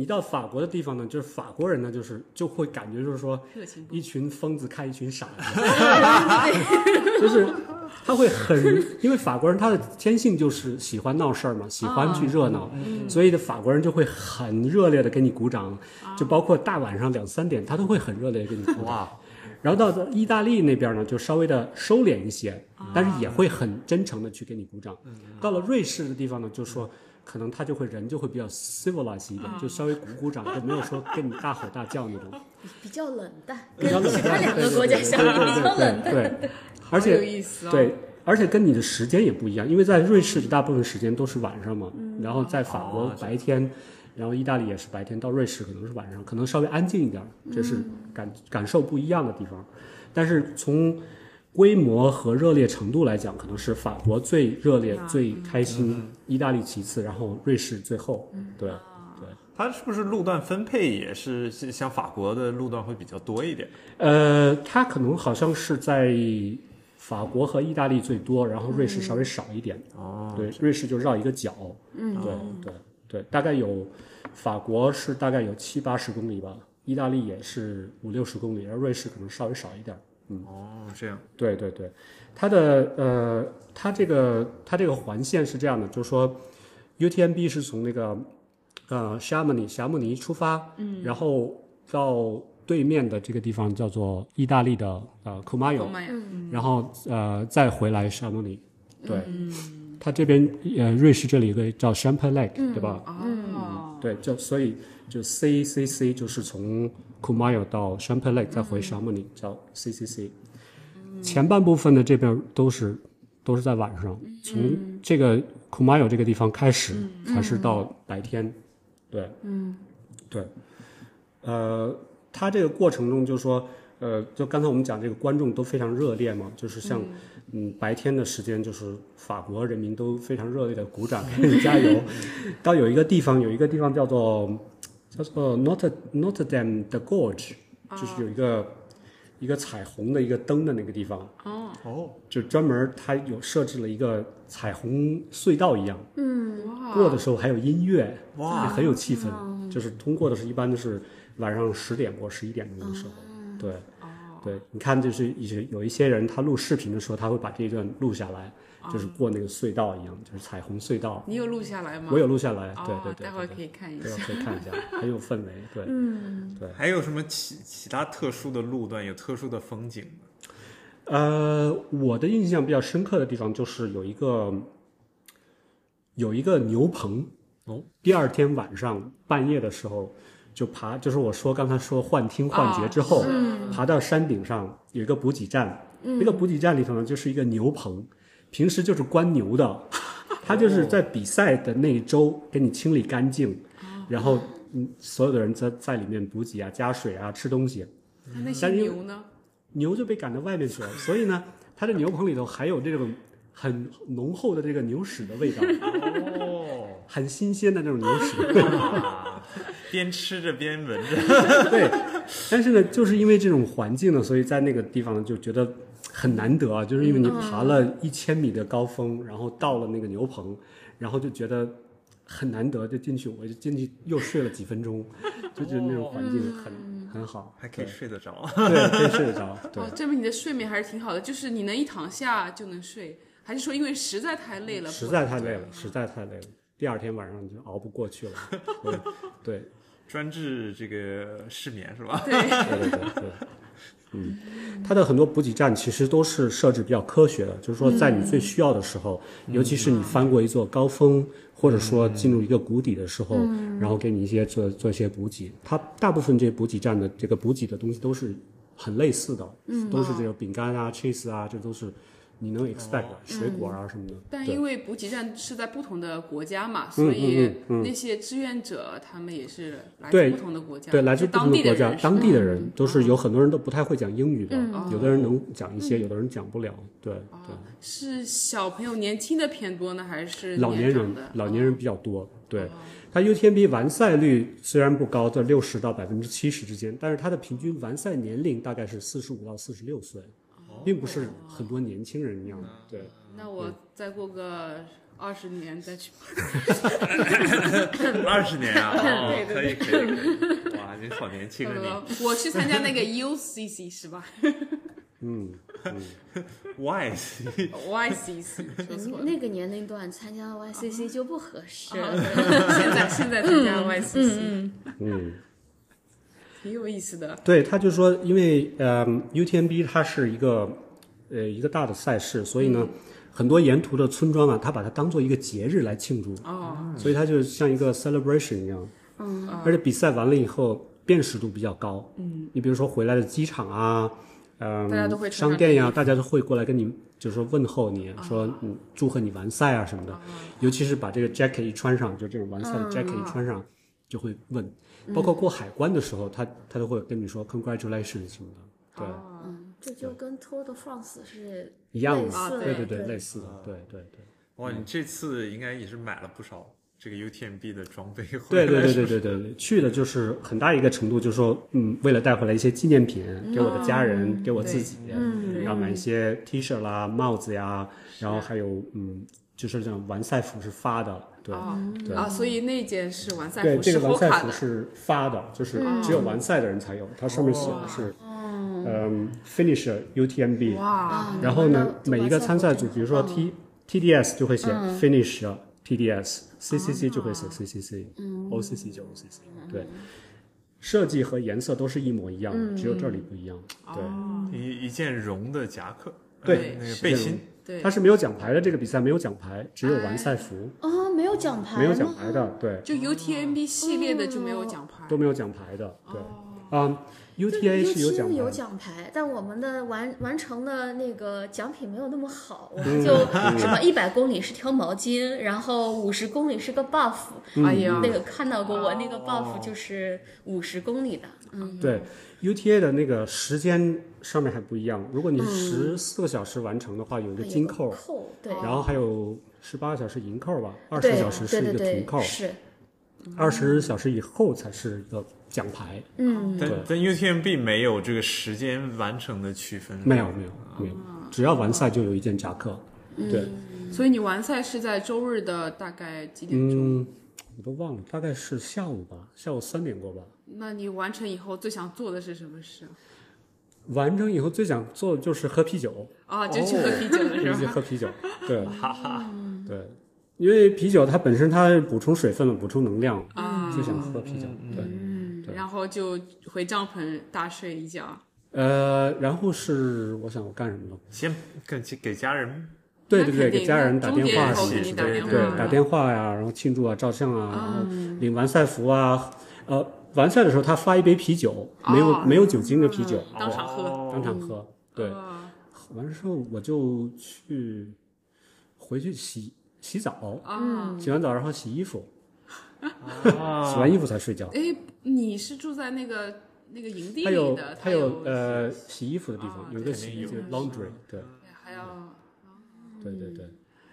你到法国的地方呢，就是法国人呢，就是就会感觉就是说，
热情不
一群疯子看一群傻子，
<laughs>
<laughs> 就是他会很，因为法国人他的天性就是喜欢闹事儿嘛，
啊
喜欢去热闹，
嗯
所以的法国人就会很热烈的给你鼓掌，
啊
就包括大晚上两三点，他都会很热烈的给你鼓
<laughs>
掌。 <laughs>
哇，
然后到意大利那边呢，就稍微的收
啊嗯
敛一些，但是也会很真诚的去给你鼓掌。到了瑞士的地方呢，就说可能他就会人就会比较 civilized 一点，
啊
就稍微鼓鼓掌，就没有说跟你大吼大
<laughs>
叫那种。
比较冷淡，
比较冷
其
淡
他两个国家相比比较冷淡。
对对对对，而且
好有意思哦
对，而且跟你的时间也不一样，因为在瑞士大部分时间都是晚上嘛，
嗯
然后在法国
哦
白天，然后意大利也是白天，到瑞士可能是晚上，可能稍微安静一点，这是
嗯
感感受不一样的地方。但是从规模和热烈程度来讲，可能是法国最热烈、
啊
最
嗯
开心，意大利其次，然后瑞士最后。
嗯
对，对。
它是不是路段分配也是像像法国的路段会比较多一点？
呃，它可能好像是在法国和意大利最多，然后瑞士稍微少一点。
哦，
对，瑞士就绕一个角。嗯，对对对，大概有法国是大概有七八十公里吧，意大利也是五六十公里，而瑞士可能稍微少一点。
哦，这样，
对对对，它的呃，它这个它这个环线是这样的，就是说，UTMB 是从那个呃霞慕尼霞慕尼出发，嗯，然后到对面的这个地方叫做意大利的呃库马
哎
尤，
呀，
嗯
然后呃再回来霞慕尼，对，它这边呃瑞士这里有个叫 c h a m p a Lake，、对吧？
哦，
对，就所以就 C C C 就是从 Kumayo 到 c h a m p a Lake 再回沙漠里叫 C C C。前半部分的这边都是都是在晚上，从这个 Kumayo 这个地方开始才是到白天。对，嗯，对，呃，它这个过程中就说。呃，就刚才我们讲这个观众都非常热烈嘛，就是像，嗯，白天的时间就是法国人民都非常热烈的鼓掌给你加油，到有一个地方，有一个地方叫做叫做 Notre Notre Dame 的 Gorge，就是
啊
有一个、一个彩虹的一个灯的那个地方，
嗯
哦，
就专门它有设置了一个彩虹隧道一样，
嗯哇，嗯
过的时候还有音乐，
哇
也很有气氛。就是通过的是一般都是晚上十点过十一点钟的时候，
啊
对。
哦
对，你看，就是一些有一些人，他录视频的时候，他会把这一段录下来，就是过那个隧道一样，就是彩虹隧道。
你有录下来吗？
我有录下来，
啊哦，
对对对，
待会儿
对
可以看一
对，
下。嗯
可以看一
<laughs>
下，很有氛围。对，
还有什么其其他特殊的路段，有特殊的风景吗？
呃，我的印象比较深刻的地方就是有一个有一个牛棚，
哦，
第二天晚上半夜的时候就爬，就是我说刚才说幻听幻觉之后，
啊是嗯
爬到山顶上有一个补给站，那个补给站里头呢就是一个牛棚，平时就是关牛
<laughs>
的，他
哦
就是在比赛的那一周给你清理干净，
哦
然后嗯所有的人在在里面补给啊、加水啊、吃东西。
那那些牛呢？
牛就被赶到外
<laughs>
面去了，所以呢，它的牛棚里头还有这种很浓厚的这个牛屎的味道， <laughs>
哦，
很新鲜的那种牛屎。 <laughs>
边吃着边闻着，
对，但是呢，就是因为这种环境呢，所以在那个地方就觉得很难得啊，就是因为你爬了一千米的高峰，然后到了那个牛棚，然后就觉得很难得，就进去，我就进去又睡了几分钟，就觉得那种环境很、很好，
哦还可以
对
睡得着。
对，可以睡得着，对
哦，。证明你的睡眠还是挺好的，就是你能一躺下就能睡，还是说因为实在太累了？
嗯实在太累了，实在太累了。第二天晚上就熬不过去了，对对
专治这个失眠是吧？
对对对对，嗯，它的很多补给站其实都是设置比较科学的，就是说在你最需要的时候，尤其是你翻过一座高峰，或者说进入一个谷底的时候，然后给你一些做做一些补给。它大部分这些补给站的这个补给的东西都是很类似的，都是这个饼干啊、cheese 啊，这都是你能 expect 的水果啊什么的。
但
对嗯
因为补给站是在不同的国家嘛，所以那些志愿者他们也是来自
对
不同的国家，
对，来
是
自不
当
同
地的
的国家，
人是
当
吧嗯
地的人都是有很多人都不太会讲英语的，有的人
哦
能讲一
嗯
些，有的人讲不了。对对，
是小朋友年轻的偏多呢，还是
老年
年
人
长的哦
老年人比较多。对，它 UTMB 完赛率虽然不高，在六十到百分之七十之间，但是它的平均完赛年龄大概是四十五到四十六岁，
哦
并不是很多年轻人一样。对，
那我再过个二十年再去，
二十年啊，哦，可
对
以可以可以，
<laughs>
哇，你好年轻啊
嗯我去参加那个 UCC 是
<laughs>
吧
你，Why？
？YCC 说错了。
那个年龄段参加 YCC 就不合适。
啊现在现在参加 YCC
嗯。
挺有意思的，
对，他就说，因为呃，UTMB
嗯
它是一个呃一个大的赛事，所以呢，很多沿途的村庄啊，他把它当做一个节日来庆祝，
哦，
所以它就像一个 celebration 一样。
嗯
而且比赛完了以后，辨识度比较高。嗯，你比如说回来的机场啊，嗯、
大家都会穿上
商店呀、大家都会过来跟你就是说问候你，
啊
说嗯祝贺你完赛啊什么的。尤其是把这个 jacket 一穿上，就这种完赛
嗯
的 jacket 一穿上，就会问。包括过海关的时候，他他都会跟你说 congratulations 什么的，对，
哦
嗯，这就跟 Tour de France 是
一样
类
的，
似的
对对
对
类似的，对对对。
哇，你这次应该也是买了不少这个 UTMB 的装备回
对
来，
对对
是
对
不是
对对，对去的就是很大一个程度，就是说，嗯，为了带回来一些纪念品，给我的家人，给我自己，
嗯
然后买一些 T 恤啦、帽子呀，然后还有嗯，就是这种完赛服是发的，对。
哦
嗯对
啊，所以那件是完赛
对，
服，
这
是
个完
火
赛
卡
服
的，
是发的，就是
嗯
只有完赛的人才有，它上面写的是，嗯，finish UTMB，
哇，
啊
啊
然后
嗯
呢，每一个参赛组，比如说 T TDS 就会写
嗯
finish
哦
TDS，CCC 就会写
嗯
CCC，OCC 就 OCC，对。设计和颜色都是一模一样
嗯
的，只有这里不一样。
哦
哦
一一件绒的夹克，呃
对
那个
是
背
这种
心，
对
对，它，是没有奖牌的，这个比赛没有奖牌，只有完赛服，
哦，没有奖牌吗，
没有奖牌的，对，
就 UTMB 系列的就没有奖牌
都，没有奖牌的，对。
哦
啊，UTA
就是
有奖
UT 有
牌，
奖牌，但我们的完完成的那个奖品没有那么好，我
嗯
们就什么一百公里是条毛巾，然后五十公里是个 buff，
嗯
哎呀
那，个看到过我那个
哦
buff 就是五十公里的，嗯，
对，UTA 的那个时间上面还不一样。如果你十四个小时完成的话，有一个金扣，
嗯扣对，
然后还有十八小时银扣吧，二十
对
小时是一
对
个
对
铜
对
扣，
是，
二十小时以后才是一个奖牌。
嗯，
但
对
但 UTMB 没有这个时间完成的区分，
没有没有没有，
哦
只要完赛就有一件夹克。
嗯
对，
所以你完赛是在周日的大概几点钟？
嗯，我都忘了，大概是下午吧，下午三点过吧。
那你完成以后最想做的是什么事？
完成以后最想做的就是喝啤
<laughs>
酒，
啊，就去喝啤酒了
就是是
吧？
喝啤酒。
<laughs>
对，
嗯
对，因为啤酒它本身它补充水分了，补充能量， <laughs>
啊，
就想喝啤酒。对。
嗯然后就回帐篷大睡一觉。
呃，然后是我想我干什么了？
先给给家人
对
那
对
肯
对，给
定
家
那
人打
中
电
间
话
人
什
口
么
肯定
的
打电话啊
对，打电话呀，然后庆祝啊，照相啊，然后领完赛服啊，呃，完赛的时候他发一杯啤酒，没有
哦
没有酒精的啤酒，
嗯当场喝。
哦
当场喝。对，
啊
完事后我就去回去洗洗澡，
啊，
洗完澡然后洗衣服，
啊
洗完衣服才睡觉。
哎，你是住在那个那个营地
它
里
有
的？
它
有
有呃洗衣服的地方
啊，
有一
对
个洗
肯
衣机
定有嗯
laundry，对
还要
对对对。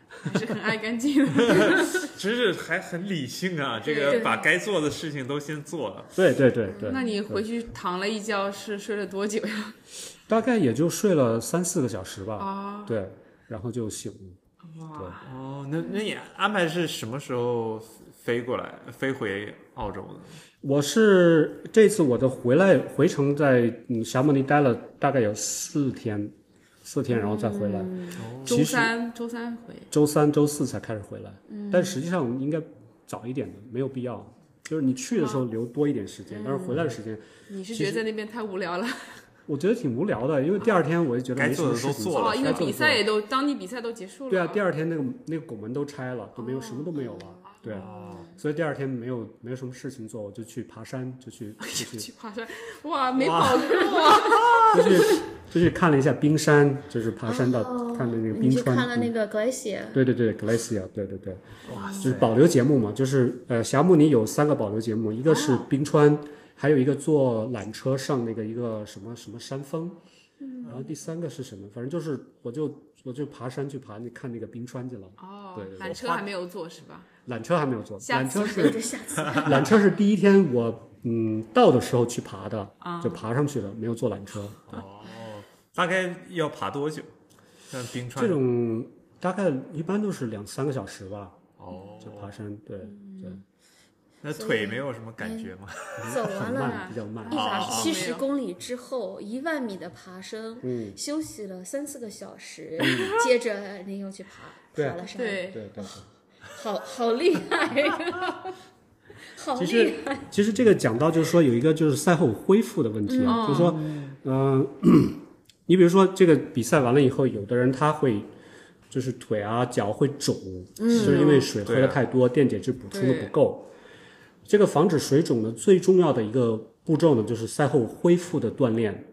还是很爱干净的。
真是还很理性啊，这个
对
把该做的事情都先做了。
对对对对，
<laughs> 那你回去躺了一觉是睡了多久呀？
大概也就睡了三四个小时吧，
啊
对，然后就醒了。
哇，
哦，那那你安排是什么时候飞过来，飞回澳洲的？
我是这次我的回来回程在嗯霞慕尼待了大概有四天，四天然后再回来，
周
其实
三周三回
周三周四才开始回来，
嗯
但实际上应该早一点的，没有必要。就是你去的时候留多一点时
嗯
间，但是回来的时间，
你是
其
觉得
实
在那边太无聊了？
我觉得挺无聊的，因为第二天我就觉得
该
没什
做
么
的
事
都
情
做
做
了
哦，因为
该做
比
的
赛也都当地比赛都结束了。
对啊，第二
<laughs>
天那个那个拱门都拆了，都没有什么都没有
哦
了。对，啊所以第二天没有没有什么事情做，我就去爬山，就去就去
去爬山，哇，没
<laughs>
跑过啊。
就去就去看了一下冰山，就是爬山到
哦
看的那个
你
冰
去看了
川。嗯
那个 glacier，
对对对，glacier，对对对，
哇
就是保留节目嘛，就是呃，霞慕尼有三个保留节目，一个是
啊
冰川，还有一个坐缆车上那个一个什么什么山峰，
嗯
然后第三个是什么？反正就是我就我就爬山去爬那看那个冰川去了，
哦
对对，对
缆车还没有坐是吧？
缆车还没有坐，
下
缆
次
车是
对，下次
缆车是第一天我嗯到的时候去爬的，
啊
就爬上去了，没有坐缆车。对
哦，大概要爬多久？像冰川
这种大概一般都是两三个小时吧，
哦，
就爬山，对
嗯
对，
那腿没有什么感觉吗？
走完
很 <laughs>
了。
慢，比较慢
一。百
啊
七十公里之后，一万米的爬升，
嗯
休息了三四个小时，接着您又去爬，
对
爬了山，
对，
嗯
哦
对对。
好好厉害
<laughs>
呀，好
其
厉
实
害！
其实这个讲到就是说有一个就是赛后恢复的问题啊，就是说，
哦
呃 <clears throat> 嗯、你比如说这个比赛完了以后，有的人他会就是腿啊脚会肿，是因为水喝的太多，电解质补充的不够。这个防止水肿的最重要的一个步骤呢，就是赛后恢复的锻炼，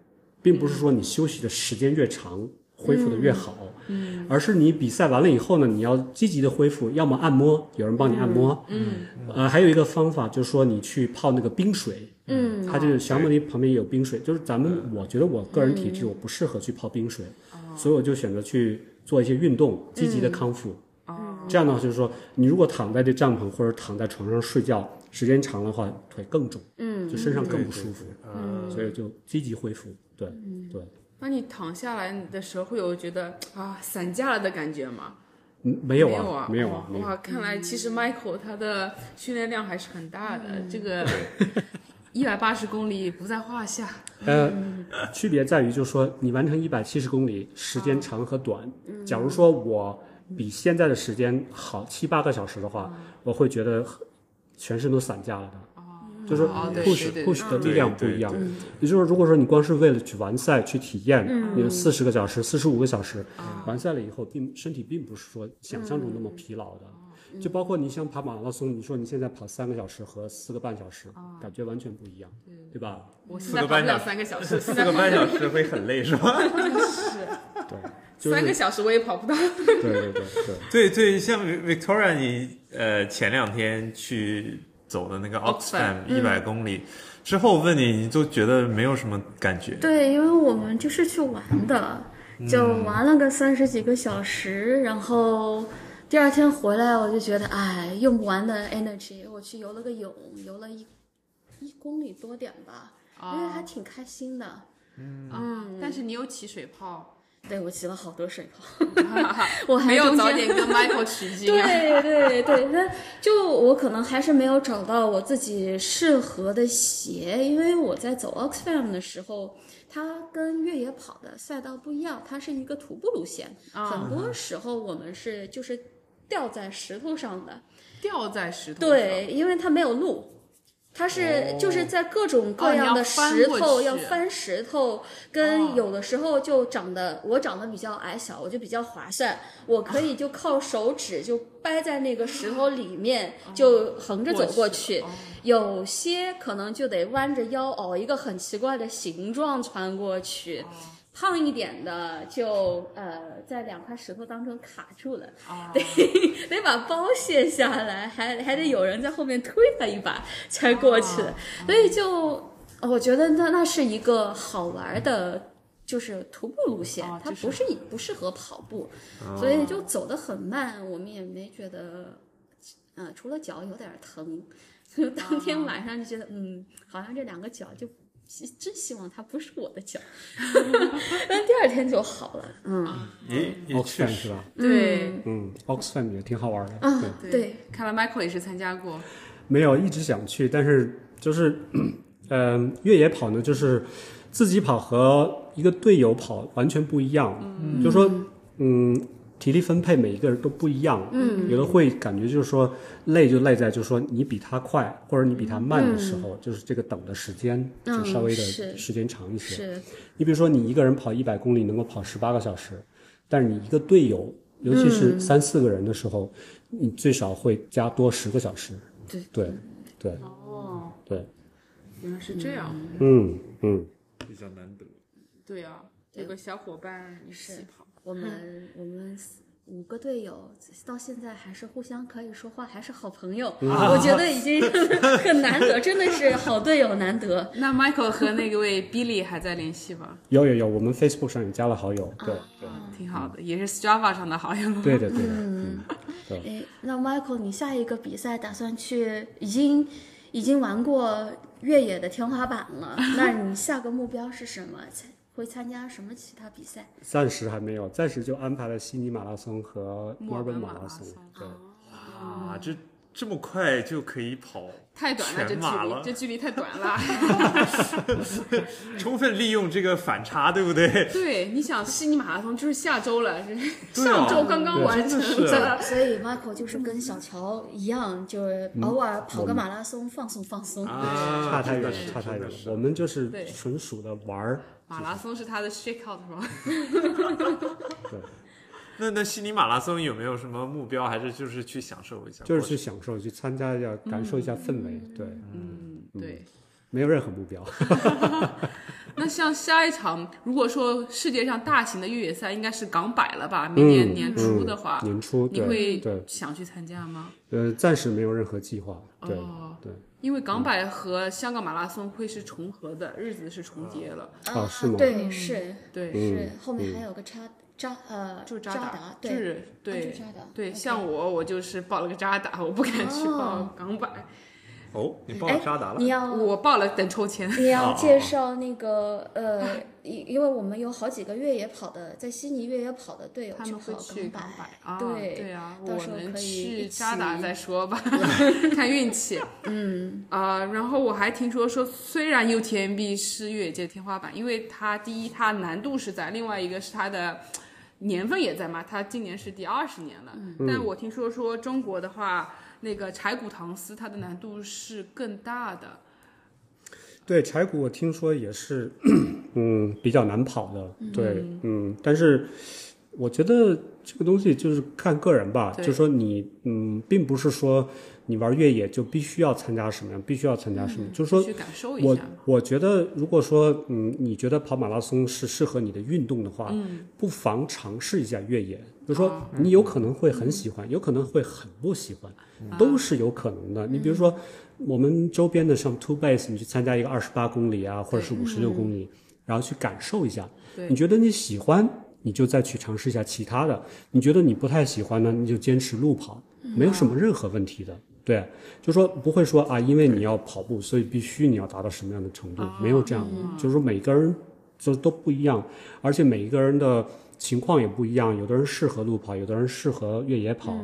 并不是说你休息的时间越长，恢复的越好，嗯，而是你比赛完了以后呢，你要积极的恢复，要么按摩，有人帮你按摩，
嗯，
呃，还有一个方法就是说你去泡那个冰水，
嗯，
它这个小茉莉旁边也有冰水，就是咱们我觉得我个人体质我不适合去泡冰水，所以我就选择去做一些运动，积极的康复。
嗯
这样的话就是说，你如果躺在这帐篷或者躺在床上睡觉时间长的话，腿更肿，
嗯，
就身上更不舒服，
嗯，
所以就积极恢复。对，对，
那你躺下来的时候，会有觉得啊散架了的感觉吗？
嗯，没
没
有
啊
啊，，没有啊，没有。
哇，看来其实 Michael 他的训练量还是很大的，这个一百八十公里不在话下。
呃， <laughs> 区别在于就是说，你完成一百七十公里，时间
嗯
长和短。假如说我比现在的时间好七八个小时的话，我会觉得全身都散架了的。就是
嗯哦对对
push
对
push 的
对
力量不
对
一样，也就是如果说你光是为了去完赛去体验，
嗯
你四十个小时、四十五个小时，完赛了以后，并身体并不是说想象中那么
嗯
疲劳
哦
的，就包括你想跑马拉松，你说你现在跑三个小时和四个半小时，
哦
感觉完全不一样，对吧？
我现
四
在
个
跑
半
不了
小
三个小时，
四
现在
个半小时会很累是吧？
对， <laughs> 就是
三个小时我也跑不到。
对对对对。
对对，像 Victoria，你呃前两天去走的那个
Oxfam，
Oxfam 一百公里、之后，问你你就觉得没有什么感觉，
对，因为我们就是去玩的，
嗯
就玩了个三十几个小时，然后第二天回来，我就觉得哎，用不完的 energy，我去游了个泳，游了一一公里多点吧，因为还挺开心的。
嗯，但是你有起水泡， <laughs>
对，我起了好多水泡，我
我
还
没有
中
早
间
点跟 Michael 取经啊。
对对对，那就我可能还是没有找到我自己适合的鞋，因为我在走 Oxfam 的时候，它跟越野跑的赛道不一样，它是一个徒步路线，
啊
很多时候我们是就是掉在石头上的，
掉在石头上。
对，因为它没有路，它是就是在各种各样的石
哦哦你要翻
头、
过去
要翻石头，
哦
跟有的时候就长得、我长得比较矮小，我就比较划算，我可以就靠手指就掰在那个石头里面，就横着走过去。
哦
有些可能就得弯着腰熬一个很奇怪的形状穿过
哦
去。胖一点的就呃在两块石头当中卡住了，
啊，
得把包卸下来，还还得有人在后面推他一把才过去。
哦
所以就我觉得那那是一个好玩的，就是徒步路线，
哦
它
就是
不是不适合跑步，所以就走得很慢，我们也没觉得，呃，除了脚有点疼，就当
哦
天晚上就觉得，嗯，好像这两个脚就。真希望它不是我的
<laughs>
脚，但第二天就好了。嗯，
也也确
Oxfam
实
是吧？
对
嗯，Oxfam 也挺好玩的。
啊
对，
对，
看来 Michael 也是参加过。
没有一直想去，但是 <clears throat> 就是，嗯、越野跑呢，就是自己跑和一个队友跑完全不一样。嗯，就说，嗯，体力分配每一个人都不一样。嗯，有的会感觉就是说累就累在就是说你比他快或者你比他慢的时候，就是这个等的时间就
嗯
稍微的
是
时间长一些。
是
你比如说，你一个人跑一百公里能够跑十八个小时，但是你一个队友，尤其是三四个人的时候，你最少会加多十个小时。
对
对对
哦，
对，
原来是这样。
嗯嗯，
比较难得。
对啊，有个小伙伴一起
是
跑。
我们我们四五个队友到现在还是互相可以说话，还是好朋友。
嗯
我觉得已
<laughs>
经很难得，真的是好队友难得。
那 Michael 和那位 Billy 还在联系吧？
有有有，我们 Facebook 上也加了好友。对
挺好的，也是 Strava 上的好友。
对对的对的，嗯，对。
哎，那 Michael，你下一个比赛打算去？已经已经玩过越野的天花板
<laughs>
了，那你下个目标是什么？参会参加什么其他比赛？
暂时还没有，暂时就安排了悉尼马拉松和墨尔本
马
马
拉
拉
松
松。对，
啊，这这么快就可以跑
太短了，这
全
距
马
离
了，
这距离太短了。 <laughs>
充分利用这个反差，对不对？
对，你想悉尼马拉松就是下周了，这
对啊
上周刚刚完成
对真的啊
的。
所以 Michael 就是跟小乔一样，就是
嗯
偶尔跑个马拉松，放松放松。
啊，
差太远
真的
了，
是
差太远
真的
了
是。
我们就是
对
纯属的玩儿。
马拉松是他的 shakeout 是吧？
对，
那那悉尼马拉松有没有什么目标？还是就是去享受一下？
就是去享受，去参加一下，感受一下氛围。对，
嗯，对。
没有任何目标。
嗯
那像下一场，如果说世界上大型的越野赛，应该是港百了
嗯
吧？明年年初的话，
嗯年初
你
对
会
对，
想去参加吗？
呃，暂时没有任何计划。对
哦
对，
因为港百和香港马拉松会是重合的，日子是重叠了。
啊是吗
对，是
嗯
对，
是，后面还有个扎扎呃，
就
扎
扎达，就
对，
是对
就扎达
对，
OK
像我我就是报了个扎达，我不敢去报
哦嗯
港百，
哦，你报了扎达了
你要
我报了等抽签。
你要
哦
介绍那个
啊
呃，因因为我们有好几个越野跑的，在悉尼越野跑的队友
他们会
跑
去
港
百啊，
对
对啊，
到
我
时候
们
可以
去
一
扎达
起
再说
<laughs>
吧，看运气。嗯啊、然后我还听说说，虽然 UTMB 是越野界天花板，因为它第一它难度是在，另外一个是它的。年份也在嘛，它今年是第二十年了。
嗯
但我听说说中国的话，那个柴谷唐斯它的难度是更大的。
对，柴谷我听说也是， <clears throat> 嗯，比较难跑的。对，嗯，但是我觉得这个东西就是看个人吧，
对
就说你，嗯，并不是说你玩越野就必须要参加什么样，必须要参加什么，就是说
去感受嗯一
我
下，
我觉得，如果说嗯，你觉得跑马拉松是适合你的运动的话，
嗯
不妨尝试一下越野。比如说，
哦
你有可能会很喜欢，有可能会很不喜欢，嗯
啊
都是有可能的。你比如说，我们周边的像 Two Base，你去参加一个二十八公里啊，或者是五十六公里，然后去感受一下。
对
你觉得你喜欢，你就再去尝试一下其他的；你觉得你不太喜欢呢，你就坚持路跑，没有什么任何问题的。对，就说不会说啊，因为你要跑步，所以必须你要达到什么样的程度，没有这样的。就是说每个人就都不一样，而且每一个人的情况也不一样，有的人适合路跑，有的人适合越野跑，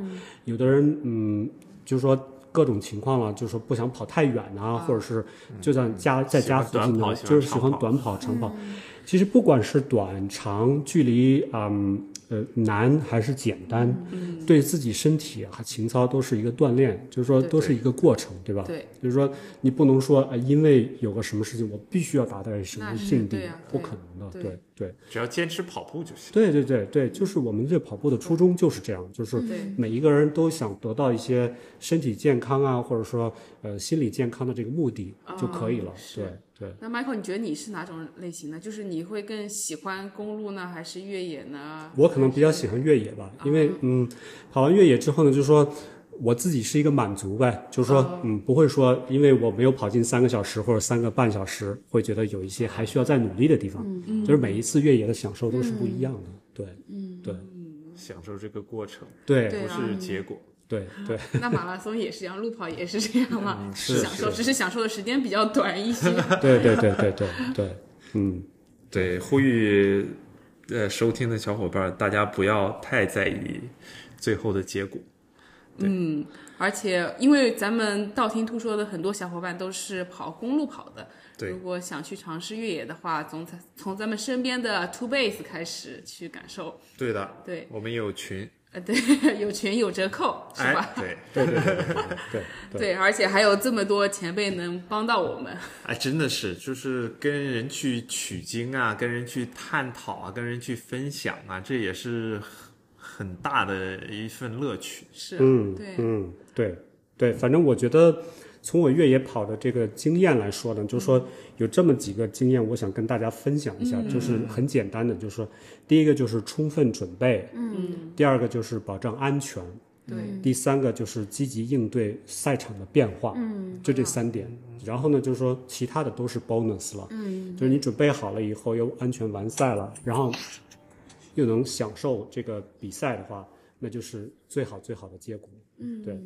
有的人嗯，就是说。各种情况了，就是说不想跑太远啊，或者是就像家、在
喜
家
欢
附
短
近
跑
的，
喜欢
就是喜
长
欢
跑
短跑、长跑。其实不管是短长距离，嗯呃难还是简单，对自己身体和情操都是一个锻炼，就是说
对
都是一个过程，对吧？
对，
就是说你不能说啊、呃因为有个什么事情，我必须要达到什
那
么
是
境地
对啊，
不
对
可能的，
对
对对
只要坚持跑步就行。
对对对对，就是我们这跑步的初衷就是这样，就是
对
每一个人都想得到一些身体健康啊，或者说呃心理健康的这个目的就可以了，
是
对对。
那 Michael，你觉得你是哪种类型呢？就是你会更喜欢公路呢，还是越野呢？
我可能比较喜欢越野吧，因为嗯，跑完越野之后呢，就是说我自己是一个满足呗，就是说嗯，不会说因为我没有跑进三个小时或者三个半小时，会觉得有一些还需要再努力的地方。就是每一次越野的享受都是不一样的，对，对，
享受这个过程，
对，
对
不
啊
是结果。
对，对，
那马拉松也是这样，路跑也是这样嘛，
嗯是
享受，
是
只是享受的时间比较短一
<laughs>
些。
对，对，对，对，对，对，嗯，
对，呼吁呃收听的小伙伴，大家不要太在意最后的结果。
而且，因为咱们道听途说的很多小伙伴都是跑公路跑的，
对
如果想去尝试越野的话，从咱从咱们身边的 Two Base 开始去感受，
对的，
对
我们有群，
呃，对， <laughs> 有群有折扣，是吧？
哎，对，
对，对，对，对，对，对，
对，而且还有这么多前辈能帮到我们，
哎，真的是，就是跟人去取经啊，跟人去探讨啊，跟人去分享啊，这也是很很大的一份乐趣。
是，
嗯，
对，
嗯，对，对，反正我觉得从我越野跑的这个经验来说呢，就是说有这么几个经验，我想跟大家分享一下，就是很简单的，就是说第一个就是充分准备，嗯，第二个就是保障安全，
对，
第三个就是积极应对赛场的变化，嗯，就这三点。然后呢，就是说其他的都是 bonus 了，嗯，就是你准备好了以后又安全完赛了，然后又能享受这个比赛的话，那就是最好最好的结果，嗯，对。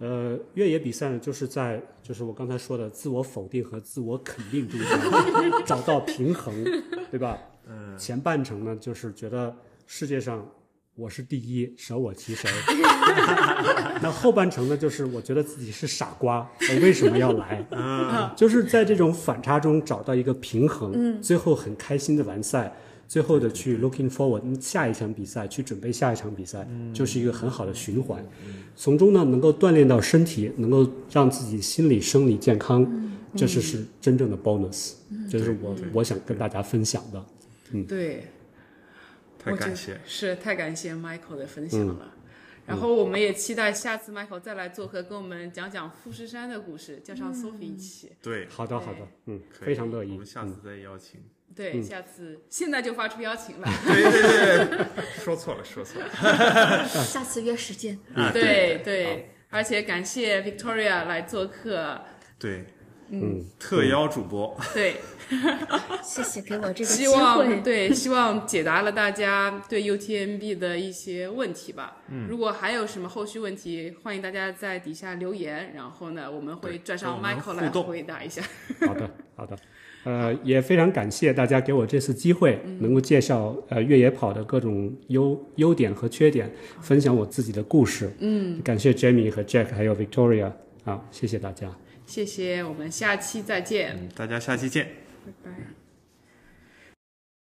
呃，越野比赛呢，就是在就是我刚才说的自我否定和自我肯定中间找到平衡，对吧？嗯，前半程呢，就是觉得世界上我是第一，舍我其谁。 <laughs> 那后半程呢，就是我觉得自己是傻瓜，我为什么要来？就是在这种反差中找到一个平衡，最后很开心的完赛，最后的去 looking forward 嗯下一场比赛，去准备下一场比赛，就是一个很好的循环。从中呢，能够锻炼到身体，能够让自己心理、生理健康，这是是真嗯正的 bonus，这是我我想跟大家分享的。
对，
太
我觉
感
得
谢。
是太感谢 Michael 的分
嗯
享了。然后我们也期待下次 Michael 再来做客，跟我们讲讲富士山的故事，叫
嗯
上 Sophie 一起。
对，
好的，
对
好的，嗯，
可以
非常乐
我
意嗯
们。下次再邀请。
对，下次现在就发出邀
<laughs>
请了。
对对 <laughs> 对，说错了，说错了。
下次约时间。
啊，
对对，而且感谢 Victoria 来做客。
对，嗯，特邀主播，
对，
谢谢给我这个
希
机
望
会。
对 <laughs> 希望解答了大家对 UTMB 的一些问题吧。嗯，如果还有什么后续问题，欢迎大家在底下留言，然后呢，我们会
对
转
跟
上
我们
Michael
互
来
动
回答一下。
好的，好的，呃，也非常感谢大家给我这次机会，能够介绍呃越野跑的各种优优点和缺点，分享我自己的故事。嗯，感谢 Jamie 和 Jack 还有 Victoria 啊，谢谢大家。
谢谢，我们下期再见。
嗯，大家下期见。
拜拜。